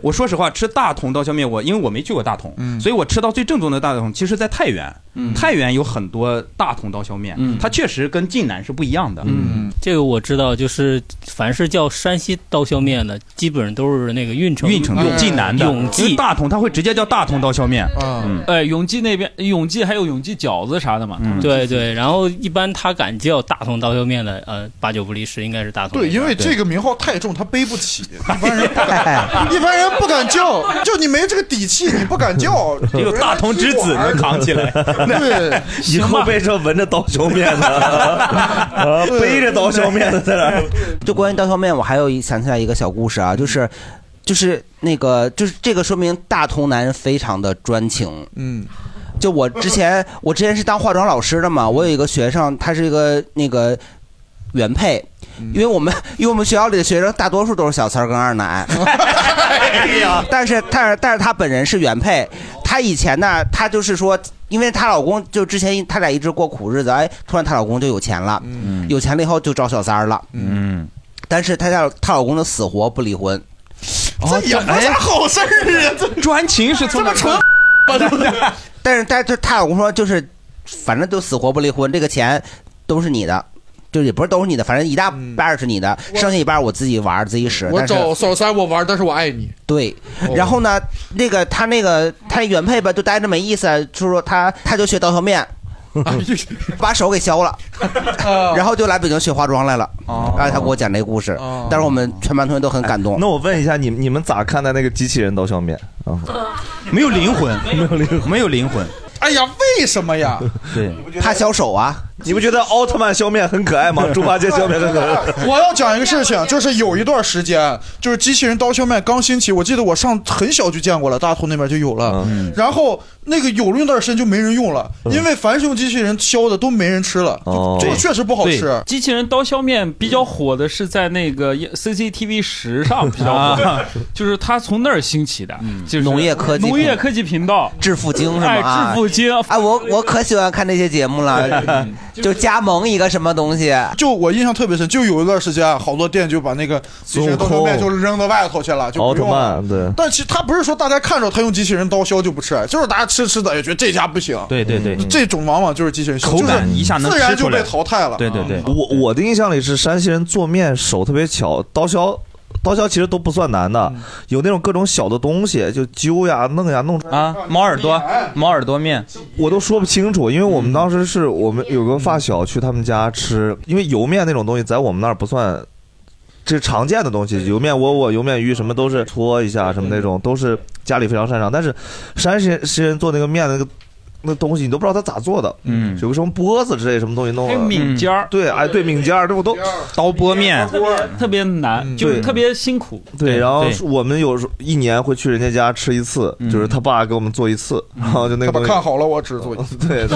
S3: 我说实话，吃大同刀削面，我因为我没去过大同，所以我吃到最正宗的大同，其实在太原。
S10: 嗯
S5: 嗯
S3: 太原有很多大同刀削面，它确实跟晋南是不一样的。
S12: 嗯，这个我知道，就是凡是叫山西刀削面的，基本上都是那个运城
S3: 运
S5: 嗯
S3: 城
S12: 永
S3: 永济南的，
S12: 永
S3: 因为
S12: 济
S3: 大同，它会直接叫大同刀削面。嗯，
S5: 哎，永济那边永济还有永济饺子啥的嘛，他们
S12: 对对，然后一般他敢叫大同刀削面的，呃，八九不离十，应该是大 同。
S4: 对，因为这个名号太重，他背不起，一般人不敢，一般人不敢叫，就你没这个底气，你不 敢叫。
S2: 只有大同之子能扛起来。
S4: 对，
S2: 以后背上纹着刀削面 的，啊 背着刀削面的在那儿。 嗯
S1: 就关于刀削面，我还有一想起来一个小故事啊，就是，就是那个，就是这个说明大同男人非常的专情。
S4: 嗯，
S1: 就我之 前，我之前是当化妆老师的嘛，我有一个学生，他是一个那个原配，
S2: 嗯
S1: 因为我们因为我们学校里的学生大多数都是小三儿跟二奶，
S10: 哎
S1: 但是但是但是她本人是原配，她以前呢，她就是说，因为她老公就之前她俩一直过苦日子，哎，突然她老公就有钱了，有钱了以后就找小三儿了，
S3: 嗯，
S1: 但是她家她老公就死活不离婚，
S10: 哦
S4: 哎
S10: 这
S1: 哎
S10: 哎也不是啥好事儿啊！这
S3: 专情是这么纯，
S1: 但是但是她老公说就是，反正就死活不离婚，这个钱都是你的。就也不是都是你的，反正一大半是你的，
S10: 嗯
S1: 剩下一半我自己玩儿自己使。
S18: 我
S1: 但是
S18: 找小三我玩，但是我爱你。哦
S1: 对，
S4: 哦
S1: 然后呢，那个他那个他原配吧，就待着没意思，就是说他他就学刀削面，
S4: 哎
S1: 把手给削了，
S4: 啊
S1: 然后就来北京学化妆来了。
S4: 哦
S1: 哎，他给我讲这故事，但是我们全班同学都很感动。
S2: 那我问一下你，你们咋看待那个机器人刀削面啊？
S3: 没有灵魂，没有灵魂，没有灵魂。
S4: 哎呀，为什么
S2: 啊
S4: 呀？
S3: 对，
S1: 他削手啊！
S2: 你不觉得奥特曼削面很可爱 吗？哎猪八戒削面很可 爱。
S4: 我要讲一个事情，就是有一段时间，就是机器人刀削面刚兴起，我记得我上很小就见过了，大同那边就有了。
S2: 嗯
S4: 然后那个有了一段时间就没人用了，因为凡是用机器人削的都没人吃了，
S2: 哦
S4: 这个确实不好吃。
S5: 机器人刀削面比较火的是在那个
S1: 嗯
S5: CCTV 时尚比较火
S3: 啊，
S5: 就是它从那儿兴起的，就是
S1: 嗯农业科技频
S5: 农业科技频道
S1: 致富经是吗？
S5: 哎，致富经。
S1: 哎，我我可喜欢看这些节目 了，就加盟一个什么东西。
S4: 就我印象特别深，就有一段时间啊，好多店就把那个机器人刀削面就扔到外头去了，就
S2: 奥
S4: 不
S2: 特
S4: 用了。
S2: 曼，对。
S4: 但其实他不是说大家看着他用机器人刀削就不吃，就是大家吃吃的也觉得这家不行。
S3: 对对对，
S4: 这种往往就是机器人削，
S2: 口感
S4: 就是
S2: 一下能
S4: 自然
S2: 吃
S4: 就
S2: 出来
S4: 被淘汰了。
S3: 对对，
S2: 我我的印象里是山西人做面手特别巧，刀削。刀削其实都不算难的，
S3: 嗯
S2: 有那种各种小的东西，就揪呀、弄呀、弄出来
S3: 啊，猫耳朵、猫耳朵面，
S2: 我都说不清楚，因为我们当时是我们有个发小去他们家吃，因为油面那种东西在我们那儿不算，这是常见的东西，油面窝窝、油面鱼什么都是搓一下什么那种，都是家里非常擅长。但是山西人西人做那个面的那个那东西，你都不知道他咋做的，
S3: 嗯，
S2: 有个什么钵子之类什么东西弄
S5: 还有
S2: 了，
S5: 抿尖儿
S2: 对，哎，对，抿尖儿，这我都
S3: 刀拨面
S5: 特别特别
S1: 嗯
S5: 难，就是特别辛苦。
S2: 对，然后我们有时候一年会去人家家吃一次，就是他爸给我们做一次，然后就那个
S4: 他
S2: 东
S4: 们
S2: 西
S4: 看好了，我只做一次。
S2: 对，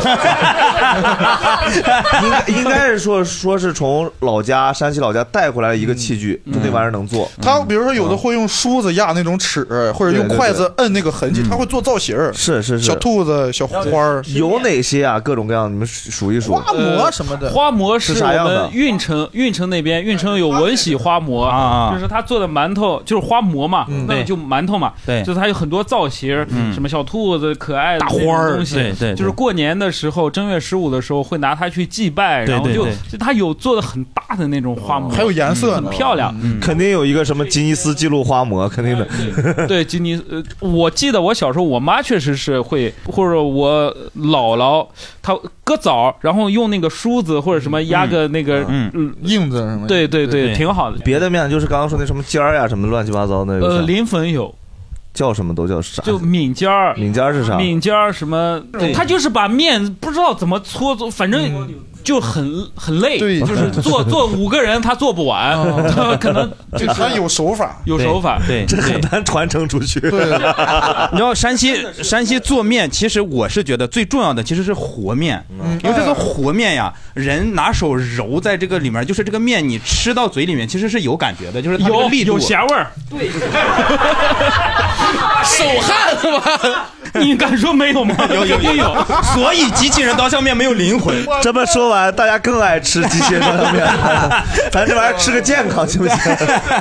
S2: 应该应该是说说是从老家山西老家带回来一个器具，就那玩意儿能做。
S4: 嗯他比如说有的会用梳子压那种齿，
S2: 嗯
S4: 或者用筷子摁那个痕迹，他会做造型儿。
S2: 是是是
S4: 小兔子、小花儿，
S2: 有哪些啊？各种各样，你们数一数。
S4: 花
S5: 呃花模是
S2: 是
S5: 我
S2: 啥样
S5: 们
S2: 的？
S5: 运城运城那边，运城有文喜花模
S3: 啊嗯
S5: 就是他做的馒头就是花模嘛，那就馒头嘛，
S3: 对
S5: 就是它有很多造型儿
S3: 嗯，
S5: 什么小兔子、可爱的
S3: 大花儿
S5: 那种东西，
S3: 对对对
S5: 就是过年的时候，正月十五的时候会拿它去祭拜，
S3: 对
S5: 然后
S3: 对
S5: 就
S3: 对
S5: 就它有做的很大的那种花模，嗯很漂亮。
S2: 嗯肯定有一个什么吉尼斯纪录花模，肯定的。
S5: 对吉尼，呃，我记得我小时候，我妈确实是会，或者我姥姥她割枣，然后用那个梳子或者什么
S3: 嗯
S5: 压个那个嗯
S4: 印子什 么
S5: 对对对，挺好的。
S2: 别的面就是刚刚说那什么尖儿呀，什么乱七八糟的。
S5: 呃，临粉有
S2: 叫什么都叫啥？
S5: 就抿尖儿，
S2: 抿尖儿是啥？
S5: 抿尖儿什么
S2: 对，
S5: 她就是把面不知道怎么搓，搓反正就很很累，
S4: 对
S5: 就是做做五个人她做不完，她 可能
S4: 就他有手法，
S5: 有手法，
S3: 对，这很
S2: 难传承出去。
S3: 你知道山西山西做面，其实我是觉得最重要的其实是和面，
S5: 嗯
S3: 因为这个和面呀，人拿手揉在这个里面，就是这个面你吃到嘴里面其实是有感觉的，就是它这个
S5: 有
S3: 力度
S5: 有咸味 儿，
S18: 手汗是 吧？
S5: 你敢说没有吗？
S3: 有有
S5: 肯定有
S3: 所以机器人刀削面没有灵魂。
S2: 这么说完，大家更爱吃机器人刀削面。 咱这玩意儿吃个健康行不行？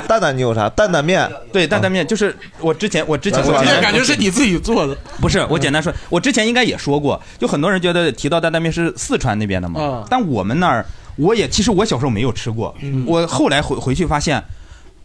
S2: 蛋蛋，你有啥？蛋蛋面？
S3: 对，蛋蛋面就是我之前我之前
S2: 来
S3: 我
S2: 来
S3: 之前
S2: 感觉是
S3: 你自己做的， 不是？我简单说，我之前应该也说过，就很多人觉得提到担担面是四川那边的嘛，但我们那儿我也其实我小时候没有吃过，我后来回回去发现。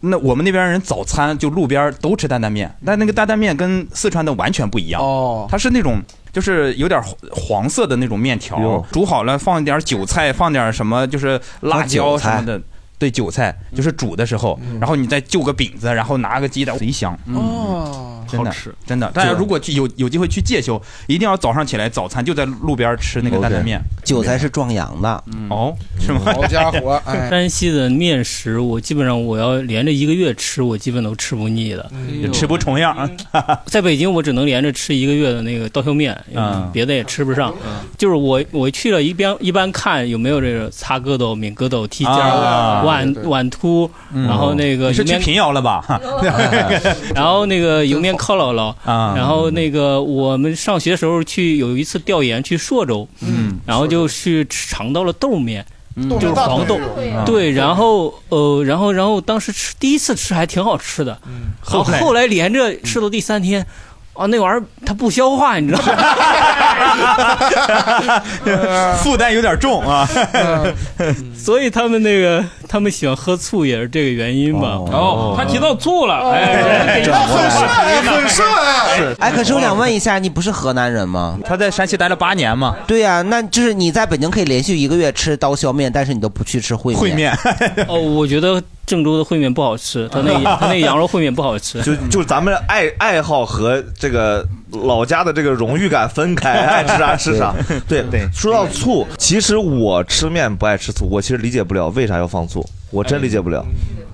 S3: 那我们那边人早餐就路边都吃担担面，但那个担担面跟四川的完全不一样，哦，它是那种就是有点黄黄色的那种面条
S2: 哟，
S3: 煮好了放一点韭菜，放点什么就是辣椒什么的，嗯对韭菜，就是煮的时候，然后你再就个饼子，然后拿个鸡蛋，贼香。
S1: 嗯
S10: 哦，
S3: 真的吃，真的。大家如果去有有机会去介休，一定要早上起来早餐就在路边吃那个担担面。
S1: 韭菜是壮阳的，
S3: 哦，是吗？
S12: 好
S3: 家 伙哎
S12: 山西的面食，我基本上我要连着一个月吃，我基本都吃不腻的，
S3: 呦吃不重样。
S12: 在北京，我只能连着吃一个月的那个刀削面，
S3: 嗯
S12: 别的也吃不上。就是我我去了一边一般看有没有这个擦疙瘩、抿疙瘩、剔尖
S3: 啊
S12: 儿、碗
S3: 对
S12: 碗秃，
S3: 嗯
S12: 然后那个
S3: 你是去
S12: 面
S3: 平遥了吧？
S12: 然后那个莜面靠姥姥，
S3: 啊
S12: 然后那个我们上学时候去有一次调研去朔州，
S3: 嗯，
S12: 然后就去尝到了豆面。
S3: 豆
S12: 就是
S3: 面大
S12: 黄
S3: 豆
S12: 豆
S3: 面啊，
S12: 对，然后呃，然后然后当时吃第一次吃还挺好吃的，然后
S3: 嗯后来
S12: 后来连着吃到第三天，啊，那玩意儿它不消化，你知道吗？
S3: 负担有点重啊，
S12: 所以他们那个他们喜欢喝醋也是这个原因吧？
S5: 哦，他提到醋了，
S12: 哎
S5: 哎，
S12: 转过来
S5: 很很
S1: 是，哎，可是我想问一下，你不是河南人吗？
S3: 他在山西待了八年嘛。
S1: 对呀、那就是你在北京可以连续一个月吃刀削面，但是你都不去吃烩
S12: 烩
S1: 面。
S12: 哦，我觉得郑州的烩面不好吃，他那他那羊肉烩面不好 吃。
S2: 就就咱们爱爱好和这个老家的这个荣誉感分开，爱哎吃啥吃啥。对对，说到醋，其实我吃面不爱吃醋，我其实理解不了为啥要放醋，我真理解不了。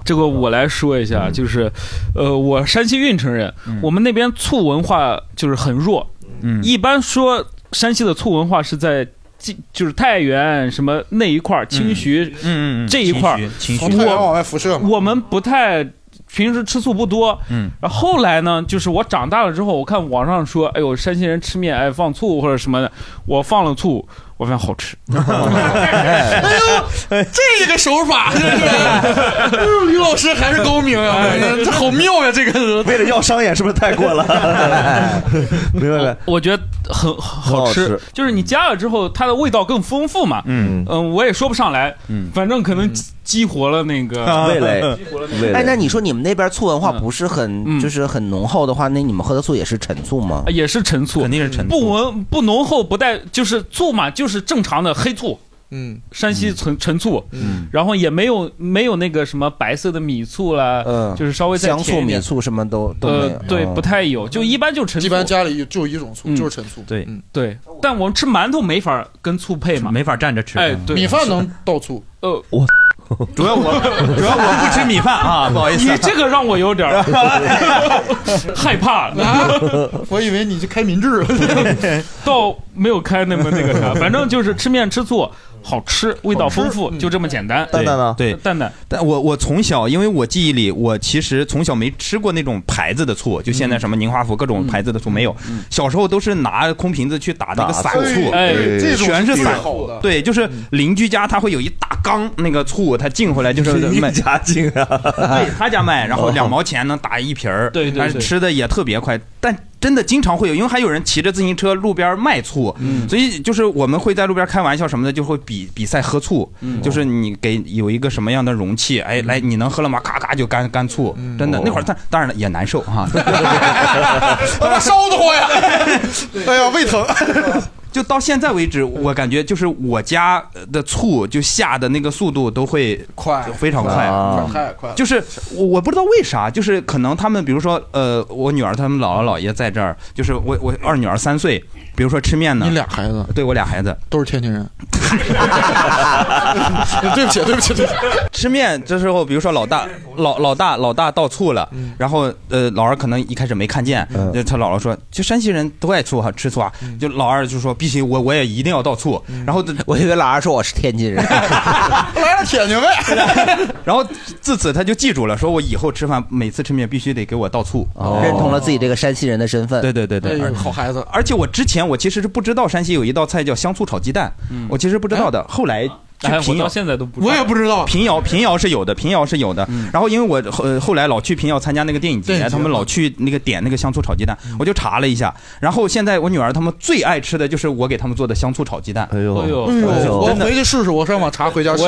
S5: 这个我来说一
S3: 嗯
S5: 下，就是，呃，我山西运城人，我们那边醋文化就是很弱。
S3: 嗯
S5: 一般说山西的醋文化是在晋，就是太原什么那一块儿，清徐，
S3: 嗯嗯嗯
S5: 这一块儿
S3: 清徐清，徐
S5: 我
S3: 从太原往
S5: 外辐射我们不太。平时吃醋不多，
S3: 嗯，
S5: 然后后来呢，就是我长大了之后，我看网上说，哎呦，山西人吃面哎放醋或者什么的，我放了醋，我发现好吃，
S3: 嗯
S18: 哎呦，这个手 法真是，哎呦吕老师还是高明
S10: 啊
S18: 呀、这好妙呀、这个
S2: 哎为了要商演是不是太过了？
S3: 哎
S2: 明白没？
S5: 我觉得很好
S2: 好
S5: 吃，就是你加了之后，它的味道更丰富嘛。
S2: 嗯
S5: 我也说不上来，
S3: 嗯
S5: 反正可能激激活了那个
S3: 啊
S1: 味蕾
S5: 激活了那
S1: 哎，那
S5: 个。
S1: 你说你们那边醋文化不是很，就是
S3: 嗯
S1: 很浓厚的话，那你们喝的醋也是陈醋
S3: 哎
S1: 吗？
S5: 也是陈醋，肯
S3: 定是陈
S5: 不闻不浓厚，不带就是醋嘛，就是正常的黑醋，
S18: 嗯，
S5: 山西陈陈醋，
S18: 嗯，
S5: 然后也没有没有那个什么白色的米醋啦，
S1: 嗯，
S5: 就是稍微再
S1: 香
S5: 甜一
S1: 醋、米
S5: 点，
S1: 醋什么都都没
S5: 呃
S1: 有。，
S5: 对，
S1: 嗯
S5: 不太有，就一般就陈醋，
S18: 一般家里就一种醋，就是陈醋。
S3: 对
S5: 对，但我们吃馒头没法跟醋配嘛，
S3: 没法蘸着吃。
S5: 哎，对，
S18: 米饭能倒醋，
S5: 呃，
S2: 我
S3: 主要我主要我不吃米饭啊，不好意思。
S5: 你这个让我有点 儿害怕了。
S18: 我以为你就开民治了，
S5: 倒没有开那么那个啥，反正就是吃面吃醋好吃，味道丰富，就这么简单。
S3: 蛋蛋
S2: 呢？
S3: 对，
S5: 蛋蛋。
S3: 但我我从小，因为我记忆里，我其实从小没吃过那种牌子的醋，就
S5: 嗯
S3: 现在什么宁华府各种牌子的醋没有。小时候都是拿空瓶子去打那个散醋，
S5: 哎对这种
S3: 全是
S5: 是
S3: 散
S5: 最好的嗯
S3: 对，就是邻居家他会有一大缸那个醋，他进回 来就是
S2: 邻
S3: 卖。
S2: 家进啊，
S3: 对他家卖，然后两毛钱能打一瓶儿，
S5: 哦对对
S3: 但是
S5: 对
S3: 吃的也特别快，但真的经常会有，因为还有人骑着自行车路边卖醋，
S5: 嗯
S3: 所以就是我们会在路边开玩笑什么的，就会比比赛喝醋，
S5: 嗯
S3: 就是你给有一个什么样的容器，哎，来你能喝了吗？咔咔就干干醋，
S5: 嗯
S3: 真
S5: 哦
S3: 的那会儿，但当然了也难受哈，
S10: 哦
S18: 他妈烧得慌呀！哎呀， 胃疼。
S3: 就到现在为止，我感觉就是我家的醋就下的那个速度都会
S18: 快，
S3: 非常快，
S18: 啊快快
S3: 就是我我不知道为啥，就是可能他们比如说呃，我女儿他们姥姥姥爷在这儿，就是我我二女儿三岁，比如说吃面呢，你
S18: 俩孩子，
S3: 对我俩孩子
S18: 都是天津人， 对不起，对不起，对不起。
S3: 吃面这时候，比如说老大老老大老大倒醋了，
S5: 嗯
S3: 然后呃老二可能一开始没看见，
S1: 嗯
S3: 就他姥姥说，就山西人都爱醋哈、吃醋啊，
S5: 嗯
S3: 就老二就说必须我我也一定要倒醋，然后
S1: 我以为老二说我是 天津人，
S18: 来了铁牛呗。
S3: 然后自此他就记住了，说我以后吃饭每次吃面必须得给我倒醋，
S1: 哦认同了自己这个山西人的身份。
S3: 对对
S5: 哎
S3: 对对，而
S18: 孩子。
S3: 而且我之前我其实是不知道山西有一道菜叫香醋炒鸡蛋，我其实不知道的。后来去
S5: 嗯哎，我
S3: 平
S5: 到
S3: 遥，
S5: 现在 都不知道，
S18: 不知道。嗯
S3: 平遥平遥是有的，平遥是有的。然后因为我后呃后来老去平遥参加那个电影
S5: 电影
S3: 节，
S5: 节
S3: 他们老去那个点那个香醋炒鸡蛋，我就查了一下。然后现在我女儿他们最爱吃的就是我给他们做的香醋炒鸡蛋。
S2: 哎呦
S5: 哎呦
S18: 我回去试试，我上网查回家试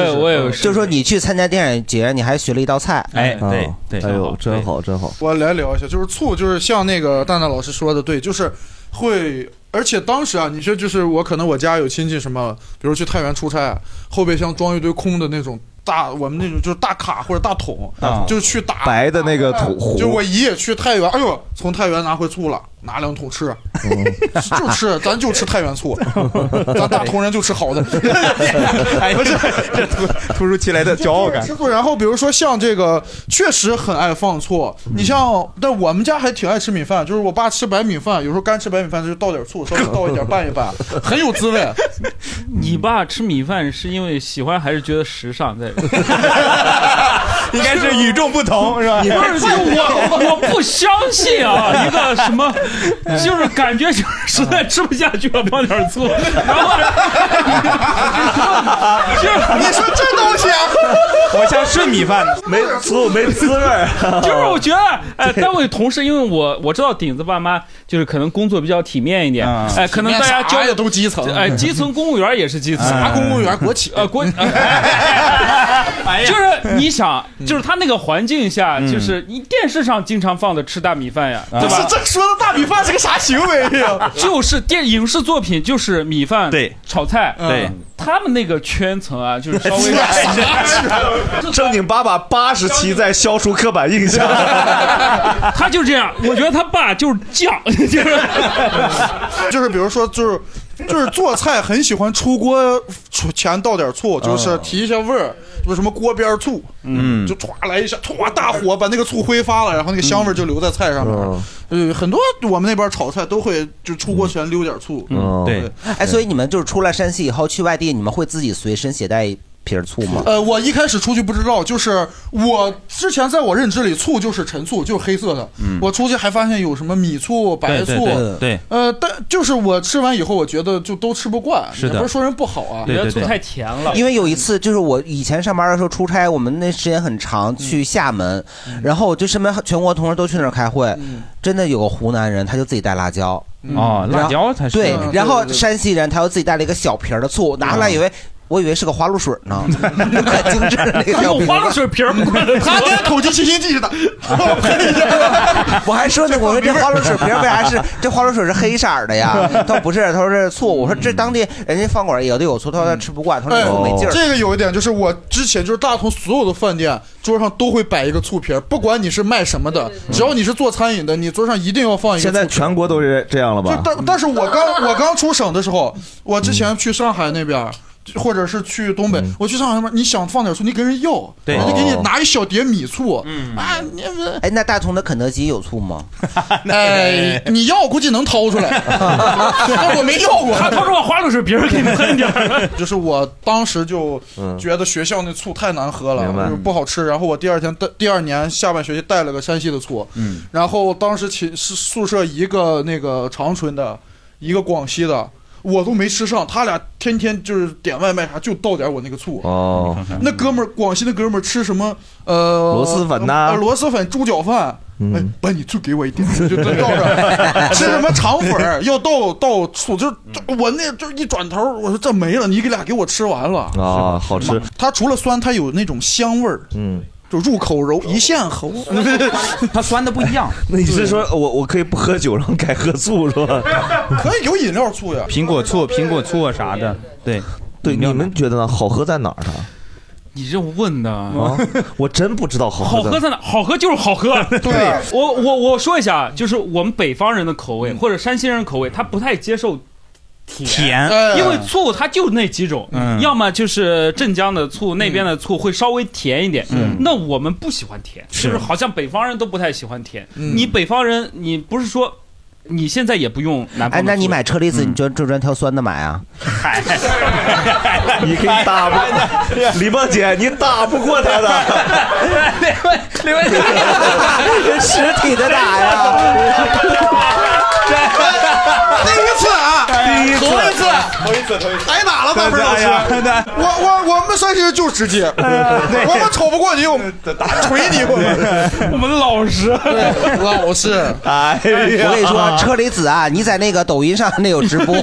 S18: 试。
S1: 就说你去参加电影节，你还学了一道菜。
S3: 哎
S1: 嗯
S3: 对对
S2: 哎呦，真好真好。
S4: 我来聊一下，就是醋，就是像那个蛋蛋老师说的，对，就是会，而且当时啊，你啊说就是我可能我家有亲戚什么，比如去太原出差，后备箱装一堆空的那种。大我们那种就是大卡或者大桶，
S2: 啊
S3: 啊
S4: 就去打
S2: 白的那个土壶，
S4: 哎就我姨也去太原，哎呦，从太原拿回醋了，拿两桶 吃，就吃，咱就吃太原醋，咱大同人就 吃好的，
S10: 哎
S3: 不是突突如其来的骄傲感
S4: 吃。醋然后比如说像这个，确实很爱放醋。你像，但我们家还挺爱吃米饭，就是我爸吃白米饭，有时候干吃白米饭就倒点醋，稍微倒一点拌一 拌，很有滋味。
S5: 你爸吃米饭是因为喜欢还是觉得时尚在？
S3: 应该是与众不同是吧？
S5: 不
S10: 哎
S5: 是，啊 我我不相信 啊，一个什么， 就是感觉就是实在吃不下去了，放点醋，然后，
S10: 就你说这东西啊，
S3: 我像顺米饭
S2: 没醋没滋味儿
S10: 啊
S5: 就是我觉得，哎，单位同事，因为我我知道顶子爸妈就是可能工作比较体面一点，
S3: 啊
S5: 哎，可能大家交
S4: 体面啥呀都基层
S5: 哎，基层公务员也是基层，啊
S4: 啥公务员国企
S5: 呃 国，哎 就是你想，
S4: 嗯
S5: 就是他那个环境下，
S3: 嗯
S5: 就是你电视上经常放的吃大米饭呀，对
S10: 不是
S5: 吧？
S10: 这说的大米饭是个啥行为啊呀？
S5: 就是电影视作品就是米饭对炒菜
S10: 对
S5: 嗯他们那个圈层啊，就是
S2: 哎
S5: 稍 微
S2: 正经八百八十期在消除刻板印象。
S5: 他就这样，我觉得他爸就是犟， 就是
S4: 就是比如说就是。就是做菜很喜欢出锅前倒点醋，就是
S2: 哦
S4: 提一下味儿，就是什么锅边醋，
S10: 嗯
S4: 就歘来一下，歘大火把那个醋挥发了，然后那个香味儿就留在菜上面。
S3: 嗯
S4: 呃，很多我们那边炒菜都会就出锅前溜点醋。
S3: 嗯
S4: 嗯
S1: 哎，所以你们就是出来山西以后去外地，你们会自己随身携带一瓶醋吗？
S4: 呃，我一开始出去不知道，就是我之前在我认知里，醋就是陈醋，就是黑色的。
S3: 嗯
S4: 我出去还发现有什么米醋、白醋，
S3: 对对对对
S4: 呃，但就是我吃完以后，我觉得就都吃不惯，
S1: 是的
S4: 也不是说人不好啊，
S5: 甜
S1: 因为有一次，就是我以前上班的时候出差，我们那时间很长，去厦门，
S3: 嗯
S1: 然后我就身边全国同事都去那儿开会，真的有个湖南人，他就自己带辣椒。
S3: 嗯哦
S1: 然后
S3: 辣椒才是
S1: 对
S3: 嗯，
S1: 然后
S3: 对对对嗯
S1: 山西人他又自己带了一个小瓶儿的醋，拿回来以为我以为是个花露水 呢，很精致的那个小瓶。
S5: 花露水瓶儿，
S4: 他跟口蹄清新剂似的。
S1: 我还说呢，我说这花露水瓶为啥 是这花露水是黑色儿的呀？
S3: 嗯
S1: 他说不是，他说这醋。我说这当地人家饭馆有的有醋，他说他吃不惯，他
S3: 嗯
S1: 说
S4: 哎
S1: 那
S2: 哦
S1: 醋没劲儿。
S4: 这个有一点就是我之前就是大同所有的饭店桌上都会摆一个醋瓶儿，不管你是卖什么的，只要你是做餐饮的，你桌上一定要放一个醋
S2: 现
S4: 瓶儿。
S2: 在全国啊都是这样了吧？
S4: 但但是我刚我刚出省的时候，我之前去上海那边儿。或者是去东
S2: 嗯
S4: 北，我去上海那边儿，你想放点醋，你给人要，
S1: 对
S4: 人家给你
S1: 哦
S4: 拿一小碟米醋，啊，你
S1: 哎，那大同的肯德基有醋吗？
S4: 哎， 你要估计能掏 出来，但我没要过。
S1: 他掏
S5: 出我花露水，别人给你喷点
S4: 就是我当时就觉得学校那醋太难喝了，
S2: 嗯明白
S4: 就是不好吃。然后我第二天带第二年下半学期带了个山西的醋，
S2: 嗯
S4: 然后当时寝室宿舍一个那个长春的，一个广西的，我都没吃上，他俩天天就是点外卖啥就倒点我那个醋。
S2: 哦，
S4: 那哥们儿，广西的哥们儿吃什么？呃，
S2: 螺蛳粉呐嗯
S4: 呃螺蛳粉、猪脚饭。哎，把你醋给我一点，就倒 上。吃什么肠粉儿，要倒倒醋，就是就我那就一转头，我说这没了，你给俩给我吃完了。
S2: 啊，好
S3: 嗯
S2: 吃。
S4: 它除了酸，它有那种香味儿，
S2: 嗯，
S4: 就入口柔一陷喉。
S5: 它酸的不一样。
S2: 那你是说我我可以不喝酒，然后改喝醋是吧？
S4: 嗯可以有饮料醋呀？
S3: 苹果醋、苹果醋啊啥的，对
S2: 对，你们觉得呢？好喝在哪儿呢？
S5: 你这问的
S2: 啊， 我真不知道好
S5: 好
S2: 喝
S5: 喝
S2: 在
S5: 在哪？好喝就是好喝。对， 我我我说一下，啊就是我们北方人的口味或者山西人的口味，他不太接受
S3: 甜
S10: 嗯
S5: 因为醋它就那几种，
S3: 嗯
S5: 要么就是镇江的醋，那边的醋会稍微甜一点。
S3: 嗯
S5: 那我们不喜欢甜，
S3: 是
S5: 就是好像北方人都不太喜欢甜。
S1: 嗯
S5: 你北方人，你不是说你现在也不用南
S1: 哎
S5: 方，的醋？
S1: 那你买车厘子，你
S3: 嗯
S1: 就就专挑酸的买啊？
S2: 你可以打不，李梦姐，你打不过他的。
S10: 李文，
S1: 实体的打呀。
S10: 第一次啊，
S2: 第一次
S10: 头一次，
S2: 头一次，头一次
S10: 挨打了，大鹏老师
S4: 对对
S2: 哎
S4: 对。
S10: 我
S4: 我我们山西人就是 直接，
S10: 对
S4: 我们瞅不过你，我们锤你，我们
S5: 我们老实，
S4: 老实。
S2: 哎
S1: 我跟你说，车厘子啊，你在那个抖音上那有直播，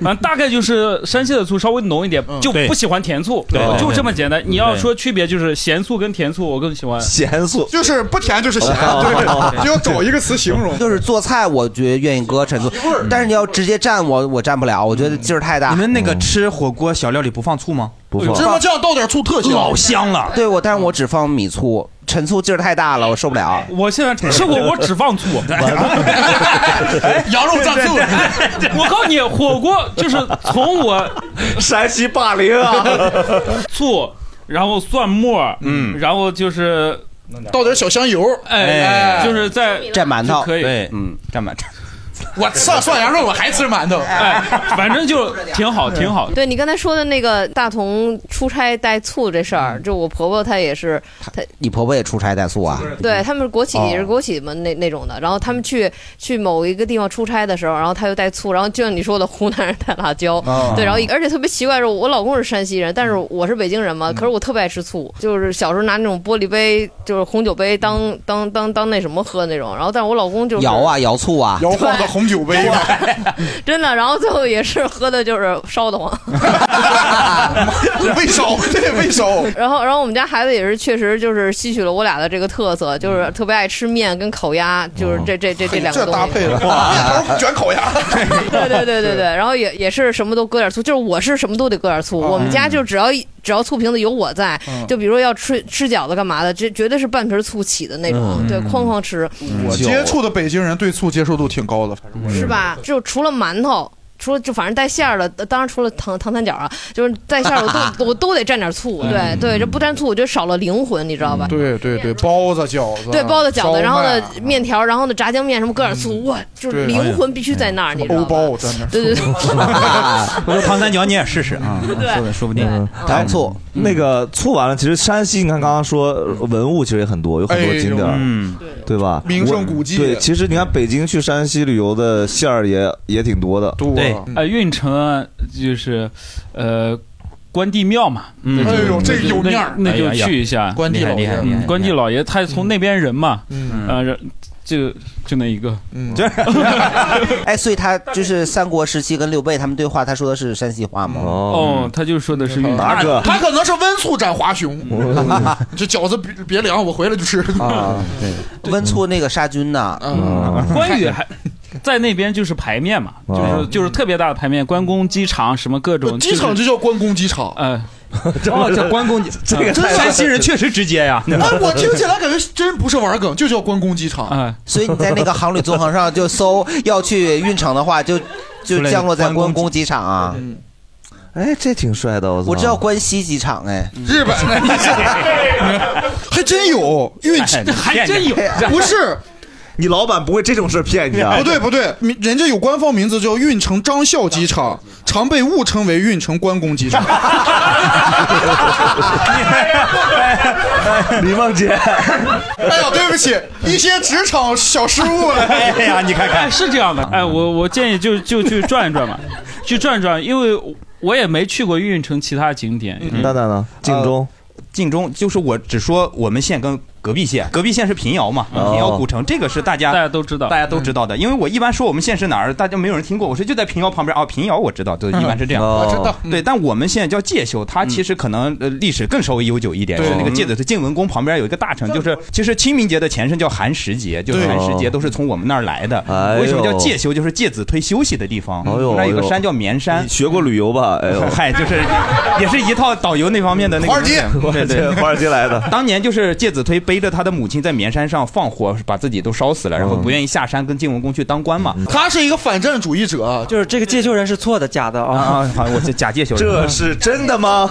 S5: 反正大概就是山西的醋稍微浓一点，就不喜欢甜醋，
S1: 对
S5: 就这么简单。你要
S1: 对
S5: 说区别就是咸醋跟甜醋，我更喜欢
S2: 咸醋
S4: 就是不甜就是
S5: 咸
S4: 对就要找一个词形容。
S1: 就是做菜，我觉得愿意搁陈醋，但是你要直接蘸我，我蘸不了，我觉得劲儿太大。
S3: 你们那个吃火锅小料里不放醋吗？
S1: 不
S10: 哎
S3: 放
S1: 放
S3: 芝麻
S18: 酱倒点醋特
S3: 香老 香啊了。
S1: 对我，但是我只放米醋，陈醋劲儿太大了，我受不了。
S5: 我现在吃火锅只放醋，
S18: 羊肉蘸醋。
S5: 我告诉你，火锅就是从 我
S2: 山西霸凌啊，
S5: 醋，然后蒜末，嗯，然后就是
S18: 倒点小香油，
S5: 哎
S18: 哎，
S5: 就是在
S1: 蘸馒头
S5: 可以，
S3: 对，
S1: 嗯，
S3: 蘸馒头。
S18: 我涮涮羊肉，我还吃馒头，
S5: 哎，反正就挺好，挺好。
S9: 对你刚才说的那个大同出差带醋这事
S4: 嗯
S9: 儿，就我婆婆她也是，她
S1: 你婆婆也出差带醋啊？
S9: 对他们是国企
S1: 哦
S9: 也是国企嘛那那种的，然后他们去去某一个地方出差的时候，然后他又带醋，然后就像你说的湖南人带辣椒
S10: 哦，
S9: 对，然后而且特别奇怪的是，我老公是山西人，但是
S1: 嗯
S9: 我是北京人嘛，可是我特别爱吃醋，就是小时候拿那种玻璃杯，就是红酒杯当当当当那什么喝那种，然后但是我老公就 是
S1: 摇啊摇醋啊，
S9: 摇晃的
S1: 红酒杯
S9: 真的，然后最后也是喝的就是烧得慌，
S18: 胃 烧，对胃烧。
S9: 然后，然后我们家孩子也是，确实就是吸取了我俩的这个特色，就是特别爱吃面跟烤鸭，就是这这这这两
S18: 嗯
S9: 个
S18: 哦这
S9: 东西。
S18: 搭配了，
S9: 哇
S18: 卷烤 鸭，
S9: 对对对对对，然后也也是什么都搁点醋，就是我是什么都得搁点醋。我们家就只要一只要醋瓶子有我在，
S18: 哦嗯
S9: 就比如说要吃吃饺子干嘛的，这绝对是半瓶醋起的那种，
S4: 嗯
S9: 对，哐哐吃。
S18: 嗯
S4: 我接触的北京人对醋接受度挺高的，反正我
S9: 嗯是？
S18: 嗯
S9: 吧？就除了馒头，除了就反正带馅儿的，呃当然除了糖糖三角啊，就是带馅儿我 都我都得蘸点醋。对
S4: 嗯
S9: 对，这不蘸醋我觉得少了灵魂，你知道吧？
S4: 对对对，包子、饺子，
S9: 对，包子、饺
S4: 烧
S9: 子，
S4: 麦啊嗯
S9: 然后呢，面条，然后呢，炸酱面什么，搁点醋，哇，就是
S3: 对
S9: 灵魂必须在那儿，你知道
S4: 欧
S9: 吗？
S4: 包在那儿。
S9: 对对 对，
S3: 我说唐三角你也试试啊，
S9: 嗯对
S3: 说不说不定嗯
S2: 糖哎醋那个醋完了，其实山西你看刚刚说文物其实也很多，有很多景点儿
S3: 哎，嗯，
S2: 对吧？
S3: 名胜古迹
S2: 我对，其实你看北京去山西旅游的线儿也也挺多的，
S5: 对，呃，运城啊就是，呃，关帝庙嘛，那就
S18: 哎呦这
S5: 那就
S18: 有面儿
S5: 那
S18: 哎
S5: 就
S18: 呀呀
S5: 去一下。
S18: 关帝厉害老爷厉害厉害
S5: 嗯关帝老爷他是从那边人嘛，
S1: 嗯
S5: 呃，然就就那一个，
S4: 嗯，
S1: 哎，所以他就是三国时期跟刘备他们对话，他说的是山西话吗？嗯
S5: 哦，他就说的是运
S4: 啊
S1: 哪个
S18: 他可能是温醋蘸华雄， 这饺子别别凉，我回来就吃。
S1: 啊，温醋那个杀菌呢？啊
S5: 嗯，关羽还在那边就是排面嘛，就是就是特别大的排面，关公机场什么各种
S18: 机场就叫关公机场，
S5: 嗯，哦叫关公机，
S18: 这个
S5: 嗯
S18: 太
S3: 山西人确实直接呀。
S18: 哎，我听起来感觉真不是玩梗，就叫关公机场。
S5: 哎，
S1: 所以你在那个航旅纵横上就搜要去运城的话， 就就降落在关公机场啊。
S2: 哎，这挺帅的，我操
S1: 我知道关西机场哎，
S18: 日本还真有运
S3: 哎
S18: 气，
S5: 还真有
S18: 不是。
S2: 你老板不会这种事骗
S3: 哎
S2: 你啊？
S4: 不哦对不对，民人家有官方名字叫运城张孝机场，常被误称为运城关公机场。
S2: 李梦洁，
S18: 哎呀，对不起，一些职场小失误了。
S3: 哎呀，你看
S5: 哎，是这样的，哎，我我建议就就去转一转嘛，去转一转，因为我也没去过运城其他景点。嗯
S2: 那那呢？晋中，
S3: 晋中就是我只说我们县跟隔壁县，隔壁县是平遥嘛，
S5: 呃
S2: 哦
S3: 平遥古城，这个是大家大
S5: 家都知道，
S3: 大家都知道
S2: 嗯
S3: 的。因为我一般说我们县是哪儿，大家没有人听过，我说就在平遥旁边啊，平遥我知道，就一般是这样。
S2: 嗯哦我知道
S3: 对，但我们县叫介休，它其实可能呃历史更稍微
S2: 嗯
S3: 悠久一点，
S2: 对
S3: 是那个介子是晋文公旁边有一个大城，就是其实清明节的前身叫寒食节，就是
S2: 对
S3: 寒食节都是从我们那儿来的
S2: 哎。呦
S3: 为什么叫介休？就是介子推休息的地方，
S2: 哎呦
S3: 那儿有
S2: 哎
S3: 个
S2: 呦
S3: 山叫绵山
S2: 你。学过旅游吧？哎呦，
S3: 嗨，就是 也是一套导游那方面的那个
S2: 华尔街
S3: 路线 对 对，
S2: 华尔街来的
S3: 当年就是介子推背着他的母亲在绵山上放火，把自己都烧死了，然后不愿意下山跟晋文公去当官嘛。
S18: 他是一个反战主义者，
S16: 就是这个介休人是错的，假的
S1: 哦
S3: 啊
S16: 啊！
S3: 啊，好，我是假介休人。
S2: 这是真的 吗？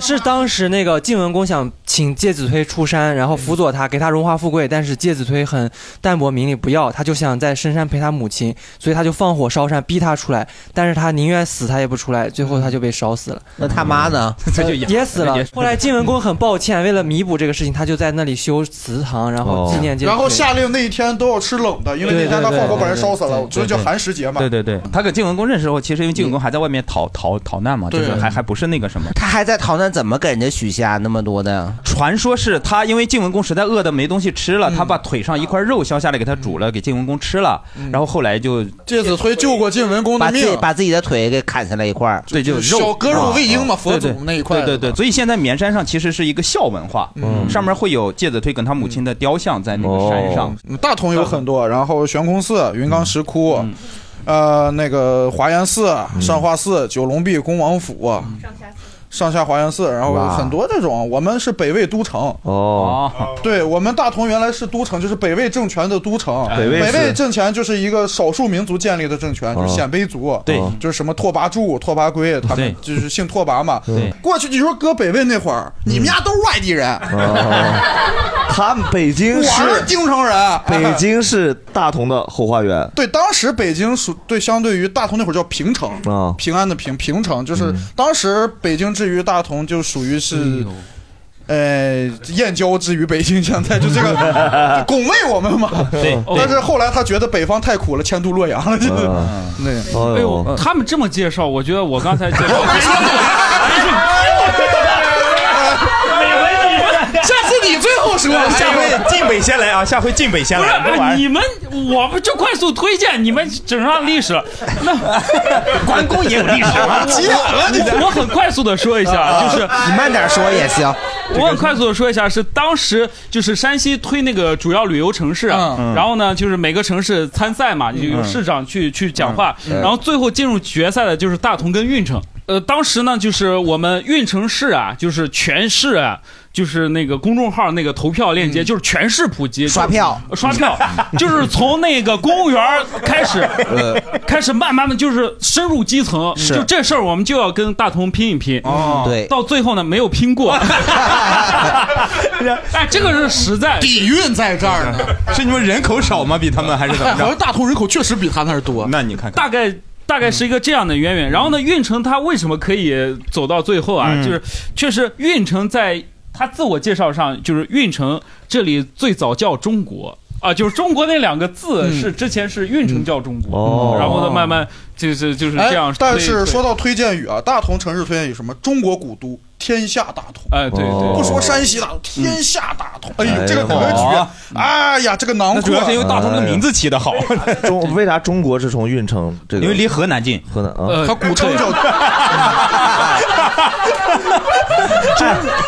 S16: 是当时那个晋文公想请介子推出山，然后辅佐他，给他荣华富贵，但是介子推很淡泊名利，不要，他就想在深山陪他母亲，所以他就放火烧山逼他出来，但是他宁愿死他也不出来，最后他就被烧死了。
S1: 那他妈呢？
S16: 他就也死了
S1: 也。
S16: 后来晋文公很抱歉，为了弥补这个事情，他就在那里修祠堂，然
S1: 哦
S16: 后纪念介子推。
S4: 然后下令那一天都要吃冷的，因为那天他放火把人烧死了，所以叫寒食节嘛。
S3: 对对对，他跟晋文公认识后，其实因为晋文公还在外面逃逃逃难嘛，就是
S1: 对
S3: 还还不是那个什么。
S1: 他还在逃难，怎么给人家许下那么多的？
S3: 传说是他因为晋文公实在饿的没东西吃了，他把腿上一块肉削下来给他煮了，给晋文公吃了，然后后来就
S18: 介子推救过晋文公
S1: 把自己把自己的腿给砍下来一块儿，
S3: 对，就肉啊对对对对对，所以现在绵山上其实是一个孝文化，
S4: 嗯
S3: 上面会有介子推跟他母亲的
S4: 嗯
S3: 雕像在那个山上。
S2: 嗯
S4: 大同有很多，然后悬空寺、云冈石窟。呃，那个华严寺、上化寺、九龙壁、恭王府、上下华严寺，然后
S2: 哇
S4: 很多这种。我们是北魏都城，
S2: 哦，
S4: 对我们大同原来是都城，就是北魏政权的都城。
S2: 哎北魏是
S4: 政权就是一个少数民族建立的政权，就是
S2: 哦
S4: 鲜卑族。
S2: 对
S4: 就是什么拓跋柱、拓跋圭，他们就是姓拓跋嘛。
S2: 对哦
S4: 过去你说搁北魏那会儿，你们家都是外地人，
S3: 哦
S2: 他们北京
S4: 我
S2: 市，
S4: 是京城人。
S2: 哦北京市大同的后花园
S4: 对，当时北京属对，相对于大同那会儿叫平城，
S2: 啊，
S4: 平安的平平城，就是当时北京之于大同就属于
S5: 哎
S4: 是。呃，燕郊之于北京，现在就这个就拱卫我们嘛。
S5: 对
S4: 但是后来他觉得北方太苦了，迁都洛阳了，就是对。
S5: 啊嗯哎呦，他们这么介绍，我觉得我刚才 介绍，
S18: 下次你最后说，
S9: 哎
S3: 下回晋北先来啊，下回晋北先
S5: 不是
S3: 来，这
S5: 哎
S3: 玩意
S5: 你
S3: 儿
S5: 们，我们就快速推荐，你们整上历史了。那 关 公
S3: 也有历史吗急眼了你这
S5: 我很快速的说一下，就是
S1: 啊
S5: 哎
S1: 你慢点说也行。
S5: 我很快速的说一下，是当时就是山西推那个主要旅游城市啊，然后呢，就是每个城市参赛嘛，就有市长去去讲话，
S3: 嗯嗯
S5: 然后最后进入决赛的就是大同跟运城。呃，当时呢，就是我们运城市啊，就是全市啊。就是那个公众号那个投票链接，就是全市普及刷
S1: 嗯票，
S5: 刷 票，就是从那个公务员开始，
S1: 呃
S5: 开始慢慢的就是深入基层，
S1: 是
S5: 就这事儿我们就要跟大同拼一拼。
S1: 哦对
S5: 到最后呢没有拼 过，哎，这个是实在
S18: 底蕴在这儿呢。
S3: 是你们人口少吗？比他们还是 怎么
S18: 哎好像
S3: 着？
S18: 大同人口确实比他那儿多。
S3: 那你看看，
S5: 大概大概是一个这样的渊源。然后呢，运城它为什么可以走到最后啊？
S3: 嗯
S5: 就是确实运城在它自我介绍上，就是运城这里最早叫中国。啊，就是中国那两个字
S3: 嗯
S5: 是之前是运城叫中国，
S4: 哦
S5: 然后呢，慢慢就是就是这样
S4: 哎
S5: 推。
S4: 但是
S5: 推
S4: 说到推荐语啊，大同城市推荐语什么？中国古都，天下大同。
S5: 哎，对对，嗯
S4: 不说山西大同，天下大同。哎呦，这个格
S2: 哦
S4: 局，哎呀，这个囊括。哎
S3: 字起的好。
S2: 中为啥中国是从运城这个？因为
S3: 离河南近。
S2: 河南
S5: 呃
S2: 啊，
S4: 古城叫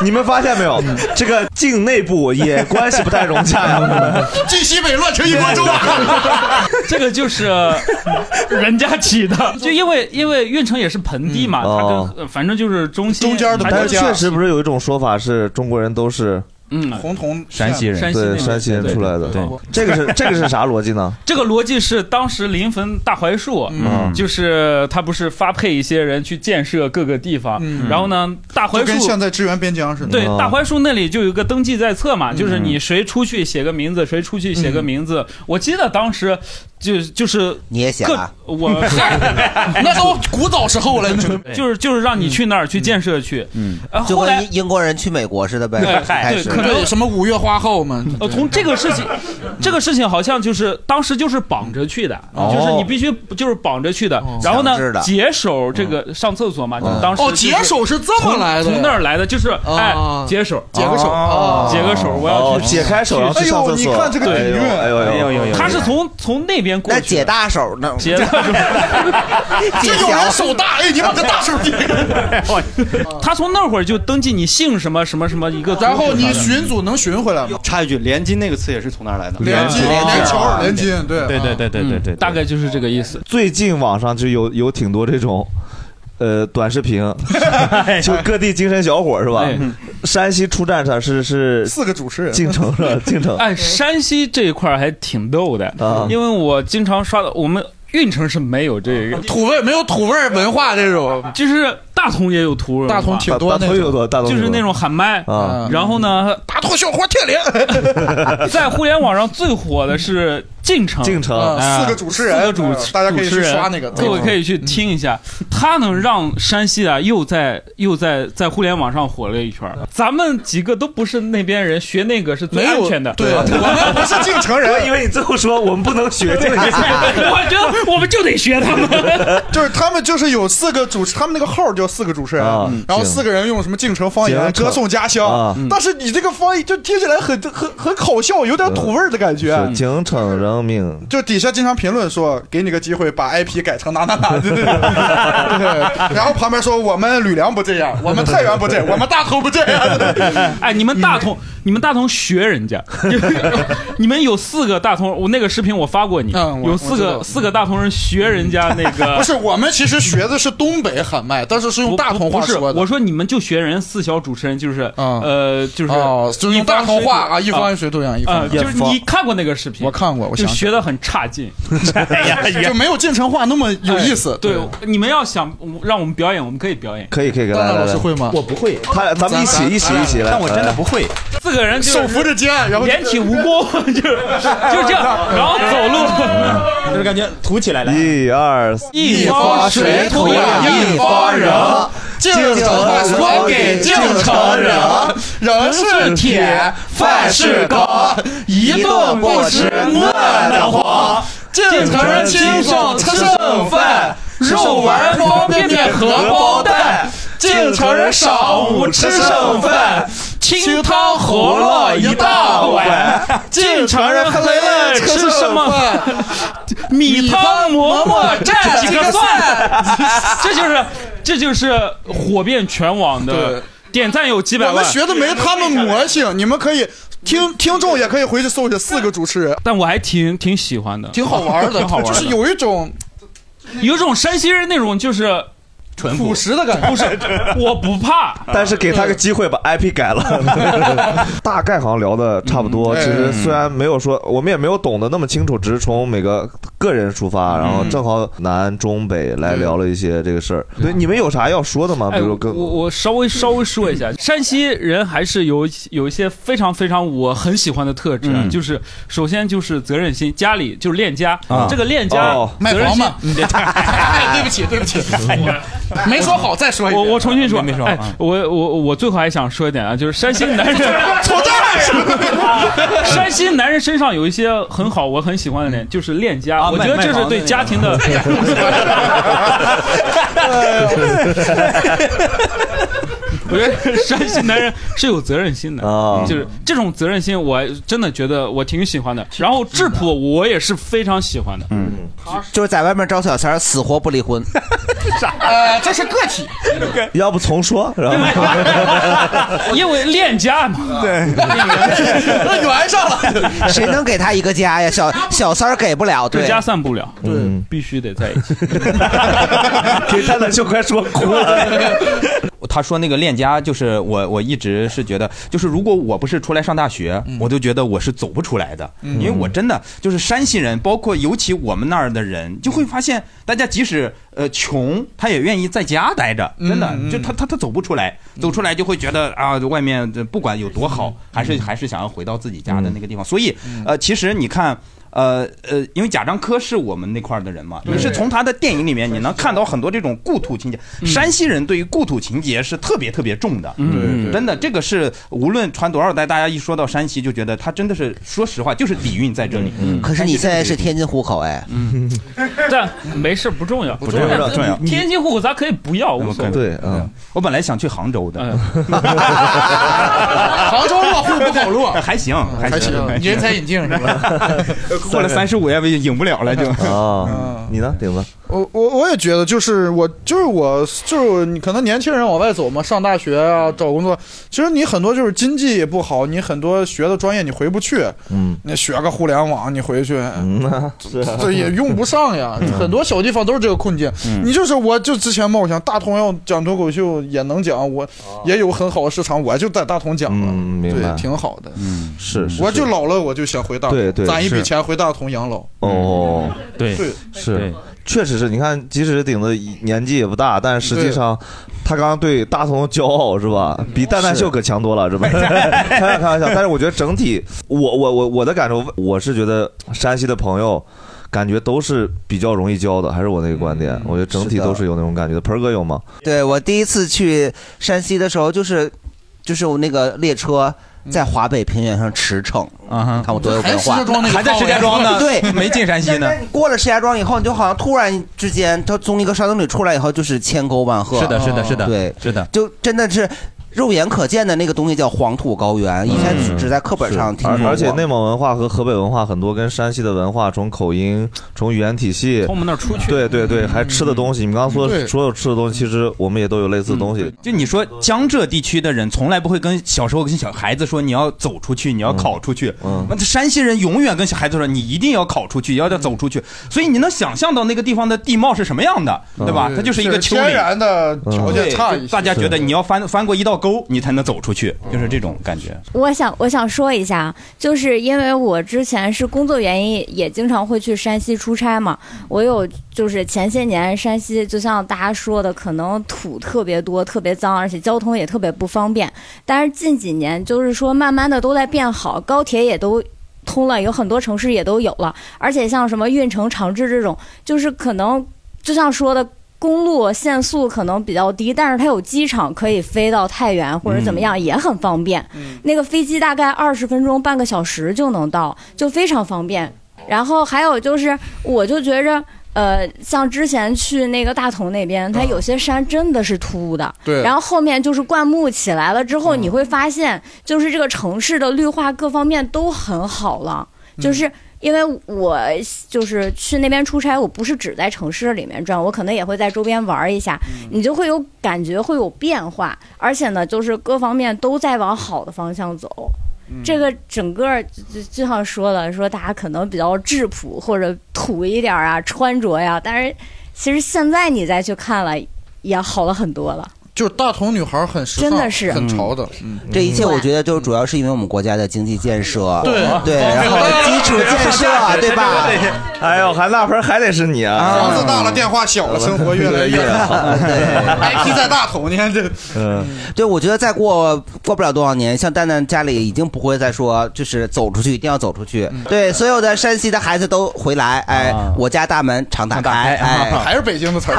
S2: 你们发现没有？
S5: 嗯
S2: 这个境内部也关系不太融洽呀。
S18: 晋西北乱成一锅粥啊！
S5: 这个就是人家起 的，就因为因为运城也是盆地嘛，它
S2: 哦
S5: 跟呃反正就是中心中间
S2: 但确实不是有一种说法是中国人都是
S5: 嗯
S4: 红铜
S5: 山西人山西那
S2: 对
S5: 边
S2: 山西人出来的
S5: 对，
S2: 这个是这个是啥逻辑呢？
S5: 这个逻辑是当时临汾大槐树，
S2: 嗯
S5: 就是他不是发配一些人去建设各个地方，
S4: 嗯
S5: 然后呢，大槐
S4: 就
S5: 树
S4: 跟现在支援边疆似
S1: 嗯
S4: 的。
S5: 对，
S18: 哦
S5: 大槐树那里就有一个登记在册
S18: 嗯
S5: 嘛，就是你谁出去写个名字，谁出去写个名字。
S18: 嗯
S5: 我记得当时就就是
S1: 你也写
S5: 各
S1: 了
S5: 我
S18: 那都古早时候了，你准备
S5: 就是就是让你去那儿去建设去。嗯，
S1: 就
S5: 后来
S1: 跟英国人去美国似的呗，
S5: 对
S1: 开
S5: 对
S1: 始
S5: 可能
S18: 什么五月花号嘛？
S5: 呃，从这个事 情，这个事情好像就是当时就是绑着去的，
S18: 哦
S5: 就是你必须就是绑着去的。
S2: 哦
S5: 然后
S18: 强制
S5: 呢，
S18: 的
S5: 解手这
S2: 嗯
S5: 个上厕所嘛，就当时
S18: 哦，
S5: 就是
S18: 解手是这么
S5: 从
S18: 来的，
S5: 从那儿来的，就是哎
S18: 哦，
S5: 解手，
S18: 解个手哦
S5: 解个手，我要
S2: 哦
S5: 去
S2: 解开手然后去上厕所哎呦你看这个底蕴哎呦哎呦哎呦哎呦哎呦
S5: 他是从从那边过去，那解
S1: 大手呢？
S5: 解大手，
S18: 这有人手 大，哎，你把这大手递给我。
S5: 他从那会儿就登记你姓什么什么什么一个，
S4: 然后你寻组能寻回来吗？
S17: 插一句，连襟那个词也是从那儿来的。
S2: 啊
S4: 连襟连襟乔尔连襟对
S3: 对对对对对对，
S5: 大概就是这个意思。
S2: 最近网上就有有挺多这种。呃，短 视频，就各地精神小伙是吧
S5: 哎？
S2: 山西出战场是是四
S4: 个主持人
S2: 进 城了，进城。啊
S5: 哎，山西这一块儿还挺逗的，
S18: 啊
S5: 因为我经常刷到我们运城是没有这个
S18: 土味没有土味文化这种，
S5: 就是大同也有土味文化，
S18: 大同挺多大大同那种有多大同
S5: 就
S18: 有多
S5: 是那种喊麦
S18: 啊，
S5: 然后呢，
S18: 大头小伙铁脸，
S5: 在互联网上最火的是进城，
S2: 进城
S5: 哎
S4: 四个主持人
S5: 四个主
S4: 大家可以
S5: 主
S4: 去
S5: 持人
S4: 刷那个
S5: 各位可以去听一下，他能让山西啊又在又在在互联网上火了一圈儿。咱们几个都不是那边人，学那个是最安全的。
S2: 对我们不是进城人 我以为你最后说我们不能学这个
S5: 我觉得我们就得学他们。
S4: 就是他们 就是有四个主持，他们那个号叫四个主持人嗯
S2: 啊，
S5: 嗯
S4: 然后
S2: 行
S4: 四个人用什么京城方言
S2: 行
S4: 歌颂家
S2: 啊
S4: 乡
S2: 嗯，
S5: 嗯
S4: 但是你这个方言就听起来很很很搞笑，有点土味儿的感觉。
S2: 是京城人生命。
S4: 就底下经常评论说，给你个机会把 IP 改成哪哪 哪的这种，对，然后旁边说我们吕梁不这 样，我们太原不这样，我们大同不这样，
S5: 哎，你们大同，你们大同学人家， 你们有四个大同，我那个视频我发过你，
S4: 嗯我
S5: 有四
S4: 我知道
S5: 个四个大同人学人家 那个，
S4: 不是我们其实学的是东北喊麦，但是是用大同话
S5: 不是，
S4: 说的。嗯
S5: 我说你们就学人四小主持人，就是呃，就是
S4: 哦就是用
S5: 一方
S4: 大同话
S5: 水土
S4: 啊一方水土养一方
S5: 啊就是
S4: 一方
S5: 你看过那个视频？我
S4: 看过，我
S5: 就
S4: 想起来，
S5: 学的很差劲
S4: 就没有进城话那么有意思
S5: 哎对，你们要想让我们表演，我们可以表演。
S2: 可以可以，来
S5: 当然
S2: 来来，
S5: 老师会吗
S2: 我不会，他咱们一起一起一起来，
S3: 但我真的不会。
S5: 四个人就是
S3: 手扶着肩然后
S5: 连体蜈蚣，就是就是这样，然后走路，
S3: 就是感觉凸起来了。
S2: 哎一二，
S5: 一方水土养一方人
S4: 敬城话说给敬城人，人是铁，饭是钢，一顿不吃饿得慌。敬城人亲手吃剩饭，肉丸方便面荷包蛋。敬城人晌午吃剩饭，清汤喝了一大碗。敬城人喝了吃什么饭？，
S5: 米汤馍馍蘸几个蒜 这就是这就是火遍全网的
S4: 对，
S5: 点赞有几百
S4: 我
S5: 万。
S4: 们学的没他们魔性，你们可以听听众也可以回去搜一下四个主持人，
S5: 但我还挺挺喜欢的，
S4: 挺好玩的，
S5: 挺好玩的，
S4: 就是有一种
S5: 有一种山西人那种就是
S3: 淳
S4: 朴朴实的感觉
S5: 不 是，我不怕，
S2: 但是给他个机会把 IP 改 了，大概好像聊的差不多。
S5: 嗯
S2: 其实虽然没有说，我们也没有懂得那么清楚，只是从每个个人出发，然后正好南中北来聊了一些这个事儿。对，你们有啥要说的吗？比
S5: 哎，
S2: 如
S5: 我
S2: 说跟
S5: 我我稍微稍微说一下，山西人还是有一有一些非常非常我很喜欢的特质，啊
S3: 嗯
S5: 就是首先就是责任心，家里就是恋家，
S3: 啊
S5: 这个恋家、
S3: 哦
S5: 责任心
S3: 卖房嘛嗯 对
S5: 哎
S18: 对不起对不起我没说好再说一遍
S5: 我我重新说，
S18: 没没说好
S5: 哎
S18: 嗯
S5: 我我我最后还想说一点啊，就是山西男 人
S18: 从这
S10: 啊
S18: 儿
S5: 山西男人身上有一些很好我很喜欢的点，就是恋家，我觉得
S18: 卖
S5: 这是
S18: 房的
S5: 对
S18: 那
S5: 家庭的。我觉得山西男人是有责 任心的，就是这种责任心，我真的觉得我挺喜欢的。然后质朴，我也是非常喜欢的。嗯，
S1: 就是在外面招小三儿，死活不离婚。
S4: 呃，这是个体，
S2: 要不重说，然后
S5: 因为恋家嘛。
S2: 对，
S1: 那
S4: 圆上了
S1: 谁能给他一个家呀？小小三儿给不了，对，嗯
S5: 这家散不了，
S2: 对，
S5: 必须得在一起。
S2: 给他的就快说哭了。
S3: 他说那个恋家，就是我，我一直是觉得，就是如果我不是出来上大学，我都觉得我是走不出来的，
S17: 嗯
S3: 因为我真的就是山西人，包括尤其我们那儿的人，就会发现大家即使呃穷，他也愿意在家待着，真的，就他他他走不出来，走出来就会觉得啊，外面这不管有多好，还是还是想要回到自己家的那个地方，所以呃，其实你看。呃呃，因为贾樟柯是我们那块儿的人嘛，
S17: 对
S3: 你是从他的电影里面你能看到很多这种故土情节。山西人对于故土情节是特别特别重的，
S17: 嗯对对
S3: 真的，这个是无论传多少代，大家一说到山西就觉得他真的是，说实话就是底蕴在这里。
S1: 可是你现在是天津户口哎，
S5: 嗯，但没事，不重要，不
S3: 重要不重要嗯
S5: 天津户口咱可以不要，无所谓。
S2: 对啊，
S3: 我本来想去杭州的，
S18: 杭州落户不好落，
S3: 还行，
S18: 还
S3: 行，
S18: 行，人才引进是吧？
S3: 过了三十五也引不了了就。
S2: 啊，你呢，顶子？
S4: 我我我也觉得，就是我就是我就是你可能年轻人往外走嘛，上大学啊，找工作，其实你很多就是经济也不好，你很多学的专业你回不去，
S2: 嗯，
S4: 你学个互联网你回去，
S2: 嗯呐，是啊
S4: 这也用不上呀
S2: 嗯。
S4: 很多小地方都是这个困境。
S1: 嗯
S4: 你就是我就之前冒想大同要讲脱口秀也能讲，我
S3: 哦
S4: 也有很好的市场，我就在大同讲了，
S1: 嗯
S2: 明白
S4: 对，挺好的。
S3: 嗯，
S2: 是，是
S4: 我就老了，我就想回大
S2: 对
S4: 同
S2: 对，
S4: 攒一笔
S2: 是
S4: 钱回大同养老。
S2: 哦，
S4: 对对
S2: 是
S4: 对，
S2: 确实是你看，即使顶子年纪也不大，但是实际上他刚刚对大同的骄傲是吧，比蛋蛋秀可强多了是 吧？开玩笑，开玩笑。但是我觉得整体，我我我我的感受，我是觉得山西的朋友。感觉都是比较容易交的，还是我那个观点。我觉得整体
S1: 嗯是的
S2: 都是有那种感觉的。盆儿哥有吗？
S1: 对我第一次去山西的时候，就是就是我那个列车。在华北平原上驰骋，
S3: 啊、
S1: 看我多有文化，
S3: 还在石家庄呢，
S1: 对，
S3: 哎没进山西呢。
S1: 你过了石家庄以后，你就好像突然之间，它从一个山洞里出来以后，就是千沟万壑。哦
S3: 是的是的是的
S1: 对，
S3: 是的，
S1: 就真的是。肉眼可见的那个东西叫黄土高原，以
S3: 嗯
S1: 前只只在课本上
S2: 是
S1: 听说
S2: 嗯而
S1: 过。
S2: 而且内蒙文化和河北文化很多跟山西的文化，从口音，从语言体系，
S3: 从我们那儿出去嗯
S2: 对对对，还吃的东西，你们刚刚说
S3: 对嗯
S2: 所有吃的东西，其实我们也都有类似的东西。
S3: 就你说江浙地区的人从来不会跟小时候跟小孩子说你要走出去，你要考出去。那、山西人永远跟小孩子说你一定要考出去，要要走出去。所以你能想象到那个地方的地貌是什么样的，
S4: 嗯
S1: 嗯
S3: 对吧？它就是一个丘陵
S4: 天然的条件差一
S3: 对
S4: 些，嗯
S3: 大家觉得你要翻翻过一道沟，你才能走出去，就是这种感觉。
S14: 我想，我想说一下，啊就是因为我之前是工作原因，也经常会去山西出差嘛。我有就是前些年山西，就像大家说的，可能土特别多，特别脏，而且交通也特别不方便。但是近几年，就是说慢慢的都在变好，高铁也都。通了，有很多城市也都有了，而且像什么运城、长治这种，就是可能就像说的，公路限速可能比较低，但是它有机场可以飞到太原或者怎么样，也很方便。那个飞机大概二十分钟、半个小时就能到，就非常方便。然后还有就是，我就觉着。呃，像之前去那个大同那边，它有些山真的是秃的，
S19: 对
S14: 然后后面就是灌木起来了之后，你会发现，就是这个城市的绿化各方面都很好了，就是。因为我就是去那边出差，我不是只在城市里面转，我可能也会在周边玩一下，你就会有感觉会有变化，而且呢，就是各方面都在往好的方向走。
S1: 嗯
S13: 嗯
S14: 这个整个就就就像说了，说大家可能比较质朴或者土一点儿啊，穿着呀，但是其实现在你再去看了，也好了很多了。
S4: 就是大同女孩很时尚，
S14: 真的是
S4: 很潮的。
S1: 嗯
S4: 嗯
S1: 这一切我觉得就是主要是因为我们国家的经济建设，
S4: 对啊
S1: 对，然后基础建设，啊对吧？
S2: 哎呦，韩大盆 还哎得是你啊！
S4: 房子大了，电话小 了，生活越来越好。IT
S2: 哎
S4: 在大同，你看这
S2: 嗯，
S1: 对，我觉得再过过不了多少年，像蛋蛋家里已经不会再说，就是走出去一定要走出去。对，所有的山西的孩子都回来，哎，我家大门常打开，哎，
S4: 还是北京的词儿。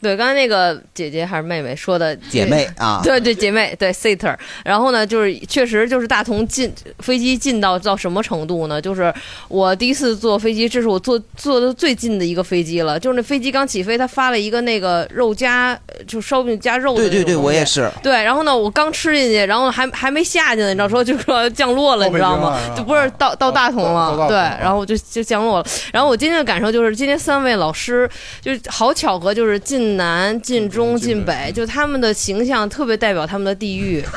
S9: 对，刚才那个姐姐还是妹妹说的
S1: 姐妹啊
S9: 对对姐妹对 sitter，然后呢，就是确实就是大同进飞机进到到什么程度呢？就是我第一次坐飞机，这是我坐坐的最近的一个飞机了，就是那飞机刚起飞，它发了一个那个肉夹呃就烧饼夹肉的
S1: 对对
S9: 那种
S1: 对，
S9: 东西
S1: 我也是。
S9: 对，然后呢，我刚吃进去，然后还还没下去呢，你知道说就说降落了，你知道
S19: 到
S9: 吗
S4: 啊
S19: 北京了？
S9: 就不是到到大同
S19: 到大
S9: 了，
S19: 同
S9: 对，
S19: 了
S9: 然后就就降落了。然后我今天的感受就是，今天三位老师就是好巧合，就是晋南、晋中、晋北，就他们的形象特别代表他们的地域。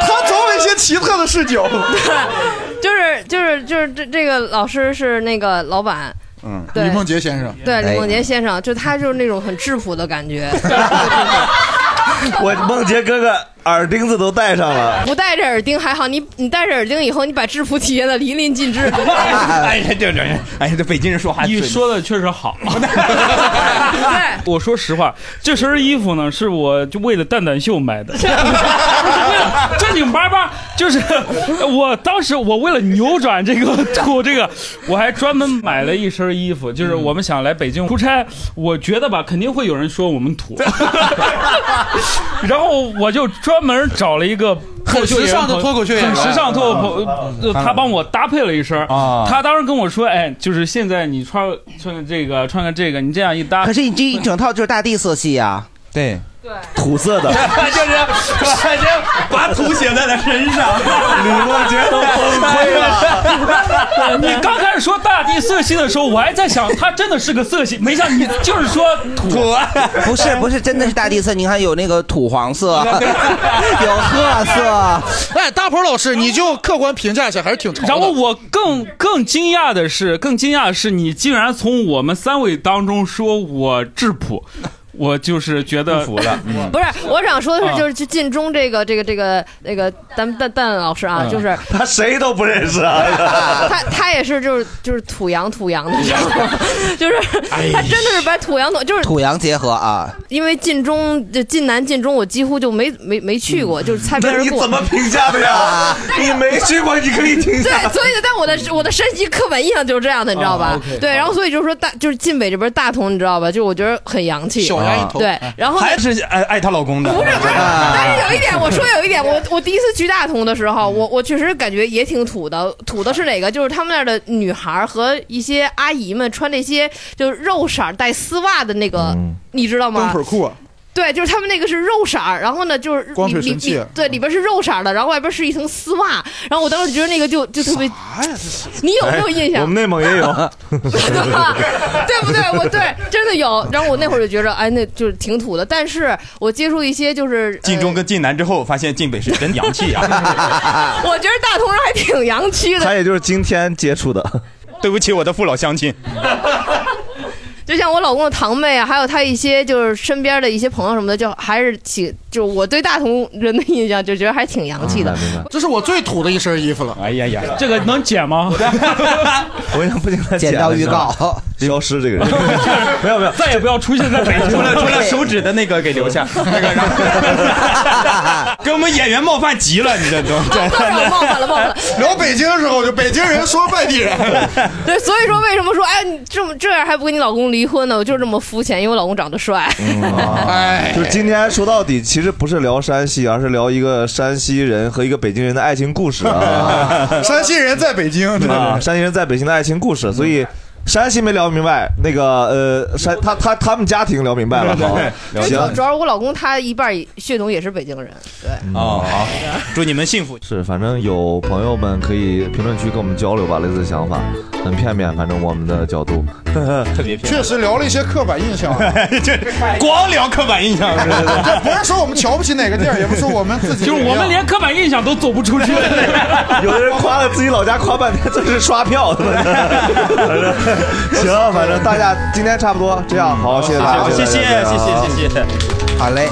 S4: 他总有一些奇特的视角。
S9: 就是就是就是这这个老师是那个老板，
S4: 嗯
S9: 对
S4: 李梦洁先生，
S9: 对李梦洁先生，就他就是那种很质朴的感觉。
S2: 我梦洁哥哥耳钉子都戴上 了。
S9: 不戴着耳钉还好，你你戴着耳钉以后，你把制服体现的淋漓尽致。
S3: 哎呀，这这，哎呀，这北京人说话，
S5: 你说的确实 好。我说实话，这身衣服呢，是我就为了蛋蛋秀买的， 正经八八。就是我当时我为了扭转这个 土这个，我还专门买了一身衣服。就是我们想来北京出差，我觉得吧，肯定会有人说我们土， 然后我就专门找了一个脱口秀演员
S4: 很时尚的
S5: 朋友
S4: 脱口秀演员啊
S5: 很时尚脱口秀，他帮我搭配了一身儿。
S3: 啊
S5: 他当时跟我说：“哎，就是现在你穿穿个这个，穿个这个，你这样一搭，
S1: 可是你这一整套就是大地色系啊呀，
S3: 对，
S1: 土色的
S3: 就是 把这 把土写在了身 上，李
S2: 梦洁都崩溃了
S5: 你刚开始说大地色系的时候，我还在想他真的是个色系，没想你就是说土。
S3: 啊
S1: 不是不是，真的是大地色。你看有那个土黄 色，啊有褐色。
S4: 哎，大鹏老师，你就客观评价一下，还是挺潮的。
S5: 然后我更更惊讶的是，更惊讶的是，你竟然从我们三位当中说我质朴，我就是觉得服
S3: 了。嗯
S9: 不是，我想说的是，
S5: 啊
S9: 就是晋中这个这个这个那个咱们蛋蛋老师啊，
S2: 嗯
S9: 就是
S2: 他谁都不认识啊！
S9: 他他也是就是就是土洋土洋的， 就是
S2: 哎
S9: 他真的是把土洋土就是
S1: 土洋结合啊！
S9: 因为晋中就晋南晋中，我几乎就没没没去过，就是擦边
S2: 嗯那
S9: 而
S2: 你
S9: 过。
S2: 怎么评价的 呀？你没去过，你可以 评价。
S9: 对，所以但我的我的山西刻板印象就是这样的，你知道吧？
S2: 啊，OK，
S9: 对，然后所以就是说大就是晋北这边大同，你知道吧？就是我觉得很洋气，
S2: 小
S3: 啊
S9: 对，
S4: 嗯哎
S9: 然后呢
S3: 还是爱爱她老公的，不是不是，
S4: 啊
S9: 但是有一点，我说有一点，我我第一次去大同的时候，我我确实感觉也挺土的。土的是哪个？就是他们那儿的女孩儿和一些阿姨们穿那些就是肉色儿带丝袜的那个，你知道吗？
S4: 灯腿裤啊，
S9: 对，就是他们那个是肉色儿，然后呢就是里
S4: 光腿
S9: 里
S4: 神器嗯
S9: 里对里边是肉色儿的，然后外边是一层丝袜，然后我当时觉得那个就就特别，你有没有印象？
S2: 哎我们内蒙也 有，
S9: 对不对？我对真的有。然后我那会儿就觉着，哎，那就是挺土的。但是我接触一些就是
S3: 晋中跟晋南之后，发现晋北是真洋气啊呀、
S9: 我觉得大同人还挺洋气的，
S2: 他也就是今天接触的。
S3: 对不起，我的父老乡亲。
S9: 就像我老公的堂妹啊，还有他一些就是身边的一些朋友什么的，就还是挺就我对大同人的印象就觉得还挺洋
S5: 啊
S9: 气的。
S18: 这是我最土的一身衣服了。
S3: 哎呀呀，
S5: 这个能剪吗？
S2: 我想不行，他
S5: 剪
S2: 到
S5: 刀预告，
S2: 消失这个人，没有没有，
S5: 再也不要出现在北京
S3: 除了
S5: 了。
S3: 除了手指的那个给留下，那个让 跟我们演员冒犯极了，你这都
S9: 冒犯了，冒犯了。
S4: 聊北京的时候，就北京人说外地 人，
S9: 对，所以说为什么说哎，你这么这样还不跟你老公离婚呢？我就是这么肤浅，因为我老公长得帅。
S2: 哎，就是今天说到底，其实不是聊山西，而是聊一个山西人和一个北京人的爱情故事啊。
S4: 山西人在北京，对
S2: 啊，山西人在北京的爱情故事，所以。山西没聊明白，那个呃，山他他他们家庭聊明白了，好
S9: 因，为主
S2: 行
S9: 主要是我老公他一半血统也是北京人，对。
S3: 哦，好，祝你们幸福。
S2: 是，反正有朋友们可以评论区跟我们交流吧，类似的想法，很片面，反正我们的 角 度特
S3: 别
S4: 确实聊了一些刻板印象。啊
S3: 这 光聊刻板印象是吧
S4: 这 不是说我们瞧不起哪个地儿，也不是我们自己，
S5: 就是我们连刻板印象都走不出 去。
S2: 有的人夸了自己老家夸半天，这是刷票 的。行，反正大家今天差不多这样，好，谢谢大家，
S3: 好谢谢谢谢谢谢。
S2: 好嘞。